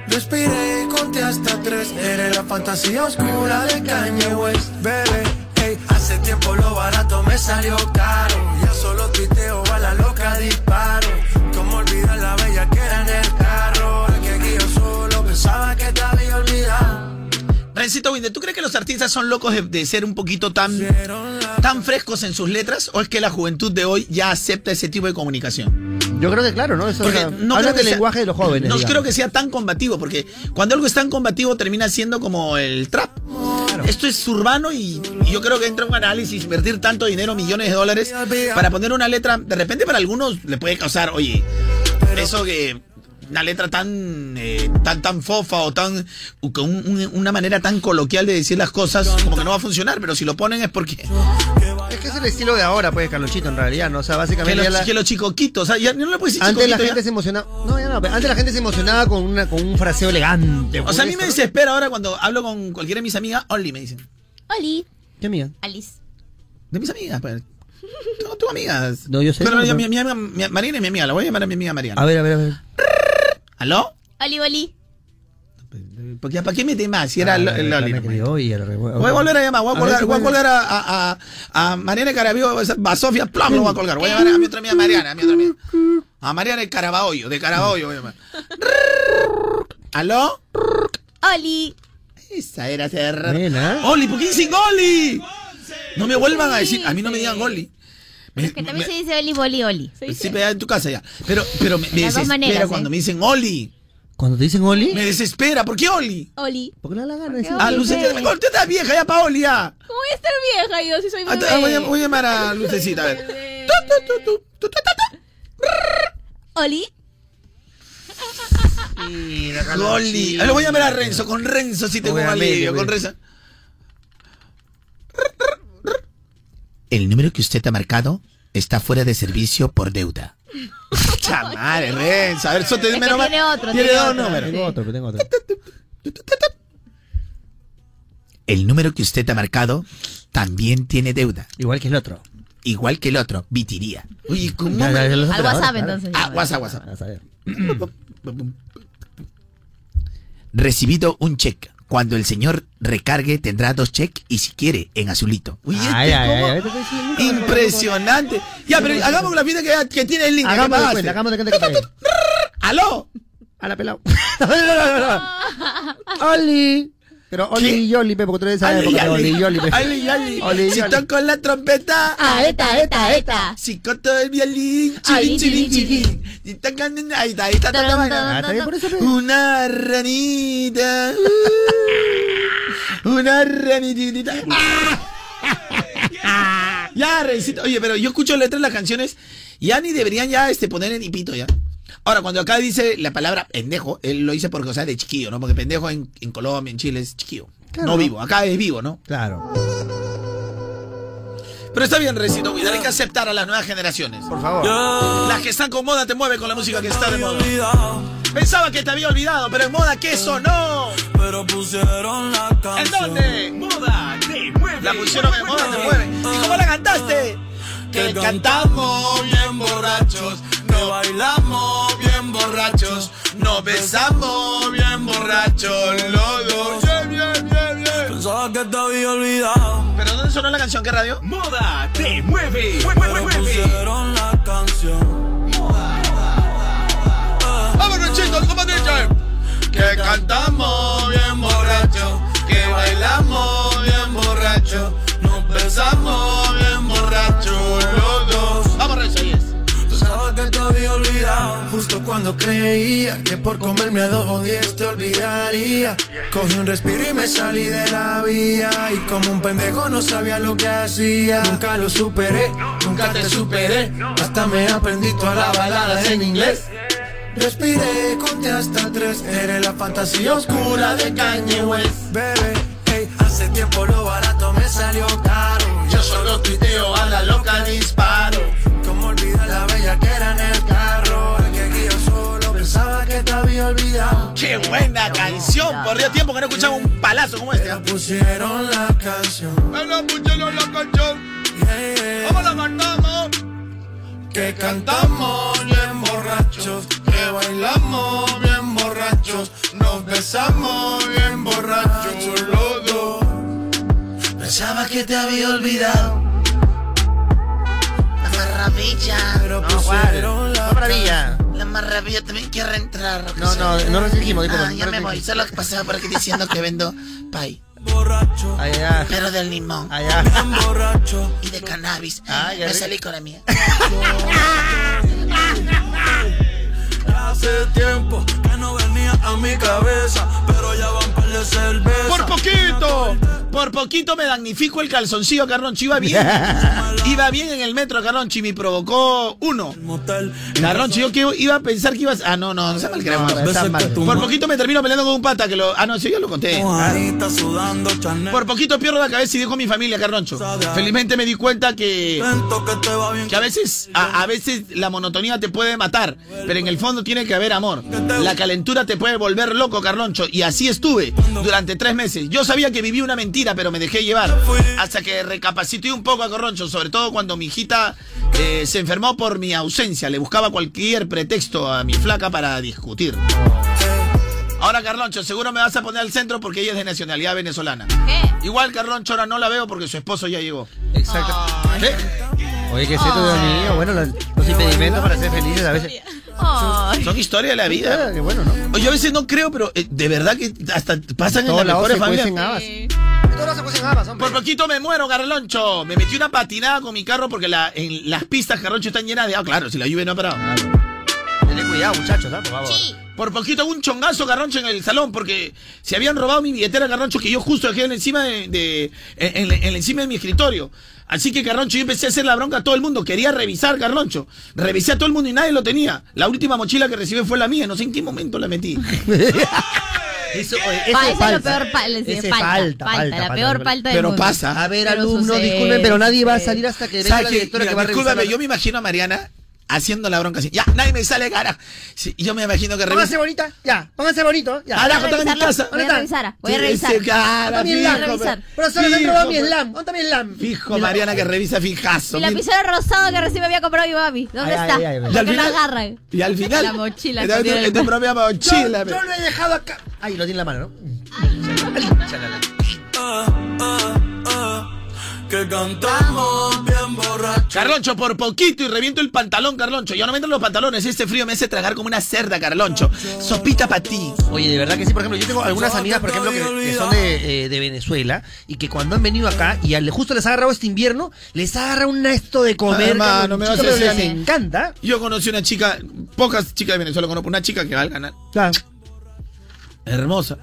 Speaker 9: Respiré y conté hasta tres. Eres la fantasía oscura de Kanye West, bebé.
Speaker 33: Ey, hace tiempo lo barato me salió caro. Ya solo tuiteo a la loca disparo. Como olvidar la bella que era en el carro. Es que aquí yo solo pensaba que te había olvidado.
Speaker 3: Rencito Winder, ¿tú crees que los artistas son locos de, de ser un poquito tan, tan frescos en sus letras? ¿O es que la juventud de hoy ya acepta ese tipo de comunicación?
Speaker 1: Yo creo que claro, ¿no? Eso
Speaker 3: Porque
Speaker 1: o sea,
Speaker 3: no
Speaker 1: habla
Speaker 3: creo que
Speaker 1: del
Speaker 3: sea-
Speaker 1: lenguaje de los jóvenes.
Speaker 3: No
Speaker 1: digamos.
Speaker 3: creo que sea tan combativo, porque cuando algo es tan combativo termina siendo como el trap. Esto es urbano y, y yo creo que entra un análisis, invertir tanto dinero, millones de dólares, para poner una letra, de repente para algunos le puede causar, oye, eso que una letra tan eh, tan tan fofa o tan o con un- un- una manera tan coloquial de decir las cosas como que no va a funcionar pero si lo ponen es porque
Speaker 1: Es que es el estilo de ahora, pues, Carlonchito, en realidad, ¿no? O sea, básicamente.
Speaker 3: que los,
Speaker 1: ya la-
Speaker 3: que los chicoquitos o sea ya no le puedes decir
Speaker 1: Antes la
Speaker 3: chicoquito ya.
Speaker 1: gente se emocionaba. No, ya no, pero antes la gente se emocionaba con una con un fraseo elegante.
Speaker 3: o sea a
Speaker 1: con
Speaker 3: mí me
Speaker 1: esto,
Speaker 3: desespera ahora cuando hablo con cualquiera de mis amigas Only me dicen
Speaker 6: Oli,
Speaker 1: ¿no? ¿Qué amiga?
Speaker 6: Alice.
Speaker 3: de mis amigas pues. no tengo amigas
Speaker 1: No, yo sé.
Speaker 3: Pero
Speaker 1: no,
Speaker 3: mi-
Speaker 1: no.
Speaker 3: mi- mi amiga- mi- Mariana es mi amiga la voy a llamar a mi amiga Mariana
Speaker 1: A ver, a ver, a ver.
Speaker 3: aló
Speaker 6: Oli, Oli.
Speaker 3: porque ya, para qué mete más si era
Speaker 1: Ah,
Speaker 3: lo- el Loli nomás. Voy
Speaker 1: Voy
Speaker 3: a volver a llamar, voy a,
Speaker 1: ver
Speaker 3: colgar,
Speaker 1: si
Speaker 3: voy a
Speaker 1: vuelve.
Speaker 3: colgar a, a, a, a Mariana Caraballo, a Sofía Plum lo voy a colgar. Voy a llamar a mi otra amiga Mariana, a mi otra amiga. A Mariana de Caraballo, de Caraballo voy a llamar. ¿Aló?
Speaker 6: Oli.
Speaker 3: Esa era hace rato.
Speaker 1: Buena.
Speaker 3: Oli, ¿por qué dicen Oli? No me vuelvan a decir, a mí no me digan Oli. Me-
Speaker 6: Que
Speaker 3: me-
Speaker 6: también se dice Oli, Boli, Oli.
Speaker 3: Sí, pero ya en tu casa ya. Pero, pero me, me
Speaker 6: De las dos
Speaker 3: desespera
Speaker 6: maneras, ¿eh?
Speaker 3: cuando me dicen Oli.
Speaker 1: Cuando te dicen Oli.
Speaker 3: Me desespera, ¿por qué Oli?
Speaker 6: Oli.
Speaker 1: ¿Por qué no la gana?
Speaker 3: Ah, Lucecita,
Speaker 6: ¿Cómo
Speaker 3: tú estás vieja ya, Paoli, ya.
Speaker 6: voy a estar vieja yo si soy
Speaker 3: Ah,
Speaker 6: bebé?
Speaker 3: voy, a, voy a llamar a Lucecita, a ver.
Speaker 6: Oli.
Speaker 3: Goli. Ah, Lo voy a llamar a Renzo. Con Renzo sí tengo un
Speaker 1: Obviamente,
Speaker 3: alivio. Con
Speaker 1: pues.
Speaker 3: Renzo. El número que usted ha marcado está fuera de servicio por deuda. Chamare, Renzo. A ver, eso te
Speaker 6: Es que
Speaker 3: menos mal-
Speaker 6: tiene otro,
Speaker 3: Tiene
Speaker 6: tiene
Speaker 3: dos
Speaker 6: otro,
Speaker 3: números.
Speaker 1: Tengo otro, pero tengo otro.
Speaker 3: El número que usted ha marcado también tiene deuda.
Speaker 1: Igual que el otro.
Speaker 3: Igual que el otro, vitiría. Oye, ¿cómo?
Speaker 1: Ya, ya, ya los
Speaker 6: Al
Speaker 1: operadores,
Speaker 6: WhatsApp,
Speaker 1: claro.
Speaker 6: entonces.
Speaker 3: Ah,
Speaker 6: llama.
Speaker 3: WhatsApp, WhatsApp.
Speaker 1: Vas a ver.
Speaker 3: Mm. Recibido un cheque. Cuando el señor recargue tendrá dos cheques y si quiere, en azulito. Uy, este
Speaker 1: Ay, ay,
Speaker 3: cómo-
Speaker 1: ay, vete, vete, vete.
Speaker 3: Impresionante. Ya, pero hagamos la fiesta que, que tiene el link.
Speaker 1: Hagamos
Speaker 3: ¿Qué
Speaker 1: de
Speaker 3: más
Speaker 1: cuenta,
Speaker 3: hace?
Speaker 1: hagamos de cuenta que está
Speaker 3: ¡Aló!
Speaker 1: A la pelao. No, no, no, no, no. Oli. Pero Oli y Yoli, pe, porque tú eres de esa
Speaker 3: Ali,
Speaker 1: época. Oli
Speaker 3: ali.
Speaker 1: y Yoli, pe.
Speaker 3: Ali, ali.
Speaker 1: Oli y
Speaker 3: Si
Speaker 1: Yoli.
Speaker 3: toco la trompeta.
Speaker 6: Ah, eta, eta, eta.
Speaker 3: Si coto el violín.
Speaker 6: Ali,
Speaker 3: Chirin, chirin,
Speaker 6: chirin,
Speaker 3: chirin. Si tocan. Ahí está, ahí está. toda la
Speaker 6: Tarán,
Speaker 3: vaina.
Speaker 6: tarán,
Speaker 1: Ah, está bien por eso, pe.
Speaker 3: Una ranita. Uh. Una ranitita. ¡Ah! Ya, Rencito. Oye, pero yo escucho letras de las canciones. Ya ni deberían ya este, poner en hipito ya. Ahora, cuando acá dice la palabra pendejo, él lo dice porque, o sea, de chiquillo, ¿no? Porque pendejo en, en Colombia, en Chile es chiquillo.
Speaker 1: Claro.
Speaker 3: No vivo. Acá es vivo, ¿no?
Speaker 1: Claro.
Speaker 3: Pero está bien, Rencito. Cuidado, hay que aceptar a las nuevas generaciones.
Speaker 1: Por favor.
Speaker 3: Las que están con moda te mueven con la música que está de moda. Pensaba que te había olvidado, pero en moda que eso no.
Speaker 10: Pero pusieron la canción.
Speaker 3: ¿En dónde? Moda te mueve. La pusieron en moda te mueve. ¿Y cómo la cantaste?
Speaker 10: Que cantamos bien borrachos, no bailamos bien borrachos, nos besamos bien borrachos los dos. Bien, bien, bien, bien. Pensaba que te había olvidado.
Speaker 3: ¿Pero dónde sonó la canción? ¿Qué radio?
Speaker 10: Moda te mueve, Pero pusieron la canción. Eh.
Speaker 3: Vámonos chicos, ¿cómo dice?
Speaker 10: Que cantamos bien borrachos, que bailamos bien borrachos, nos besamos bien borrachos los dos.
Speaker 3: Vamos, Reyes.
Speaker 33: Pensaba que te había olvidado Justo cuando creía que por comerme a dos o diez te olvidaría Cogí un respiro y me salí de la vía Y como un pendejo no sabía lo que hacía Nunca lo superé, nunca te superé Hasta me aprendí todas las baladas en inglés Respiré, conté hasta tres Eres la fantasía oscura de Kanye West Bebé, hey, hace tiempo lo barato me salió caro Yo solo tuiteo a la loca disparo Como olvidar la bella que era en el carro Es que aquí yo solo pensaba que te había olvidado
Speaker 3: Qué buena canción. Por Dios, tiempo que no escuchaba un palazo como este. ¿ah?
Speaker 33: Pusieron la canción
Speaker 10: Pero pusieron la canción.
Speaker 33: yeah, yeah.
Speaker 10: ¿Cómo la cantamos?
Speaker 33: Que cantamos bien borrachos Que bailamos bien borrachos Nos besamos bien borrachos los dos
Speaker 9: Pensaba que te había olvidado.
Speaker 2: La maravilla.
Speaker 9: Pero
Speaker 1: No,
Speaker 9: pusieron
Speaker 1: ¿cuál?
Speaker 9: la
Speaker 1: La maravilla.
Speaker 2: La maravilla también quiere entrar.
Speaker 1: No, no, no restringimos, dijo,
Speaker 2: Ah,
Speaker 1: no
Speaker 2: ya me voy.
Speaker 1: restringimos.
Speaker 2: Solo que pasaba por aquí diciendo que vendo pay. Pero del limón. Y de cannabis.
Speaker 9: ya
Speaker 2: me
Speaker 9: vi.
Speaker 2: salí con la mía.
Speaker 10: Hace tiempo que no venía a mi cabeza, pero ya van par de cerveza.
Speaker 3: Por poquito, por poquito me damnifico el calzoncillo, Carlonchi. Iba bien. Iba bien en el metro, Carlonchi. Me provocó uno. Carlonchi, yo que iba a pensar que ibas. Ah, no, no, no se malcreó.
Speaker 10: No, está mal.
Speaker 3: Por poquito me termino peleando con un pata que lo. Ah, no, sí, yo lo conté.
Speaker 10: Mojadita, sudando, Chanel.
Speaker 3: Por poquito pierdo la cabeza y dejo a mi familia, Carloncho. Felizmente me di cuenta que. Que a veces, a, a veces la monotonía te puede matar, pero en el fondo tiene que haber amor. La calentura te puede volver loco, Carloncho. Y así estuve durante tres meses. Yo sabía que viví una mentira, pero me dejé llevar. Hasta que recapacité un poco a Carloncho, sobre todo cuando mi hijita eh, se enfermó por mi ausencia. Le buscaba cualquier pretexto a mi flaca para discutir. Ahora, Carloncho, seguro me vas a poner al centro porque ella es de nacionalidad venezolana. Igual, Carloncho, ahora no la veo porque su esposo ya llegó.
Speaker 1: Exacto.
Speaker 3: ¿Sí?
Speaker 1: Oye, que es esto, Dios mío. Bueno, los, los impedimentos para ser felices a veces.
Speaker 3: Son historias de la vida. Oye, yo a veces no creo, pero eh, de verdad que hasta pasan en
Speaker 1: Todos
Speaker 3: las
Speaker 1: lados
Speaker 3: mejores
Speaker 1: se cuecen
Speaker 3: familias.
Speaker 1: habas.
Speaker 3: Por poquito me muero, Carloncho. Me metí una patinada con mi carro porque la- en las pistas, Carloncho, están llenas de agua. claro, si la lluvia no ha parado.
Speaker 1: Tened cuidado, muchachos, ¿ah? por favor.
Speaker 3: Por poquito un chongazo, Carloncho, en el salón porque se habían robado mi billetera, Carloncho, que yo justo dejé en encima de, de- en, en- en encima de mi escritorio. Así que, Carloncho, yo empecé a hacer la bronca a todo el mundo. Quería revisar, Carloncho. Revisé a todo el mundo y nadie lo tenía. La última mochila que recibí fue la mía. No sé en qué momento la metí. eh,
Speaker 1: Eso,
Speaker 6: Pa, esa es la peor pa- le-
Speaker 1: Ese
Speaker 6: falta,
Speaker 1: falta,
Speaker 6: falta, la peor falta del
Speaker 3: Pero
Speaker 6: mundo.
Speaker 3: pasa.
Speaker 1: A ver,
Speaker 6: Pero
Speaker 1: alumnos,
Speaker 6: sucede,
Speaker 1: disculpen, pero nadie va a
Speaker 6: sucede.
Speaker 1: salir hasta que venga
Speaker 3: ¿Sabes
Speaker 1: la
Speaker 3: qué?
Speaker 1: directora
Speaker 3: Mira,
Speaker 1: que va a revisar.
Speaker 3: discúlpame,
Speaker 1: la-
Speaker 3: yo me imagino a Mariana haciendo la bronca así. Ya, nadie me sale cara. Sí, yo me imagino que
Speaker 14: Póngase
Speaker 3: revisa.
Speaker 14: bonita, ya. Póngase bonito, ya.
Speaker 1: Ah,
Speaker 3: Carajo, estaba en mi casa.
Speaker 6: Voy a revisar, voy a
Speaker 3: Sí,
Speaker 6: revisar.
Speaker 3: ese
Speaker 6: Voy
Speaker 3: cara,
Speaker 6: a
Speaker 3: fijo,
Speaker 6: revisar.
Speaker 3: pero-
Speaker 14: Profesor, le han
Speaker 3: Fijo,
Speaker 14: robado mi
Speaker 3: pero-
Speaker 14: slam. ¿Dónde está mi slam?
Speaker 3: Fijo, Mariana que revisa fijazo.
Speaker 6: Y la
Speaker 3: Mira.
Speaker 6: lapicero rosado que recién me había comprado mi mami. ¿Dónde
Speaker 3: Ay,
Speaker 6: está?
Speaker 3: ay, ay, ay.
Speaker 6: ¿Por
Speaker 3: Y
Speaker 6: qué
Speaker 3: al
Speaker 6: no
Speaker 3: final-
Speaker 6: agarran?
Speaker 3: Y al final.
Speaker 6: La mochila
Speaker 3: Era
Speaker 6: que tiene
Speaker 3: tu,
Speaker 6: en
Speaker 3: es
Speaker 6: el
Speaker 3: tu
Speaker 6: cuerpo.
Speaker 3: propia mochila.
Speaker 14: Yo, yo lo he dejado acá.
Speaker 1: Ahí lo tiene en la mano, ¿no?
Speaker 10: Que cantamos bien borrachos.
Speaker 3: Carloncho, por poquito y reviento el pantalón, Carloncho. Ya no me entran los pantalones. Este frío me hace tragar como una cerda, Carloncho. Sopita para ti.
Speaker 1: Oye, de verdad que sí, por ejemplo, yo tengo algunas amigas, por ejemplo, que, que son de, eh, de Venezuela y que cuando han venido acá y al, justo les ha agarrado este invierno, les agarra un esto de comer.
Speaker 3: Hermano, me
Speaker 1: me
Speaker 3: vas a decir a
Speaker 1: les
Speaker 3: mí.
Speaker 1: encanta.
Speaker 3: Yo conocí una chica, pocas chicas de Venezuela conozco, una chica que va al canal. Hermosa.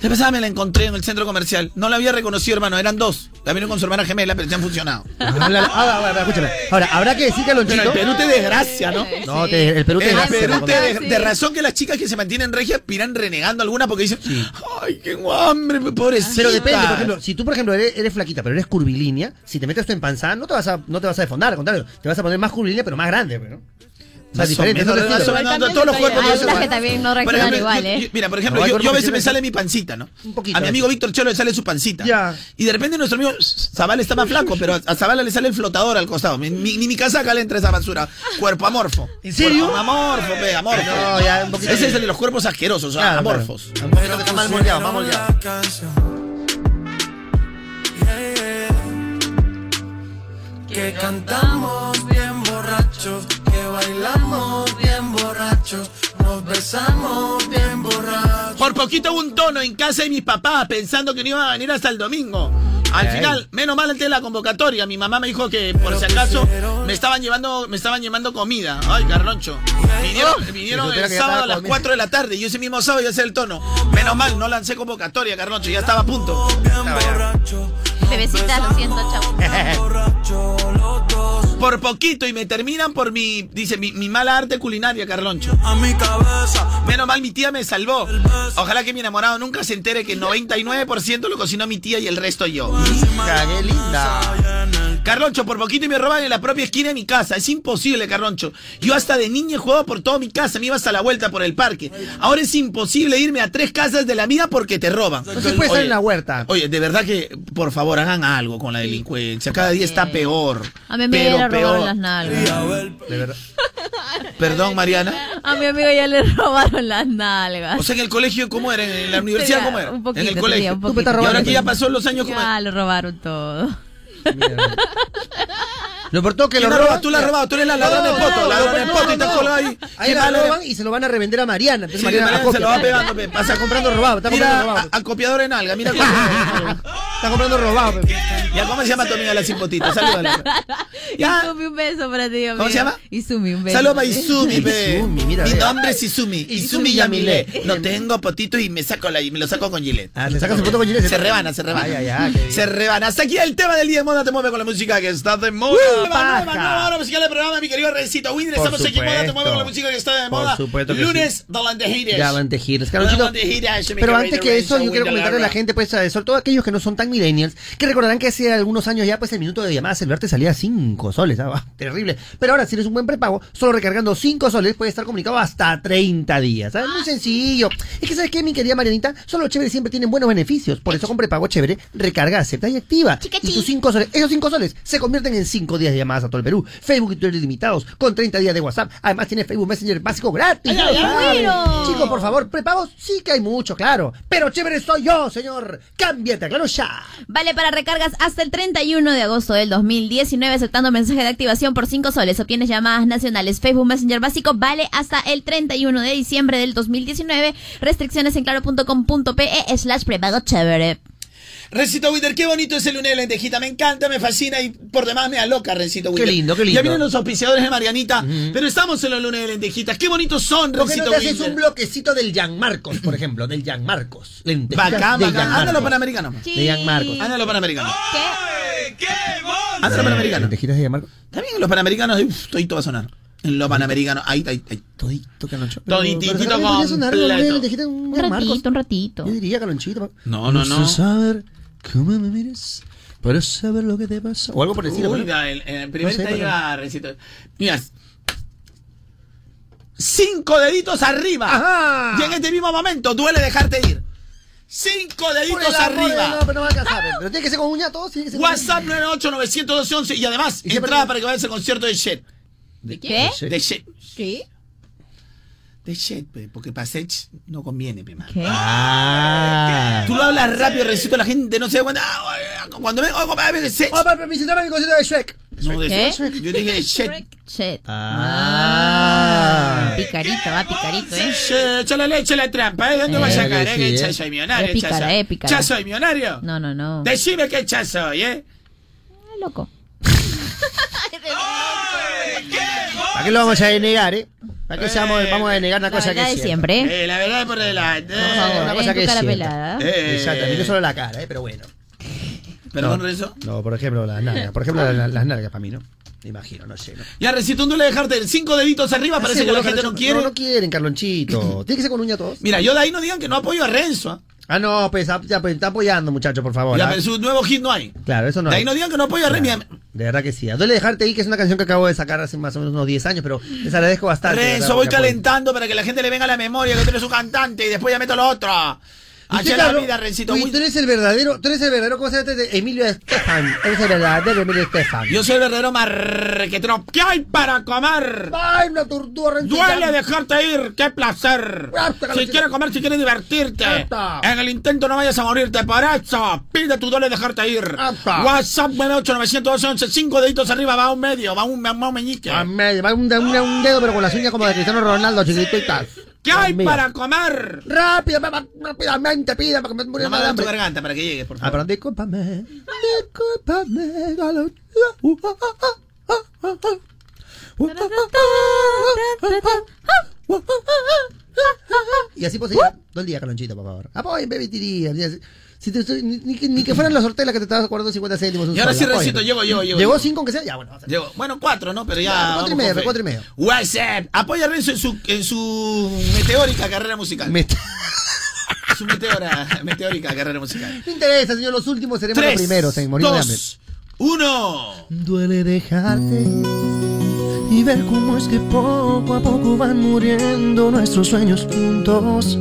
Speaker 3: La pasada me la encontré en el centro comercial. No la había reconocido, hermano. Eran dos. La vino con su hermana gemela, pero se han funcionado.
Speaker 1: Ah, la- ah, ah, ah, escúchame. Ahora, habrá que decir que lo
Speaker 3: Pero el Perú te desgracia, ¿no?
Speaker 1: No, te- el Perú te
Speaker 3: El
Speaker 1: desgracia,
Speaker 3: Perú
Speaker 1: la
Speaker 3: te
Speaker 1: verdad.
Speaker 6: Ah,
Speaker 3: de, de razón que las chicas que se mantienen regias irán renegando alguna porque dicen, ay, qué hambre, pobrecita.
Speaker 1: Pero depende, por ejemplo, si tú, por ejemplo, eres, eres flaquita, pero eres curvilínea, si te metes tú en panza, no te vas a, no te vas a defondar, al contrario, te vas a poner más curvilínea, pero más grande, pues, ¿no? O sea,
Speaker 3: Más o
Speaker 1: diferente,
Speaker 3: menos,
Speaker 1: es otro
Speaker 3: más o
Speaker 1: estilo.
Speaker 3: menos, no, todos los cuerpos
Speaker 6: Hay
Speaker 3: no se
Speaker 6: otras que
Speaker 3: van.
Speaker 6: también no
Speaker 3: Por
Speaker 6: reaccionan
Speaker 3: ejemplo,
Speaker 6: igual,
Speaker 3: yo-
Speaker 6: ¿eh?
Speaker 3: yo- mira, por ejemplo,
Speaker 1: No, hay
Speaker 3: yo, yo a
Speaker 1: cuerpos que
Speaker 3: veces me
Speaker 1: siempre-
Speaker 3: sale mi pancita, ¿no?
Speaker 1: poquito,
Speaker 3: a mi
Speaker 1: a
Speaker 3: amigo Víctor Chelo le sale su pancita.
Speaker 1: Ya.
Speaker 3: Y de repente nuestro amigo Zavala está más flaco, pero a, a Zavala le sale el flotador al costado. Mi- mi- Ni mi, casaca le entra esa basura. Cuerpo amorfo. ¿En serio? amorfo, pe, amorfo.
Speaker 1: No, ya, un poquito.
Speaker 3: Ese es el de los cuerpos asquerosos, o sea,
Speaker 1: Claro, claro.
Speaker 3: amorfos.
Speaker 1: Un poquito que está mal moldeado, mal moldeado.
Speaker 10: Que cantamos bien borrachos, que bailamos bien borrachos, nos besamos bien borrachos.
Speaker 3: Por poquito hubo un tono en casa de mis papás pensando que no iba a venir hasta el domingo. Al
Speaker 1: Ey.
Speaker 3: final, menos mal antes de la convocatoria, mi mamá me dijo que por si acaso me estaban llevando, me estaban llevando comida. Ay, Carloncho. Vinieron,
Speaker 1: Si supiera
Speaker 3: vinieron el
Speaker 1: Oh. que ya
Speaker 3: sábado
Speaker 1: estaba
Speaker 3: a las
Speaker 1: comiendo.
Speaker 3: 4 de la tarde y ese mismo sábado ya sé el tono. Menos mal, no lancé convocatoria, Carloncho, ya estaba a punto.
Speaker 6: Bebecita, lo siento, chao.
Speaker 3: Por poquito y me terminan por mi, dice, mi, mi mala arte culinaria, Carloncho.
Speaker 10: A mi cabeza
Speaker 3: Menos mal mi tía me salvó. Ojalá que mi enamorado nunca se entere que el 99% lo cocinó mi tía y el resto yo.
Speaker 1: qué linda.
Speaker 3: Carloncho, por poquito y me roban en la propia esquina de mi casa. Es imposible, Carloncho. Yo hasta de niña jugaba por toda mi casa, me iba hasta la vuelta por el parque. Ahora es imposible irme a tres casas de la mía porque te roban.
Speaker 1: No se puede estar en la huerta.
Speaker 3: Oye, de verdad que, por favor, hagan algo con la delincuencia. Cada día está peor.
Speaker 6: A mí me
Speaker 3: Pero
Speaker 6: hubiera robado
Speaker 3: peor.
Speaker 6: las nalgas.
Speaker 1: De verdad.
Speaker 3: Perdón, Mariana.
Speaker 6: A mi amigo ya le robaron las nalgas.
Speaker 3: O sea, en el colegio, ¿cómo era? ¿En la universidad,
Speaker 6: Ah. Tenía
Speaker 3: cómo era?
Speaker 6: un poquito,
Speaker 3: en el
Speaker 6: tenía
Speaker 3: colegio.
Speaker 6: un Tú me estás
Speaker 3: y
Speaker 6: robando.
Speaker 3: ahora que ya pasó los años, ¿cómo
Speaker 6: Ya, lo robaron todo.
Speaker 1: Lo importante que
Speaker 3: ¿Quién
Speaker 1: lo
Speaker 3: la roba?
Speaker 1: roban.
Speaker 3: Tú la has robado, tú eres la ladrona de poto, ladrona de poto, y estás colgada ahí.
Speaker 1: Ahí
Speaker 3: Qué
Speaker 1: la
Speaker 3: mala-
Speaker 1: roban y se lo van a revender a Mariana. Entonces
Speaker 3: Sí, Mariana se
Speaker 1: copia.
Speaker 3: lo va pegando, pe.
Speaker 1: Pasa comprando robado, está
Speaker 3: Mira,
Speaker 1: comprando robado.
Speaker 3: a- al copiador en alga, mira. está comprando robado. Ya, ¿cómo se llama tu amiga la simpotita? Salúdala.
Speaker 6: Izumi, un beso para ti, amigo.
Speaker 3: ¿Cómo se llama?
Speaker 6: Izumi, un beso.
Speaker 3: Saludos a Izumi, pe.
Speaker 1: Izumi, mira,
Speaker 3: Mi
Speaker 1: vea.
Speaker 3: nombre es Izumi. Izumi Yamile. No tengo potito y me saco la, me lo saco con Gillette.
Speaker 1: Ah, le sacas el poto con Gillette.
Speaker 3: Se rebana, se rebana.
Speaker 1: Ay, ay, ay, qué bien.
Speaker 3: se rebana. Hasta aquí el tema del día de moda. Te mueve con la música que está de moda.
Speaker 1: Uh,
Speaker 3: Nueva,
Speaker 1: paja.
Speaker 3: nueva, nueva hora musical del programa, mi querido Rencito Winner.
Speaker 1: Por
Speaker 3: Estamos aquí en moda. Te
Speaker 1: supuesto.
Speaker 3: mueve con la música que está de
Speaker 1: Por
Speaker 3: moda.
Speaker 1: supuesto que sí.
Speaker 3: Lunes, Dalante Haters.
Speaker 1: Ya van tejidas. Carlonchito,
Speaker 3: Van de giras, mi
Speaker 1: pero
Speaker 3: querido
Speaker 1: antes que eso,
Speaker 3: Renzo
Speaker 1: yo quiero comentarle a la
Speaker 3: Winterlarra.
Speaker 1: gente, pues, eh, sobre todo aquellos que no son tan millennials, que recordarán que hace algunos años ya, pues, el minuto de llamada celular te salía a 5 soles. ah, bah, Terrible. Pero ahora, si eres un buen prepago, solo recargando 5 soles puedes estar comunicado hasta 30 días. ¿sabes? Muy sencillo. Es que, ¿sabes qué, mi querida Marianita? Solo los chéveres siempre tienen buenos beneficios. Por eso, con prepago chévere, recarga, acepta y activa. Y tus 5 soles, esos 5 soles, se convierten en 5 días de llamadas a todo el Perú. Facebook y Twitter limitados, con 30 días de WhatsApp. Además, tienes Facebook Messenger básico gratis.
Speaker 6: ¡Ay,
Speaker 1: ya lo
Speaker 6: ay, ay,
Speaker 1: sabes.
Speaker 6: güero!
Speaker 1: Chicos, por favor, prepagos sí que hay mucho, claro. Pero chévere soy yo, señor. Cámbiate, claro ya.
Speaker 6: Vale para recargas hasta el 31 de agosto del 2019, aceptando mensaje de activación por 5 soles. Obtienes llamadas nacionales. Facebook Messenger básico vale hasta el 31 de diciembre del 2019. Restricciones en claro.com.pe slash prepago chévere.
Speaker 3: Rencito Winter, qué bonito ese lunes de lentejita. Me encanta, me fascina y por demás me aloca, Rencito Winter.
Speaker 1: lindo, qué lindo.
Speaker 3: Ya vienen los auspiciadores de Marianita, pero estamos en los lunes de lentejitas. Qué bonitos son,
Speaker 1: ¿Por qué no
Speaker 3: Rencito
Speaker 1: te haces un
Speaker 3: Winter.
Speaker 1: bloquecito del Jan Marcos, por ejemplo? Del Jan Marcos. Lentejitas
Speaker 3: Bacán,
Speaker 1: de
Speaker 3: bacán.
Speaker 1: Jan
Speaker 3: Anda los
Speaker 1: Marcos.
Speaker 3: panamericanos.
Speaker 1: De Jan Marcos.
Speaker 3: Anda los
Speaker 1: Ah,
Speaker 3: panamericanos.
Speaker 1: Anda los
Speaker 3: Ah, Panamericanos.
Speaker 1: Lentejitas de Jan Marcos.
Speaker 3: También en los panamericanos, uf, todito va a sonar. En los panamericanos, ahí, ahí, ahí.
Speaker 1: Todito, Caloncho.
Speaker 3: Toditito
Speaker 1: Pero, pero, ¿podría sonar
Speaker 3: completo.
Speaker 1: los lentejitas de un Jan Marcos?
Speaker 6: un ratito.
Speaker 1: Yo diría, Calonchito.
Speaker 3: No, no, no.
Speaker 1: Quiero saber cómo me mires para saber lo que te pasa. O algo por el estilo.
Speaker 3: Uy,
Speaker 1: pero-
Speaker 3: da, el, el primer
Speaker 1: No sé,
Speaker 3: te
Speaker 1: pero-
Speaker 3: diga, Rencito. Mira. Cinco deditos arriba. Y en este mismo momento duele dejarte ir. Cinco deditos
Speaker 1: Por el amor de-
Speaker 3: arriba. ¡Ah!
Speaker 1: No, pero no va a alcanzar. pero tiene que ser con uña todo, tiene que ser con uña.
Speaker 3: WhatsApp 998 912 11 y además entrada para que vayas al concierto de Shed.
Speaker 6: ¿De qué?
Speaker 3: De Shed.
Speaker 6: ¿Qué?
Speaker 3: De Shed, pe, porque para Shed no conviene, mi hermano.
Speaker 1: Ah.
Speaker 3: Tú lo hablas rápido, recito la gente, no se da cuenta. Ah, ah, Cuando me oigo, me de Shed.
Speaker 1: Oh, pero me visitaba mi concierto de Shrek.
Speaker 3: No, de
Speaker 6: ¿Qué?
Speaker 3: Shed. Yo dije de Shed.
Speaker 6: Shit.
Speaker 1: Ah.
Speaker 6: Picarito, va picarito, ¿eh?
Speaker 3: Shed, Échale leche, échale trampa, ¿eh? ¿Dónde
Speaker 6: Eh,
Speaker 3: vas a caer?
Speaker 6: que
Speaker 3: eh?
Speaker 6: sí,
Speaker 3: Que
Speaker 6: eh.
Speaker 3: ya soy millonario.
Speaker 6: Es pícara,
Speaker 3: ya soy-
Speaker 6: eh, pícara.
Speaker 3: Ya soy millonario.
Speaker 6: No, no, no.
Speaker 3: Decime que ya soy, ¿eh?
Speaker 6: Ah, loco.
Speaker 1: ¿Para qué lo vamos a denegar, eh? ¿Para qué se vamos, vamos a denegar una
Speaker 6: La
Speaker 1: cosa que
Speaker 6: verdad de
Speaker 1: es cierta?
Speaker 6: siempre.
Speaker 3: Eh, la verdad por delante.
Speaker 6: Por favor,
Speaker 1: Una
Speaker 6: eh,
Speaker 1: cosa
Speaker 6: tu
Speaker 1: que es
Speaker 6: cara
Speaker 1: cierta.
Speaker 6: pelada.
Speaker 3: Eh.
Speaker 1: Exactamente, no solo la cara, eh, pero bueno.
Speaker 3: Perdón,
Speaker 1: No.
Speaker 3: Renzo.
Speaker 1: No, por ejemplo, las nalgas. Por ejemplo, la- la- las nalgas para mí, ¿no? Me imagino, no sé. ¿no?
Speaker 3: Ya, recito, tú le dejarte cinco deditos arriba, Ah, parece que
Speaker 1: Seguro,
Speaker 3: la gente no
Speaker 1: Carloncho-
Speaker 3: quiere.
Speaker 1: No, no quieren, Carlonchito. Tiene que ser con uña todos.
Speaker 3: Mira, yo de ahí no digan que no apoyo a Renzo. ¿ah?
Speaker 1: Ah, no, pues ah, ya, pues, está apoyando, muchachos, por favor.
Speaker 3: Ya,
Speaker 1: ah.
Speaker 3: pero su nuevo hit no hay.
Speaker 1: Claro, eso no
Speaker 3: de ahí
Speaker 1: hay.
Speaker 3: no digan que no apoyo a Renzo.
Speaker 1: Claro. De verdad que sí. A Duele dejarte ahí, que es una canción que acabo de sacar hace más o menos unos 10 años, pero les agradezco bastante. de verdad,
Speaker 3: Renzo, voy
Speaker 1: porque apoyan.
Speaker 3: calentando para que la gente le venga a la memoria que tú eres un cantante y después ya meto lo otro.
Speaker 1: Y tú,
Speaker 3: Hacia la
Speaker 1: claro,
Speaker 3: vida, Rencito.
Speaker 1: tú, tú eres el verdadero, tú eres el verdadero, ¿cómo se llama? este? Emilio Estefan. Eres el verdadero Emilio Estefan.
Speaker 3: Yo soy el verdadero marquetero. ¿Qué hay para comer?
Speaker 1: ¡Ay, una tortuga, Renzo!
Speaker 3: Duele
Speaker 1: Ya.
Speaker 3: dejarte ir, qué placer.
Speaker 1: Basta,
Speaker 3: Si quieres comer, si quieres divertirte. En el intento no vayas a morirte, por eso. Pide tu duele dejarte ir. WhatsApp 98911, cinco deditos arriba, va a un medio, va a un, va a un meñique.
Speaker 1: A medio, va un, de- un- un dedo, pero con las uñas como de Cristiano Ronaldo, chiquito y tal.
Speaker 3: ¿Qué hay
Speaker 1: Amigo.
Speaker 3: para comer?
Speaker 1: Rápido, papá, rápidamente, pida, porque me
Speaker 3: No
Speaker 1: murió
Speaker 3: me
Speaker 1: de
Speaker 3: hagas tu
Speaker 1: hambre.
Speaker 3: garganta para que llegue, por
Speaker 1: Ah,
Speaker 3: favor.
Speaker 1: perdón, discúlpame. Discúlpame, Galón. Uh, ah, ah, ah, ah, ah. Uh, ah, ah, ah, ah, ah, ah, ah. Y así pues todo el día, Calonchito, por favor. Ah, pues, Apoyen, baby tiría. Si te, si- ni, ni que- ni que fueran las hortelas que te estabas guardando 50 céntimos. un
Speaker 3: Y ahora
Speaker 1: sol,
Speaker 3: sí,
Speaker 1: apoyen.
Speaker 3: Rencito, llego, llego, llego,
Speaker 1: Llegó
Speaker 3: llego.
Speaker 1: 5 aunque sea, ya bueno.
Speaker 3: Llego. Bueno, cuatro, ¿no? Pero ya.
Speaker 1: Claro,
Speaker 3: vamos
Speaker 1: cuatro y
Speaker 3: con
Speaker 1: medio,
Speaker 3: fe.
Speaker 1: cuatro y medio.
Speaker 3: WhatsApp. Apoya a Renzo en su, en su meteórica carrera musical. Su meteora, meteórica carrera musical.
Speaker 1: No interesa, señor, los últimos seremos
Speaker 3: Tres,
Speaker 1: los primeros en morir de hambre.
Speaker 3: dos, uno.
Speaker 1: Duele dejarte y ver cómo es que poco a poco van muriendo nuestros sueños juntos.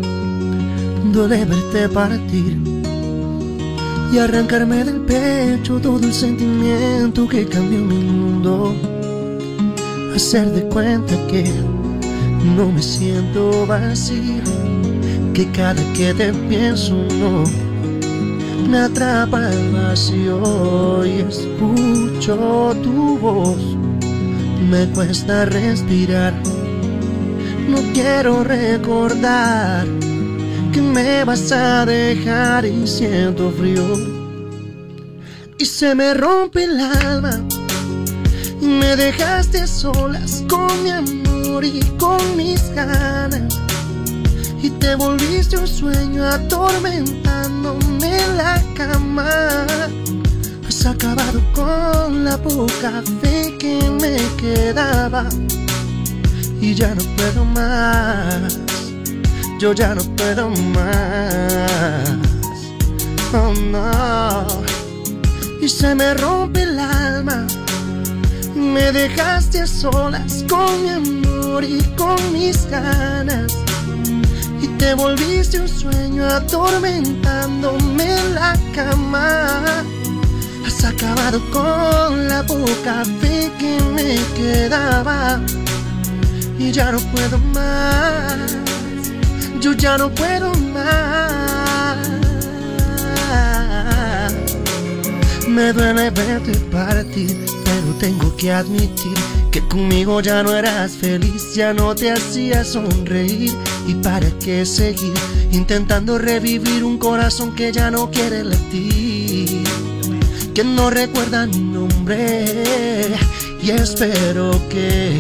Speaker 1: Duele verte partir y arrancarme del pecho todo el sentimiento que cambió mi mundo.
Speaker 9: hacer de cuenta que no me siento vacío, que cada que te pienso no me atrapa el vacío y escucho tu voz, me cuesta respirar, no quiero recordar que me vas a dejar y siento frío y se me rompe el alma. Y me dejaste solas con mi amor y con mis ganas. Y te volviste un sueño atormentándome en la cama. Has acabado con la poca fe que me quedaba. Y ya no puedo más. Yo ya no puedo más. Oh no. Y se me rompe el alma. Me dejaste a solas con mi amor y con mis ganas. Y te volviste un sueño atormentándome en la cama. Has acabado con la poca fe que me quedaba. Y ya no puedo más. Yo ya no puedo más. Me duele verte partir, pero tengo que admitir que conmigo ya no eras feliz, ya no te hacía sonreír. ¿Y para qué seguir intentando revivir un corazón que ya no quiere latir? Que no recuerda mi nombre y espero que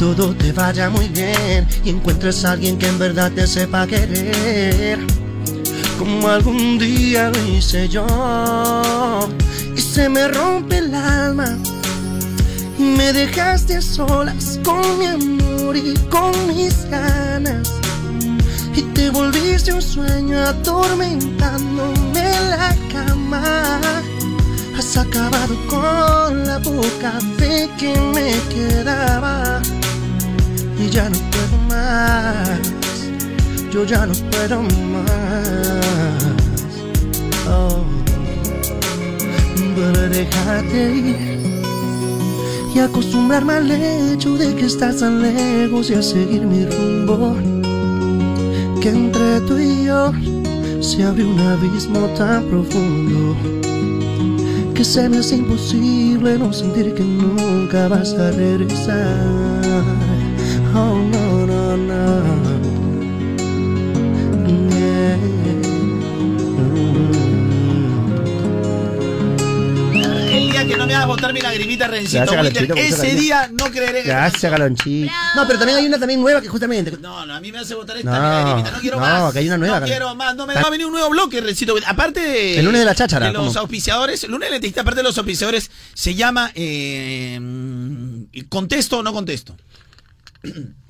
Speaker 9: todo te vaya muy bien y encuentres a alguien que en verdad te sepa querer. Como algún día lo hice yo y se me rompe el alma. Me dejaste a solas con mi amor y con mis ganas. Y te volviste un sueño atormentándome en la cama. Has acabado con la poca fe que me quedaba. Y ya no puedo más. Yo ya no puedo más. Oh. Pero dejarte ir y acostumbrarme al hecho de que estás tan lejos y a seguir mi rumbo. Que entre tú y yo se abre un abismo tan profundo que se me hace imposible no sentir que nunca vas a regresar. Oh no, no, no. Yeah.
Speaker 3: El día que no me hagas botar mi lagrimita, Rencito
Speaker 1: Gracias,
Speaker 3: Winter,
Speaker 1: Galonchito, por esa
Speaker 3: ese
Speaker 1: lagrimita.
Speaker 3: día no creeré que...
Speaker 1: Gracias, Galonchito. No, Ah, pero también hay una también nueva que justamente.
Speaker 3: No, no, a mí me hace votar esta
Speaker 1: No,
Speaker 3: mi lagrimita. No quiero
Speaker 1: no,
Speaker 3: más.
Speaker 1: que hay una nueva,
Speaker 3: No
Speaker 1: Gal-
Speaker 3: quiero más. No me va a venir un nuevo bloque, Rencito Winter. Aparte de.
Speaker 1: El lunes de la cháchara,
Speaker 3: de los
Speaker 1: ¿cómo?
Speaker 3: auspiciadores. El lunes de la entrevista, aparte de los auspiciadores, se llama. eh, mm, ¿Contesto o no contesto?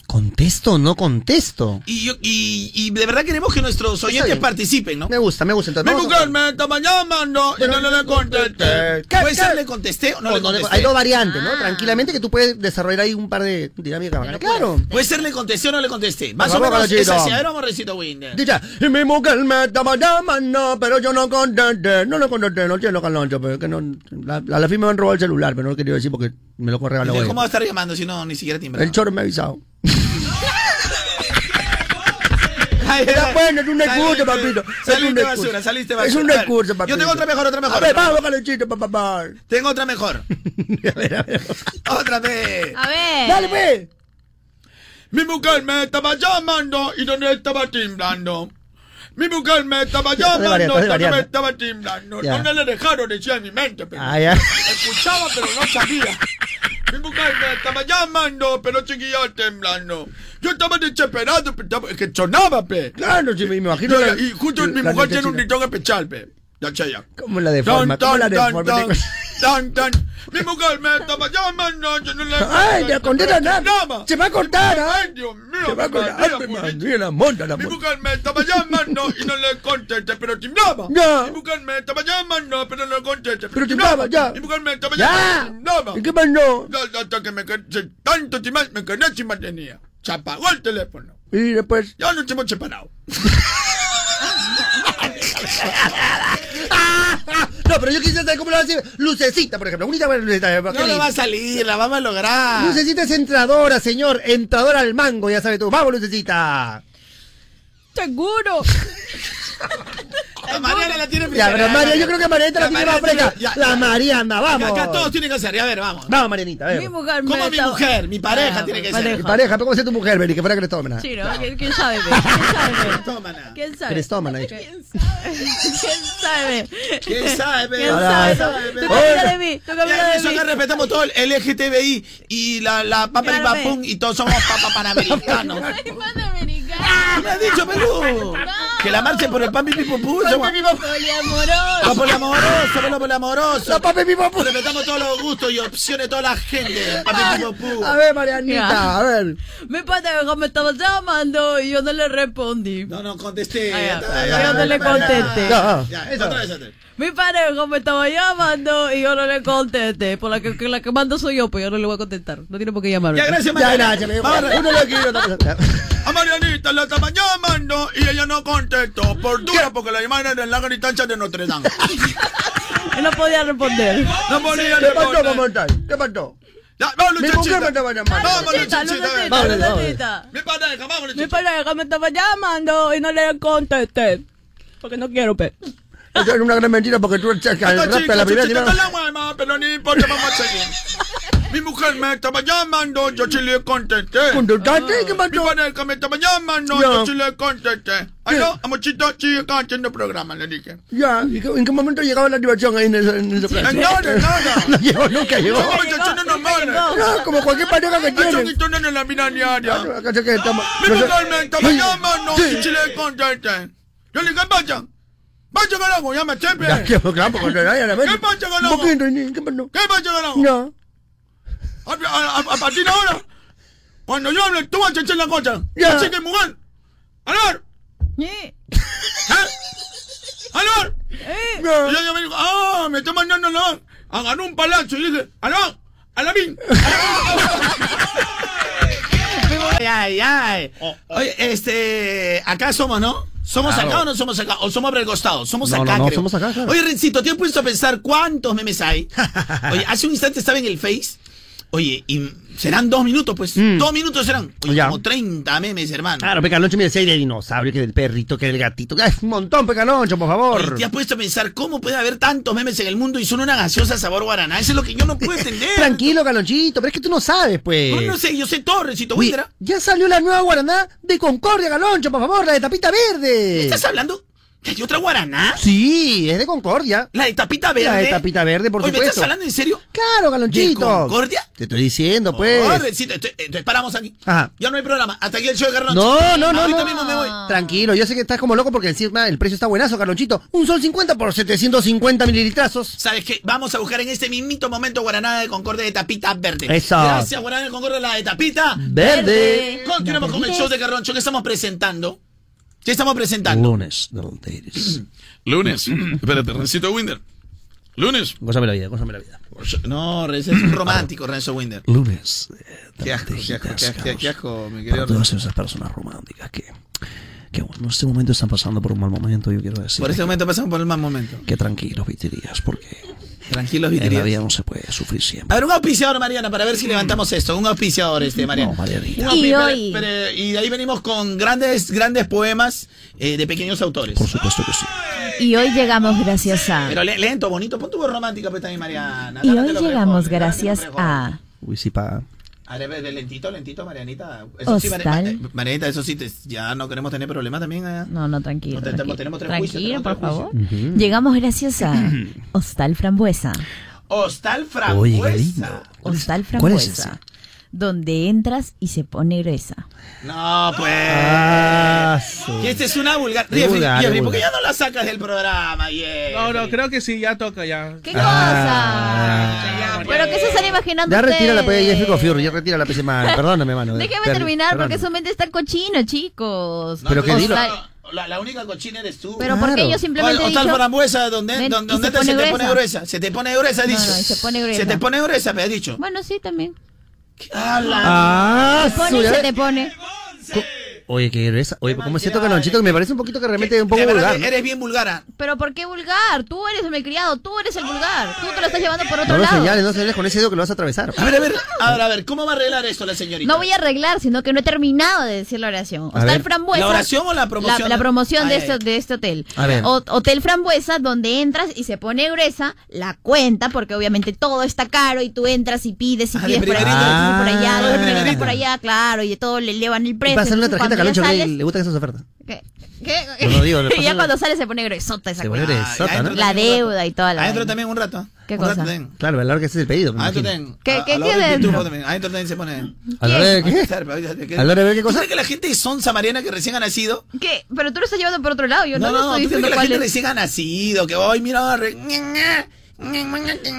Speaker 1: ¿Contesto o no contesto?
Speaker 3: Y, yo- y, y de verdad queremos que nuestros oyentes
Speaker 1: bien.
Speaker 3: participen, ¿no?
Speaker 1: Me gusta, me gusta.
Speaker 3: Mi
Speaker 1: Entonces, vamos a-
Speaker 3: mujer me estaba llamando y no le contesté.
Speaker 1: ¿Qué,
Speaker 3: Puede
Speaker 1: qué?
Speaker 3: ser le contesté o no
Speaker 1: o no
Speaker 3: le
Speaker 1: le-
Speaker 3: contesté. Ah.
Speaker 1: hay dos variantes, ¿no? Tranquilamente que tú puedes desarrollar ahí un par de dinámicas. bacanas. Claro.
Speaker 3: Puede ser le contesté o no le contesté. Más
Speaker 1: Por
Speaker 3: o
Speaker 1: favor,
Speaker 3: menos es
Speaker 1: Gallito.
Speaker 3: así. A ver, vamos, Rencito Winder.
Speaker 1: Dicha, y mi mujer me estaba llamando, pero yo no contesté, no lo contesté, no quiero caloncho, pero que no, la, la, la fin me han robado el celular, pero no lo quería decir porque me lo correga la
Speaker 3: ¿Cómo va a
Speaker 1: web.
Speaker 3: estar llamando si no ni siquiera timbra?
Speaker 1: El chorro me ha avisado.
Speaker 3: Ay,
Speaker 1: Está
Speaker 3: ay,
Speaker 1: bueno, pues, es un
Speaker 3: saliste,
Speaker 1: recurso, papito. Es un
Speaker 3: Saliste
Speaker 1: recurso.
Speaker 3: basura, saliste
Speaker 1: Es
Speaker 3: basura.
Speaker 1: un
Speaker 3: A ver,
Speaker 1: recurso, papito.
Speaker 3: Yo tengo otra mejor, otra mejor.
Speaker 1: A ver,
Speaker 3: otra
Speaker 1: vamos,
Speaker 3: mejor.
Speaker 1: calonchito, papá, papá.
Speaker 3: Tengo otra mejor. Otra vez.
Speaker 6: A ver.
Speaker 1: Dale, pues.
Speaker 3: Mi mujer me estaba llamando y yo no estaba timbrando. Mi mujer me estaba llamando
Speaker 1: variante,
Speaker 3: y yo no me
Speaker 1: variante.
Speaker 3: estaba timbrando.
Speaker 1: Ya.
Speaker 3: No me le dejaron decía en mi mente, pero
Speaker 1: Ah, ya.
Speaker 3: escuchaba pero no sabía. Mi mujer me estaba llamando, pero seguía temblando. Yo estaba desesperado, pero estaba- es que sonaba, pe.
Speaker 1: Claro, sí, me imagino.
Speaker 3: Y-
Speaker 1: la-
Speaker 3: y justo mi
Speaker 1: la
Speaker 3: mujer tiene un
Speaker 1: nochecita.
Speaker 3: ritón especial, pe. La chaya.
Speaker 1: ¿Cómo la deforma? ¿Cómo la deforma?
Speaker 3: Tan,
Speaker 1: Tengo-
Speaker 3: tan, tan. Mi mujer me estaba llamando, yo no le
Speaker 1: Ay, ya condena nada. Se va a cortar, ¿ah?
Speaker 3: Ay, Dios mío.
Speaker 1: Se va a cortar. Ay, me mandé la monta, la
Speaker 3: Mi
Speaker 1: monta.
Speaker 3: mujer me estaba llamando y no le contesté, pero timbraba.
Speaker 1: Ya.
Speaker 3: Mi mujer me estaba llamando, pero no le contesté.
Speaker 1: Pero timbraba, ya.
Speaker 3: Mi mujer me estaba
Speaker 1: Ya.
Speaker 3: llamando, timbraba.
Speaker 1: ¿Y qué pasó?
Speaker 3: Ya, Hasta que me quedé, tanto timar, me quedé sin batería. Se apagó el teléfono.
Speaker 1: Y después.
Speaker 3: Ya nos hemos separado.
Speaker 1: "Ah, No, pero yo quisiera saber cómo lo hace Lucecita, por ejemplo. Bonita, bueno, lucecita,
Speaker 3: No le va a salir, la vamos a lograr.
Speaker 1: Lucecita es entradora, señor. Entradora al mango, ya sabes tú. Vamos, Lucecita.
Speaker 6: Seguro.
Speaker 3: La Mariana la tiene
Speaker 1: Ya, pero María, yo creo que Marianita la, tiene más
Speaker 3: Mariana
Speaker 1: fresca.
Speaker 3: tiene- ya,
Speaker 1: La
Speaker 3: ya.
Speaker 1: Mariana,
Speaker 3: Acá-
Speaker 1: vamos.
Speaker 3: Acá todos tienen que hacer. A ver, vamos.
Speaker 1: Vamos, Marianita, a ver.
Speaker 6: Mi mujer me
Speaker 3: Como mi
Speaker 6: está-
Speaker 3: mujer, mi pareja
Speaker 6: Ah,
Speaker 3: tiene que
Speaker 6: mi
Speaker 3: ser.
Speaker 1: Mi pareja, pero ¿cómo es tu mujer, Beli? Que fuera que le tomen.
Speaker 6: Sí, ¿no? ¿Quién, quién sabe? pe? ¿Quién sabe? pe? ¿Quién sabe?
Speaker 1: Cristómana, dicho.
Speaker 6: ¿Quién sabe?
Speaker 3: ¿Quién sabe?
Speaker 6: ¿Quién
Speaker 3: Ahora,
Speaker 6: sabe? Tú- Tú
Speaker 3: Oye.
Speaker 6: cambias de mí, tú cambias
Speaker 3: Ya,
Speaker 6: de
Speaker 3: eso
Speaker 6: mí.
Speaker 3: acá respetamos todo el LGTBI y la, la papa
Speaker 6: Claro,
Speaker 3: y
Speaker 6: ve.
Speaker 3: papum y todos somos papa panamericanos. ¿Qué me has dicho, Perú? Que la marchen por el pan pipi pupú. somos-
Speaker 6: Poliamoroso.
Speaker 3: La poliamorosa, la poliamorosa. La papi pipopú. Respetamos todos los gustos y opciones de toda la gente. Papi pipopú.
Speaker 1: A ver, Marianita, a ver.
Speaker 6: Mi pareja me estaba llamando y yo no le respondí.
Speaker 3: No, no contesté.
Speaker 6: Ah, ya.
Speaker 3: Ya, ya,
Speaker 6: yo no
Speaker 3: ya,
Speaker 6: le
Speaker 3: ya, ya,
Speaker 6: contesté.
Speaker 3: ya, ya, eso, otra vez, otra vez.
Speaker 6: Mi pareja me estaba llamando y yo no le contesté. Por la que, que la que mando soy yo, pues yo no le voy a contestar. No tiene por qué llamarme.
Speaker 3: Ya, gracias,
Speaker 1: Ya,
Speaker 3: Mariana.
Speaker 1: gracias, me-
Speaker 3: Vamos,
Speaker 1: uno lo quiere, otro-
Speaker 3: A Marianita la estaba llamando y ella no contestó. Por dura, porque la llamada era en la gran de Notre Dame.
Speaker 6: no podía responder.
Speaker 3: No podía
Speaker 1: ¿Qué pasó,
Speaker 3: responder.
Speaker 1: mamá? ¿Qué pasó?
Speaker 3: Ya, vamos,
Speaker 1: Mi
Speaker 3: Luchachita.
Speaker 1: mujer me estaba llamando.
Speaker 3: Vamos,
Speaker 6: Lucita,
Speaker 3: Luchachita,
Speaker 6: Lucita,
Speaker 3: vamos.
Speaker 6: Lucita.
Speaker 3: Mi pareja, vamos,
Speaker 6: Mi pareja me estaba llamando y no le contesté. Porque no quiero, pe.
Speaker 1: Eso es una gran mentira porque tú echas al rap
Speaker 3: Esta
Speaker 1: a la
Speaker 3: chica,
Speaker 1: primera
Speaker 3: chuchita,
Speaker 1: semana.
Speaker 3: está la guayma, pero no importa, vamos a seguir. Mi mujer me estaba llamando, yo sí le contesté.
Speaker 1: ¿Contestaste? ¿Qué
Speaker 3: Mi pareja me estaba llamando,
Speaker 1: Ya.
Speaker 3: yo sí le contesté. Aló, amorcito, sí, acá haciendo programa, le dije.
Speaker 1: Ya, ¿y qué- ¿en qué momento llegaba la diversión ahí en ese, en
Speaker 3: Eh,
Speaker 1: ese plan?
Speaker 3: No, no, no, no.
Speaker 1: No llegó, nunca llegó.
Speaker 3: Somos muchachones normales.
Speaker 1: No, como cualquier pareja que
Speaker 3: Eso
Speaker 1: tiene.
Speaker 3: que tú no en la vida diaria.
Speaker 1: Acá sé que estamos.
Speaker 3: Mi
Speaker 1: no sé-
Speaker 3: mujer me estaba llamando, yo sí le contesté. Yo le dije, vaya, vaya carajo, llama siempre.
Speaker 1: Ya, que- pues, claro, porque no hay a la vez.
Speaker 3: ¿Qué pasa con la
Speaker 1: Un poquito, ni- ¿qué pasó?
Speaker 3: ¿Qué pasa con la
Speaker 1: No.
Speaker 3: A, a- a- a partir de ahora, cuando yo hable, tú vas a echar la cosa.
Speaker 1: Ya.
Speaker 3: Así que, mujer, ¡Alor!
Speaker 6: ¿Eh?
Speaker 14: Ha?
Speaker 3: ¡Alor! Y
Speaker 1: Ya.
Speaker 3: yo, yo me digo, ¡ah! me está mandando Alor.
Speaker 14: Ah,
Speaker 3: Agarró un palazo y dije, ¡Alor! ¡Alamín! ay, ay, ay. Oye, este. Acá somos, ¿no? ¿Somos
Speaker 1: Oh, Claro.
Speaker 3: acá o no somos acá? ¿O somos por el costado? Somos
Speaker 1: No,
Speaker 3: acá,
Speaker 1: no, no,
Speaker 3: creo.
Speaker 1: somos acá, claro.
Speaker 3: Oye, Rencito, ¿te has puesto a pensar cuántos memes hay? Oye, hace un instante estaba en el Face. Oye, y serán dos minutos, pues. Dos minutos serán. Oye,
Speaker 1: Mm. Ya.
Speaker 3: como 30 memes, hermano.
Speaker 1: Claro, Pecanoncho, mira, si hay de dinosaurio, que del perrito, que del gatito. Ah, Es un montón, Pecanoncho, por favor.
Speaker 3: Oye, ¿Te has puesto a pensar cómo puede haber tantos memes en el mundo y son una gaseosa sabor guaraná? Eso es lo que yo no puedo entender.
Speaker 1: Tranquilo, Galonchito, pero es que tú no sabes, pues.
Speaker 3: no, no sé, yo sé todo, Rencito.
Speaker 1: Oye,
Speaker 3: Buitra.
Speaker 1: ya salió la nueva Guaraná de Concordia, Galoncho, por favor, la de tapita verde.
Speaker 3: ¿Estás hablando? ¿Que ¿Hay otra guaraná?
Speaker 1: Sí, es de Concordia.
Speaker 3: ¿La de tapita verde?
Speaker 1: La de tapita verde, por
Speaker 3: Oye, ¿me
Speaker 1: supuesto.
Speaker 3: estás hablando en serio?
Speaker 1: Claro, Galonchito.
Speaker 3: ¿De Concordia?
Speaker 1: Te estoy diciendo, pues.
Speaker 3: Oh, Rencito, entonces- entonces paramos aquí.
Speaker 1: Ajá.
Speaker 3: Ya no hay programa. Hasta aquí el show de Carlos.
Speaker 1: No, no, no,
Speaker 3: Ahorita
Speaker 1: no.
Speaker 3: mismo me voy.
Speaker 1: Tranquilo, yo sé que estás como loco porque encima el precio está buenazo, Carlonchito. Un sol 50 por 750 mililitrazos.
Speaker 3: ¿Sabes qué? Vamos a buscar en este mismito momento Guaraná de Concordia de tapita verde.
Speaker 1: Eso.
Speaker 3: Gracias, Guaraná de Concordia, la de tapita
Speaker 1: Verde.
Speaker 3: Continuamos con el show de Carroncho que estamos presentando. ¿Qué estamos presentando?
Speaker 1: Lunes, no te eres.
Speaker 4: Lunes. Espérate, Rencito Winder. Lunes.
Speaker 1: Gózame la vida, gózame la vida. Ah,
Speaker 3: No, Renzo, es un romántico, Renzo Winder.
Speaker 1: Lunes.
Speaker 3: Qué asco, qué asco, qué asco, qué asco, mi
Speaker 1: Para
Speaker 3: querido
Speaker 1: todas
Speaker 3: Renzo.
Speaker 1: esas personas románticas que, que bueno, en este momento están pasando por un mal momento, yo quiero decir
Speaker 3: Por este momento pasamos por el mal momento.
Speaker 1: que tranquilos, viterías, porque
Speaker 3: Tranquilos,
Speaker 1: en la
Speaker 3: viterías.
Speaker 1: vida no se puede sufrir siempre.
Speaker 3: A ver, un auspiciador, Mariana, para ver si levantamos esto. Un auspiciador, este, Mariana. Un auspici-
Speaker 6: Y
Speaker 3: pero-
Speaker 6: hoy-
Speaker 3: pero- y de ahí venimos con grandes, grandes poemas eh, de pequeños autores. Por
Speaker 1: supuesto que sí.
Speaker 6: Y hoy llegamos gracias a.
Speaker 3: Pero le- lento, bonito. Pon tu voz romántica, pues también, Mariana.
Speaker 6: Y
Speaker 3: Agárrate
Speaker 6: hoy
Speaker 3: los
Speaker 6: llegamos
Speaker 3: frijoles,
Speaker 6: gracias
Speaker 3: agárrate los
Speaker 6: a.
Speaker 1: Uy, sí, pa.
Speaker 3: A ver, ve- ve, lentito, lentito, Marianita. sí, Mari-
Speaker 6: Hostal.
Speaker 3: eh, Marianita, eso sí, te- ya no queremos tener problemas también. eh.
Speaker 6: No, no, tranquilo.
Speaker 3: No, te-
Speaker 6: tranquilo,
Speaker 3: tenemos tres
Speaker 6: Tranquilo,
Speaker 3: juicios, tenemos
Speaker 6: por
Speaker 3: tres
Speaker 6: favor.
Speaker 3: juicios. Ujú.
Speaker 6: Llegamos gracias a Hostal Frambuesa.
Speaker 3: Hostal
Speaker 1: Oye, qué
Speaker 3: Frambuesa.
Speaker 1: lindo.
Speaker 6: Hostal
Speaker 1: ¿Cuál es
Speaker 6: Frambuesa. Donde entras y se pone gruesa.
Speaker 3: No, pues.
Speaker 1: Ah,
Speaker 3: Y esta es una vulgar.
Speaker 1: Qué
Speaker 3: Jeffrey,
Speaker 1: vulgar,
Speaker 3: Jeffrey,
Speaker 1: qué
Speaker 3: ¿por qué ya
Speaker 1: vulgar.
Speaker 3: no la sacas del programa, Jeffrey?
Speaker 4: No, no, creo que sí, ya toca ya.
Speaker 6: ¿Qué
Speaker 3: Ah,
Speaker 6: cosa? ¿Pero qué se están imaginando
Speaker 1: Ah, Ya retira la
Speaker 6: ustedes?
Speaker 1: de Jeffrey Confiurri, ya retira la PC, mano. Ah, Perdóname, mano.
Speaker 6: Déjeme
Speaker 1: Per-
Speaker 6: terminar
Speaker 1: perdón.
Speaker 6: porque su mente está cochino, chicos.
Speaker 1: Pero que dilo.
Speaker 6: Hostal-
Speaker 3: La, la única cochina eres tú.
Speaker 6: Pero porque Claro. yo simplemente
Speaker 3: Oye,
Speaker 6: he
Speaker 3: Hostal
Speaker 6: dicho-
Speaker 3: Frambuesa, donde,
Speaker 6: Ven, y
Speaker 3: donde, donde
Speaker 6: se
Speaker 3: te-
Speaker 6: pone
Speaker 3: se, te pone
Speaker 6: gruesa.
Speaker 3: gruesa. Se te pone gruesa,
Speaker 6: No,
Speaker 3: dicho.
Speaker 6: no, y se pone
Speaker 3: Se
Speaker 6: gruesa.
Speaker 3: te pone gruesa, me has dicho.
Speaker 6: Bueno, sí, también.
Speaker 3: ¡Hala!
Speaker 1: Ah,
Speaker 6: Se pone
Speaker 1: su-
Speaker 6: y
Speaker 1: ya
Speaker 6: se
Speaker 1: ve-
Speaker 6: te pone.
Speaker 1: Oye, qué gruesa. Oye, ¿cómo siento Carlonchito? Que me parece un poquito que realmente un poco
Speaker 3: De verdad
Speaker 1: vulgar.
Speaker 3: que
Speaker 1: ¿no?
Speaker 3: Eres bien vulgar.
Speaker 6: Pero ¿por qué vulgar? Tú eres el malcriado, tú eres el vulgar. Tú te lo estás llevando por otro
Speaker 1: No lo
Speaker 6: lado. Ah,
Speaker 1: señales, no señales con ese dedo que lo vas a atravesar.
Speaker 3: A ver, a ver, a ver, a ver, ¿cómo va a arreglar esto la señorita?
Speaker 6: No voy a arreglar, sino que no he terminado de decir la oración.
Speaker 3: A
Speaker 6: Hotel
Speaker 3: ver.
Speaker 6: Frambuesa.
Speaker 3: ¿La oración o la
Speaker 6: La,
Speaker 3: promoción?
Speaker 6: la promoción de,
Speaker 3: Ay,
Speaker 6: este,
Speaker 3: ay.
Speaker 6: de este hotel.
Speaker 3: A ver.
Speaker 6: Ho- hotel Frambuesa, donde entras y se pone gruesa la cuenta, porque obviamente todo está caro y tú entras y pides y
Speaker 3: Ah,
Speaker 1: de
Speaker 6: pides por aquí,
Speaker 1: primerito.
Speaker 6: y pues. por allá,
Speaker 1: Ah.
Speaker 6: y por aquí, y por allá, claro, y de todo le elevan el
Speaker 1: Y
Speaker 6: precio.
Speaker 1: pásale una
Speaker 6: Entonces,
Speaker 1: tarjeta a
Speaker 6: cuando ya
Speaker 1: Carloncho que
Speaker 6: sales-
Speaker 1: le gustan esas ofertas.
Speaker 6: ¿Qué? ¿Qué?
Speaker 1: No lo digo, le
Speaker 6: y
Speaker 1: pasa
Speaker 6: ya
Speaker 1: la-
Speaker 6: cuando sale se pone gruesota esa
Speaker 1: Se
Speaker 6: cuenta.
Speaker 1: vuelve
Speaker 3: Ah,
Speaker 1: sota, ¿no?
Speaker 6: La deuda y toda la.
Speaker 3: Adentro Ah, también un rato.
Speaker 6: ¿Qué
Speaker 3: Un
Speaker 6: cosa?
Speaker 3: rato también.
Speaker 1: Claro, a la hora que ese es el pedido. me
Speaker 3: Adentro
Speaker 1: imagino.
Speaker 3: también.
Speaker 6: ¿Qué-
Speaker 3: A-
Speaker 6: qué
Speaker 3: a la hora
Speaker 6: tiene
Speaker 3: del
Speaker 6: adentro?
Speaker 3: pitufo también. Adentro también se pone.
Speaker 1: ¿A la hora de qué?
Speaker 3: qué?
Speaker 1: ¿A la hora de qué
Speaker 3: ¿Tú
Speaker 1: cosa?
Speaker 3: crees que la gente son samariana que recién ha nacido?
Speaker 6: ¿Qué? Pero tú lo estás llevando por otro lado. Yo no,
Speaker 3: No,
Speaker 6: le
Speaker 3: no,
Speaker 6: estoy
Speaker 3: ¿tú crees
Speaker 6: diciendo
Speaker 3: que la
Speaker 6: cuál
Speaker 3: gente
Speaker 6: es.
Speaker 3: recién ha nacido? Que hoy, mira, re-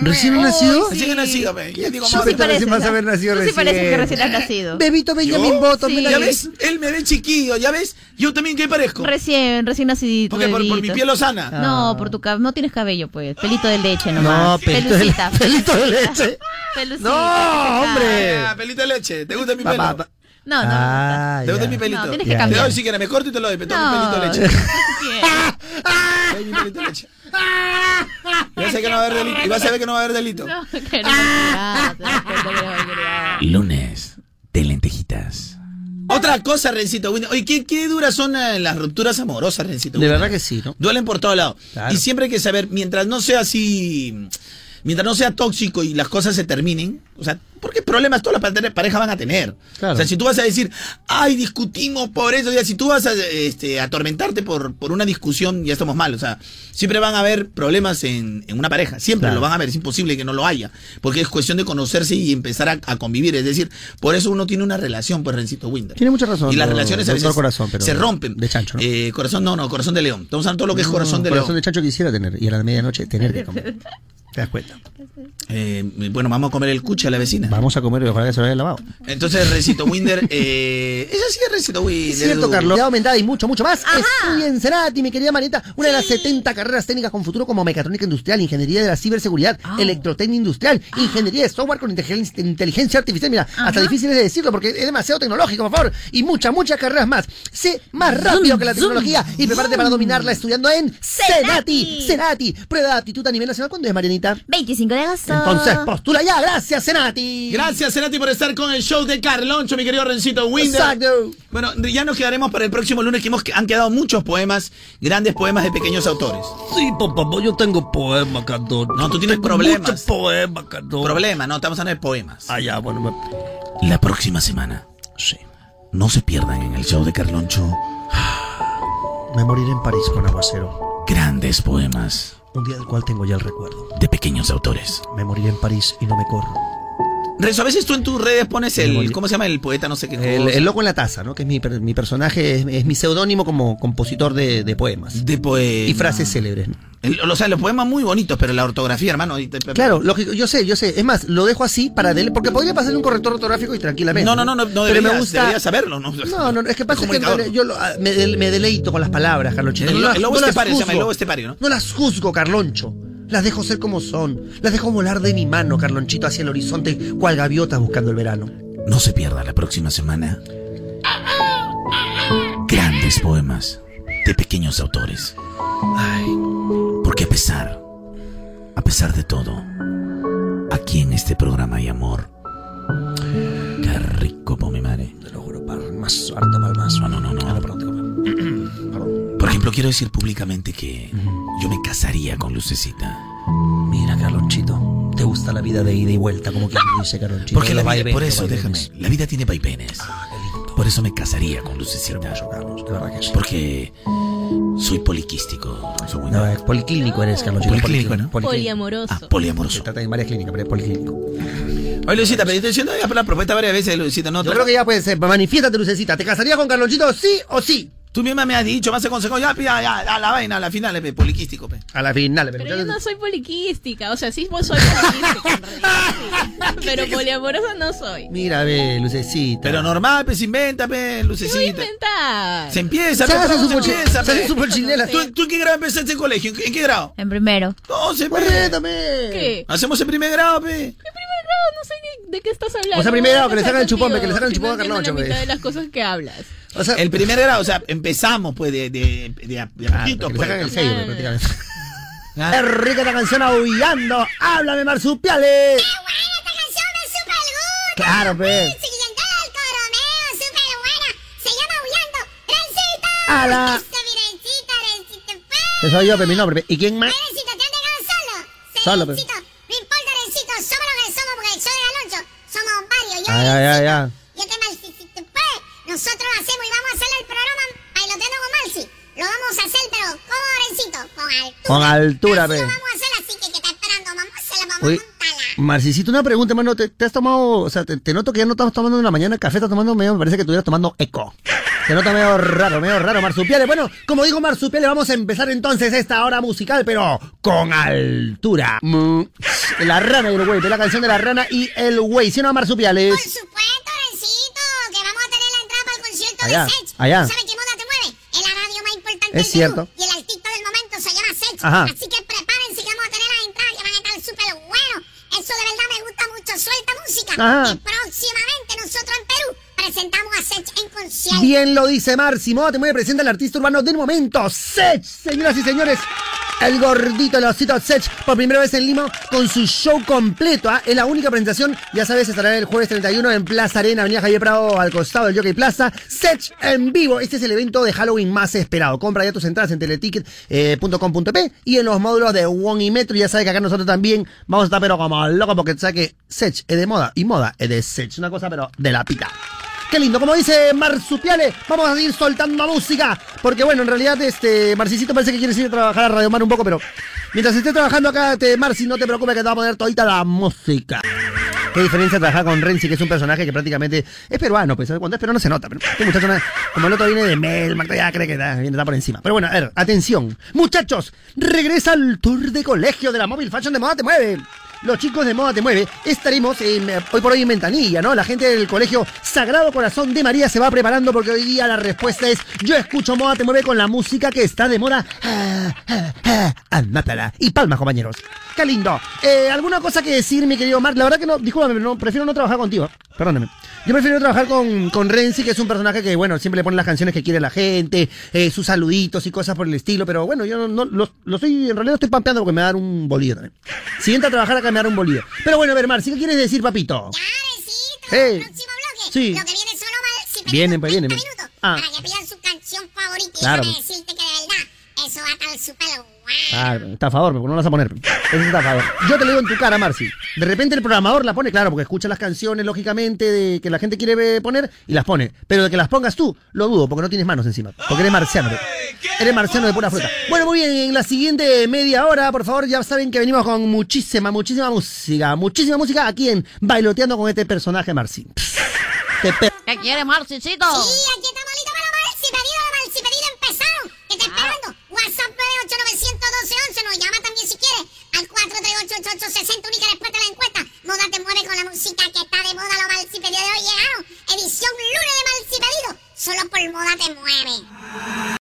Speaker 1: ¿Recién ha nacido?
Speaker 3: Recién ha nacido, pe. Ya digo,
Speaker 1: Yo
Speaker 3: mamá,
Speaker 1: sí pareces, vas a haber nacido
Speaker 6: Tú sí pareces que
Speaker 1: recién.
Speaker 6: recién has nacido.
Speaker 1: Bebito Benjamin Botto,
Speaker 6: Sí.
Speaker 1: mira
Speaker 3: ¿Ya
Speaker 1: ahí.
Speaker 3: ves? Él me ve chiquillo, ¿ya ves? Yo también, ¿qué parezco?
Speaker 6: Recién, recién nacidito.
Speaker 3: ¿Por qué? ¿Por- por
Speaker 6: bebito.
Speaker 3: mi piel lozana?
Speaker 6: No, por tu cabello. No tienes cabello, pues. Pelito de leche
Speaker 1: Ah. No,
Speaker 6: nomás.
Speaker 1: pelito de,
Speaker 6: Pelucita.
Speaker 1: pelito de leche.
Speaker 6: Pelucita.
Speaker 1: No, hombre.
Speaker 3: Ah, pelito de leche. ¿Te gusta mi
Speaker 1: Pa,
Speaker 3: pelo?
Speaker 1: pa, pa.
Speaker 6: No, no.
Speaker 1: Ah,
Speaker 3: ¿Te gusta
Speaker 1: ya.
Speaker 3: mi pelito?
Speaker 6: No, tienes que
Speaker 3: Te
Speaker 6: cambiar.
Speaker 3: doy si quieres, me corto y te lo doy, pero
Speaker 6: No.
Speaker 3: mi pelito de leche.
Speaker 6: Bien.
Speaker 3: Te doy mi pelito de leche. Y vas a ver que no va a haber delito. Y vas a ver que no va a haber delito.
Speaker 6: No, que no, ah,
Speaker 3: Lunes de lentejitas. Otra cosa, Rencito Winder. Oye, ¿qué, qué duras son eh, las rupturas amorosas, Rencito
Speaker 1: De
Speaker 3: Winder?
Speaker 1: verdad que sí, ¿no?
Speaker 3: Duelen por todos lados. Y siempre hay que saber, mientras no sea así, mientras no sea tóxico y las cosas se terminen, o sea, porque problemas todas las pare- parejas van a tener. O sea, si tú vas a decir, ay, discutimos por eso, o sea, si tú vas a este, atormentarte por, por una discusión, ya estamos mal. O sea, siempre van a haber problemas en, en una pareja, siempre
Speaker 1: Claro.
Speaker 3: lo van a haber, es imposible que no lo haya, porque es cuestión de conocerse y empezar a, a convivir. Es decir, por eso uno tiene una relación, pues, Rencito Winder.
Speaker 1: Tiene mucha razón.
Speaker 3: Y las
Speaker 1: doctor-
Speaker 3: relaciones a
Speaker 1: doctor
Speaker 3: veces
Speaker 1: corazón, pero
Speaker 3: se rompen.
Speaker 1: De chancho, ¿no?
Speaker 3: Eh, corazón, no, no, corazón de león. Estamos hablando de todo lo que es corazón de
Speaker 1: No, Corazón de
Speaker 3: león.
Speaker 1: chancho quisiera tener. Y a la medianoche tener que comer. ¿Te das cuenta?
Speaker 3: Eh, bueno, vamos a comer el cuche a la vecina.
Speaker 1: Vamos a comer y ojalá que se lo haya lavado.
Speaker 3: Entonces, Recito Winder, eh, es así, Recito Winder.
Speaker 1: Es cierto,
Speaker 3: Edu.
Speaker 1: Carlos. Ya aumentada y mucho, mucho más. Estudia en Cerati, mi querida Marieta. Una de las 70 carreras técnicas con futuro como mecatrónica industrial, ingeniería de la ciberseguridad, electrotecnia industrial, ingeniería de software con inteligen- inteligencia artificial. Mira, hasta difícil es de decirlo porque es demasiado tecnológico, por favor. Y muchas, muchas carreras más. Sé más rápido que la
Speaker 14: zoom,
Speaker 1: tecnología y prepárate para
Speaker 14: zoom.
Speaker 1: dominarla estudiando en Cerati. Cerati. Prueba de aptitud a nivel nacional. ¿Cuándo es, Marianita?
Speaker 6: 25 de agosto.
Speaker 1: Entonces, postula ya. Gracias, Cerati.
Speaker 3: Gracias, Cerati, por estar con el show de Carloncho, mi querido Rencito Winder.
Speaker 1: Exacto.
Speaker 3: Bueno, ya nos quedaremos para el próximo lunes, que hemos, han quedado muchos poemas, grandes poemas de pequeños autores.
Speaker 7: Sí, papá, pues yo tengo poemas, Carlos.
Speaker 3: No, tú tienes
Speaker 7: Tengo
Speaker 3: problemas.
Speaker 7: muchos poemas, Carlos.
Speaker 3: Problemas, no, estamos hablando de poemas.
Speaker 7: Ah, ya, bueno. me-
Speaker 3: La próxima semana. Sí. No se pierdan en el show de Carloncho
Speaker 1: Me moriré en París con aguacero.
Speaker 3: grandes poemas
Speaker 1: Un día del cual tengo ya el recuerdo.
Speaker 3: de pequeños autores.
Speaker 1: Me moriré en París y no me corro.
Speaker 3: Renzo, a veces tú en tus redes pones el. ¿Cómo se llama el poeta? No sé qué.
Speaker 1: El,
Speaker 3: cosa.
Speaker 1: el loco en la taza, ¿no? Que es mi, per- mi personaje, es, es mi seudónimo como compositor de, de poemas.
Speaker 3: De poemas.
Speaker 1: Y frases célebres. ¿no?
Speaker 3: El- o sea, los poemas muy bonitos, pero la ortografía, hermano. y te-
Speaker 1: Claro, lógico, yo sé, yo sé. Es más, lo dejo así para del, porque podría pasar un corrector ortográfico y tranquilamente.
Speaker 3: No, no, no, no, no
Speaker 1: Pero
Speaker 3: deberías, deberías saberlo, ¿no?
Speaker 1: No, no, no, es que pasa que
Speaker 3: comunicador.
Speaker 1: en realidad yo lo- ah, me, del- me deleito con las palabras, Carloncho.
Speaker 3: El,
Speaker 1: No
Speaker 3: lo-
Speaker 1: las-
Speaker 3: el lobo
Speaker 1: no las
Speaker 3: estepario, se llama el
Speaker 1: juzgo.
Speaker 3: lobo estepario, ¿no?
Speaker 1: este No las juzgo, Carloncho. Las dejo ser como son. Las dejo volar de mi mano, Carlonchito, hacia el horizonte, cual gaviota buscando el verano.
Speaker 3: No se pierda la próxima semana. Grandes poemas de pequeños autores. Ay, porque a pesar, a pesar de todo, aquí en este programa hay amor. Qué rico, por mi madre. Te lo juro, palmas, harta palmas. No, no, no, no. Por ejemplo, quiero decir públicamente que yo me casaría con Lucecita.
Speaker 1: Mira, Carlonchito, te gusta la vida de ida y vuelta, como quien dice Carlonchito.
Speaker 3: Porque la
Speaker 1: Los
Speaker 3: vida,
Speaker 1: vaivenes,
Speaker 3: por eso,
Speaker 1: los
Speaker 3: déjame,
Speaker 1: vaivenes. Ah,
Speaker 3: la vida tiene vaivenes. Por eso me casaría con Lucecita. Porque soy poliquístico. Renzo
Speaker 1: No,
Speaker 3: Winder.
Speaker 1: es policlínico eres, Carlonchito.
Speaker 3: Policlínico, ¿no?
Speaker 18: Poliamoroso.
Speaker 3: Ah, poliamoroso.
Speaker 1: Se trata de varias clínicas, pero es policlínico.
Speaker 3: Oye, Lucita, pero yo estoy diciendo ya la propuesta varias veces, Lucita. No,
Speaker 1: Yo creo que ya puede ser. Manifiéstate, Lucecita. ¿Te casarías con Carlonchito sí o sí?
Speaker 3: Tú misma me has dicho, me has aconsejado, ya, pe, ya, ya, a la vaina, a la final, pe, poliquístico, pe.
Speaker 1: A la final, pero,
Speaker 18: Pero yo no soy poliquística, o sea, sí soy poliquística, en realidad, sí. pero poliamorosa no soy.
Speaker 1: Mira, ve, Lucecita.
Speaker 3: Pero normal, pe, se inventa, pe,
Speaker 18: ¿Qué voy a
Speaker 3: Lucecita.
Speaker 18: inventar?
Speaker 3: Se empieza,
Speaker 1: Se
Speaker 3: pe,
Speaker 1: hace
Speaker 3: todo
Speaker 1: su
Speaker 3: se
Speaker 1: pochi-
Speaker 3: empieza,
Speaker 1: se hace
Speaker 3: pe.
Speaker 1: su pochinela.
Speaker 3: ¿Tú, tú en qué grado empezaste el colegio? ¿En qué, en qué grado?
Speaker 6: En primero.
Speaker 3: No, se pe.
Speaker 6: ¿Qué?
Speaker 3: Hacemos el primer grado, pe.
Speaker 6: ¿Qué primer grado
Speaker 18: no sé ni de qué estás hablando.
Speaker 1: O sea, primero, que le
Speaker 18: Está
Speaker 1: sacan el chupón,
Speaker 18: contigo,
Speaker 1: que le sacan el
Speaker 18: que no
Speaker 1: chupón a
Speaker 18: entiendo
Speaker 1: Carloncho,
Speaker 18: La mitad
Speaker 1: pues.
Speaker 18: de las cosas que hablas.
Speaker 3: el primer grado, o sea, empezamos pues de, de, de, a- de a poquito,
Speaker 1: porque
Speaker 3: pues.
Speaker 1: Ah, sacan el sello, pues, prácticamente.
Speaker 3: Claro.
Speaker 1: ¡Qué rica esta canción aullando! ¡Háblame, marsupiales! ¡Claro, pues! ¡Hala! Ese soy yo, pues, mi nombre. pues. ¿Y quién más? Solo, pues.
Speaker 40: No importa, Rencito, somos lo que somos, porque soy de Alonso. Somos varios. Yo,
Speaker 1: Ay, ay, ay, ay.
Speaker 40: yo te mal, si, si tú puedes, nosotros lo hacemos y vamos a hacer el programa pilotando con Marci. Lo vamos a hacer, pero ¿cómo, Rencito? Con altura.
Speaker 1: Con altura,
Speaker 40: Así
Speaker 1: pe.
Speaker 40: lo vamos a hacer, así que que está esperando, mamá, se la vamos
Speaker 1: Oye, Marcisito, una pregunta, hermano. ¿Te, te has tomado, o sea, te, te noto que ya no estamos tomando en la mañana café, estás tomando medio, me parece que estuvieras tomando eco. Se nota medio raro, medio raro, marsupiales. Bueno, como digo marsupiales, vamos a empezar entonces esta hora musical, pero con altura. Mm. La rana y el güey, la canción de la rana y el güey. Si no, marsupiales.
Speaker 40: Por supuesto, Rencito, que vamos a tener la entrada para el concierto
Speaker 1: Allá,
Speaker 40: de Sech.
Speaker 1: allá.
Speaker 40: ¿Sabes qué moda te mueve? Es la radio más importante
Speaker 1: Es
Speaker 40: del
Speaker 1: cierto.
Speaker 40: Perú. Y el artista del momento se llama Sech.
Speaker 1: Ajá.
Speaker 40: Así que prepárense que vamos a tener las entradas que van a estar súper bueno. Eso de verdad me gusta mucho. Suelta música.
Speaker 1: Ajá.
Speaker 40: Y próximamente nosotros en Perú presentamos a Sech en concierto.
Speaker 1: Bien lo dice Marci, Moda te mueve, presenta al artista urbano del momento, Sech, señoras y señores. El gordito, el osito Sech, por primera vez en Lima, con su show completo. ¿ah? Es la única presentación, ya sabes, estará el jueves 31 en Plaza Arena, Avenida Javier Prado, al costado del Jockey Plaza. Sech en vivo. Este es el evento de Halloween más esperado. Compra ya tus entradas en eh, teleticket.com.p y en los módulos de Wong y Metro. Ya sabes que acá nosotros también vamos a estar, pero como locos, porque tú sabes que Sech es de moda y moda es de Sech. Una cosa, pero de la pica. Qué lindo, como dice Marsupiales, vamos a ir soltando música. Porque bueno, en realidad, este, Marcisito parece que quieres ir a trabajar a Radio Mar un poco, pero mientras esté trabajando acá, este, Marci, no te preocupes que te va a poner todita la música. Qué diferencia trabajar con Renzi, que es un personaje que prácticamente es peruano, pues ¿sabes? cuando es peruano se nota, pero este muchacho, na- como el otro viene de Mel, Marta ya cree que está, viene, está por encima. Pero bueno, a ver, atención. Muchachos, regresa al tour de colegio de la móvil fashion de moda te mueve. Los chicos de Moda Te Mueve estaremos en, eh, hoy por hoy en Ventanilla, ¿no? La gente del colegio Sagrado Corazón de María se va preparando porque hoy día la respuesta es yo escucho Moda Te Mueve con la música que está de moda. Ah, ah, ah, ah, mátala. Y palmas, compañeros. Qué lindo. Eh, ¿Alguna cosa que decir, mi querido Mark? La verdad que no, discúlpame, pero no, prefiero no trabajar contigo. Perdóname. Yo prefiero trabajar con, con Renzi, que es un personaje que, bueno, siempre le pone las canciones que quiere la gente, eh, sus saluditos y cosas por el estilo, pero bueno, yo no, no- lo, lo estoy, en realidad lo estoy pampeando porque me va a dar un bolillo también. Si entra a trabajar acá me va a dar un bolillo. Pero bueno, a ver, Mar, ¿sí ¿qué quieres decir, papito? Hey.
Speaker 40: Próximo bloque.
Speaker 1: Sí.
Speaker 40: Lo que viene solo va si
Speaker 1: Vienen, pues vienen. Ah,
Speaker 40: para que pidan su canción favorita.
Speaker 1: Claro. pues.
Speaker 40: Y déjame decirte que de verdad, eso va a estar súper guay.
Speaker 1: ah, está a favor, porque no la vas a poner. Eso está a favor. Yo te lo digo en tu cara, Marci. De repente el programador la pone, claro, porque escucha las canciones, lógicamente, de que la gente quiere eh, poner y las pone. Pero de que las pongas tú, lo dudo, porque no tienes manos encima. Porque eres marciano. Eres marciano de pura fruta. Bueno, muy bien, en la siguiente media hora, por favor, ya saben que venimos con muchísima, muchísima música. Muchísima música aquí en Bailoteando con este personaje, Marci. Te pe-
Speaker 6: ¿Qué quiere Marcicito?
Speaker 40: Sí, aquí está
Speaker 6: Ah.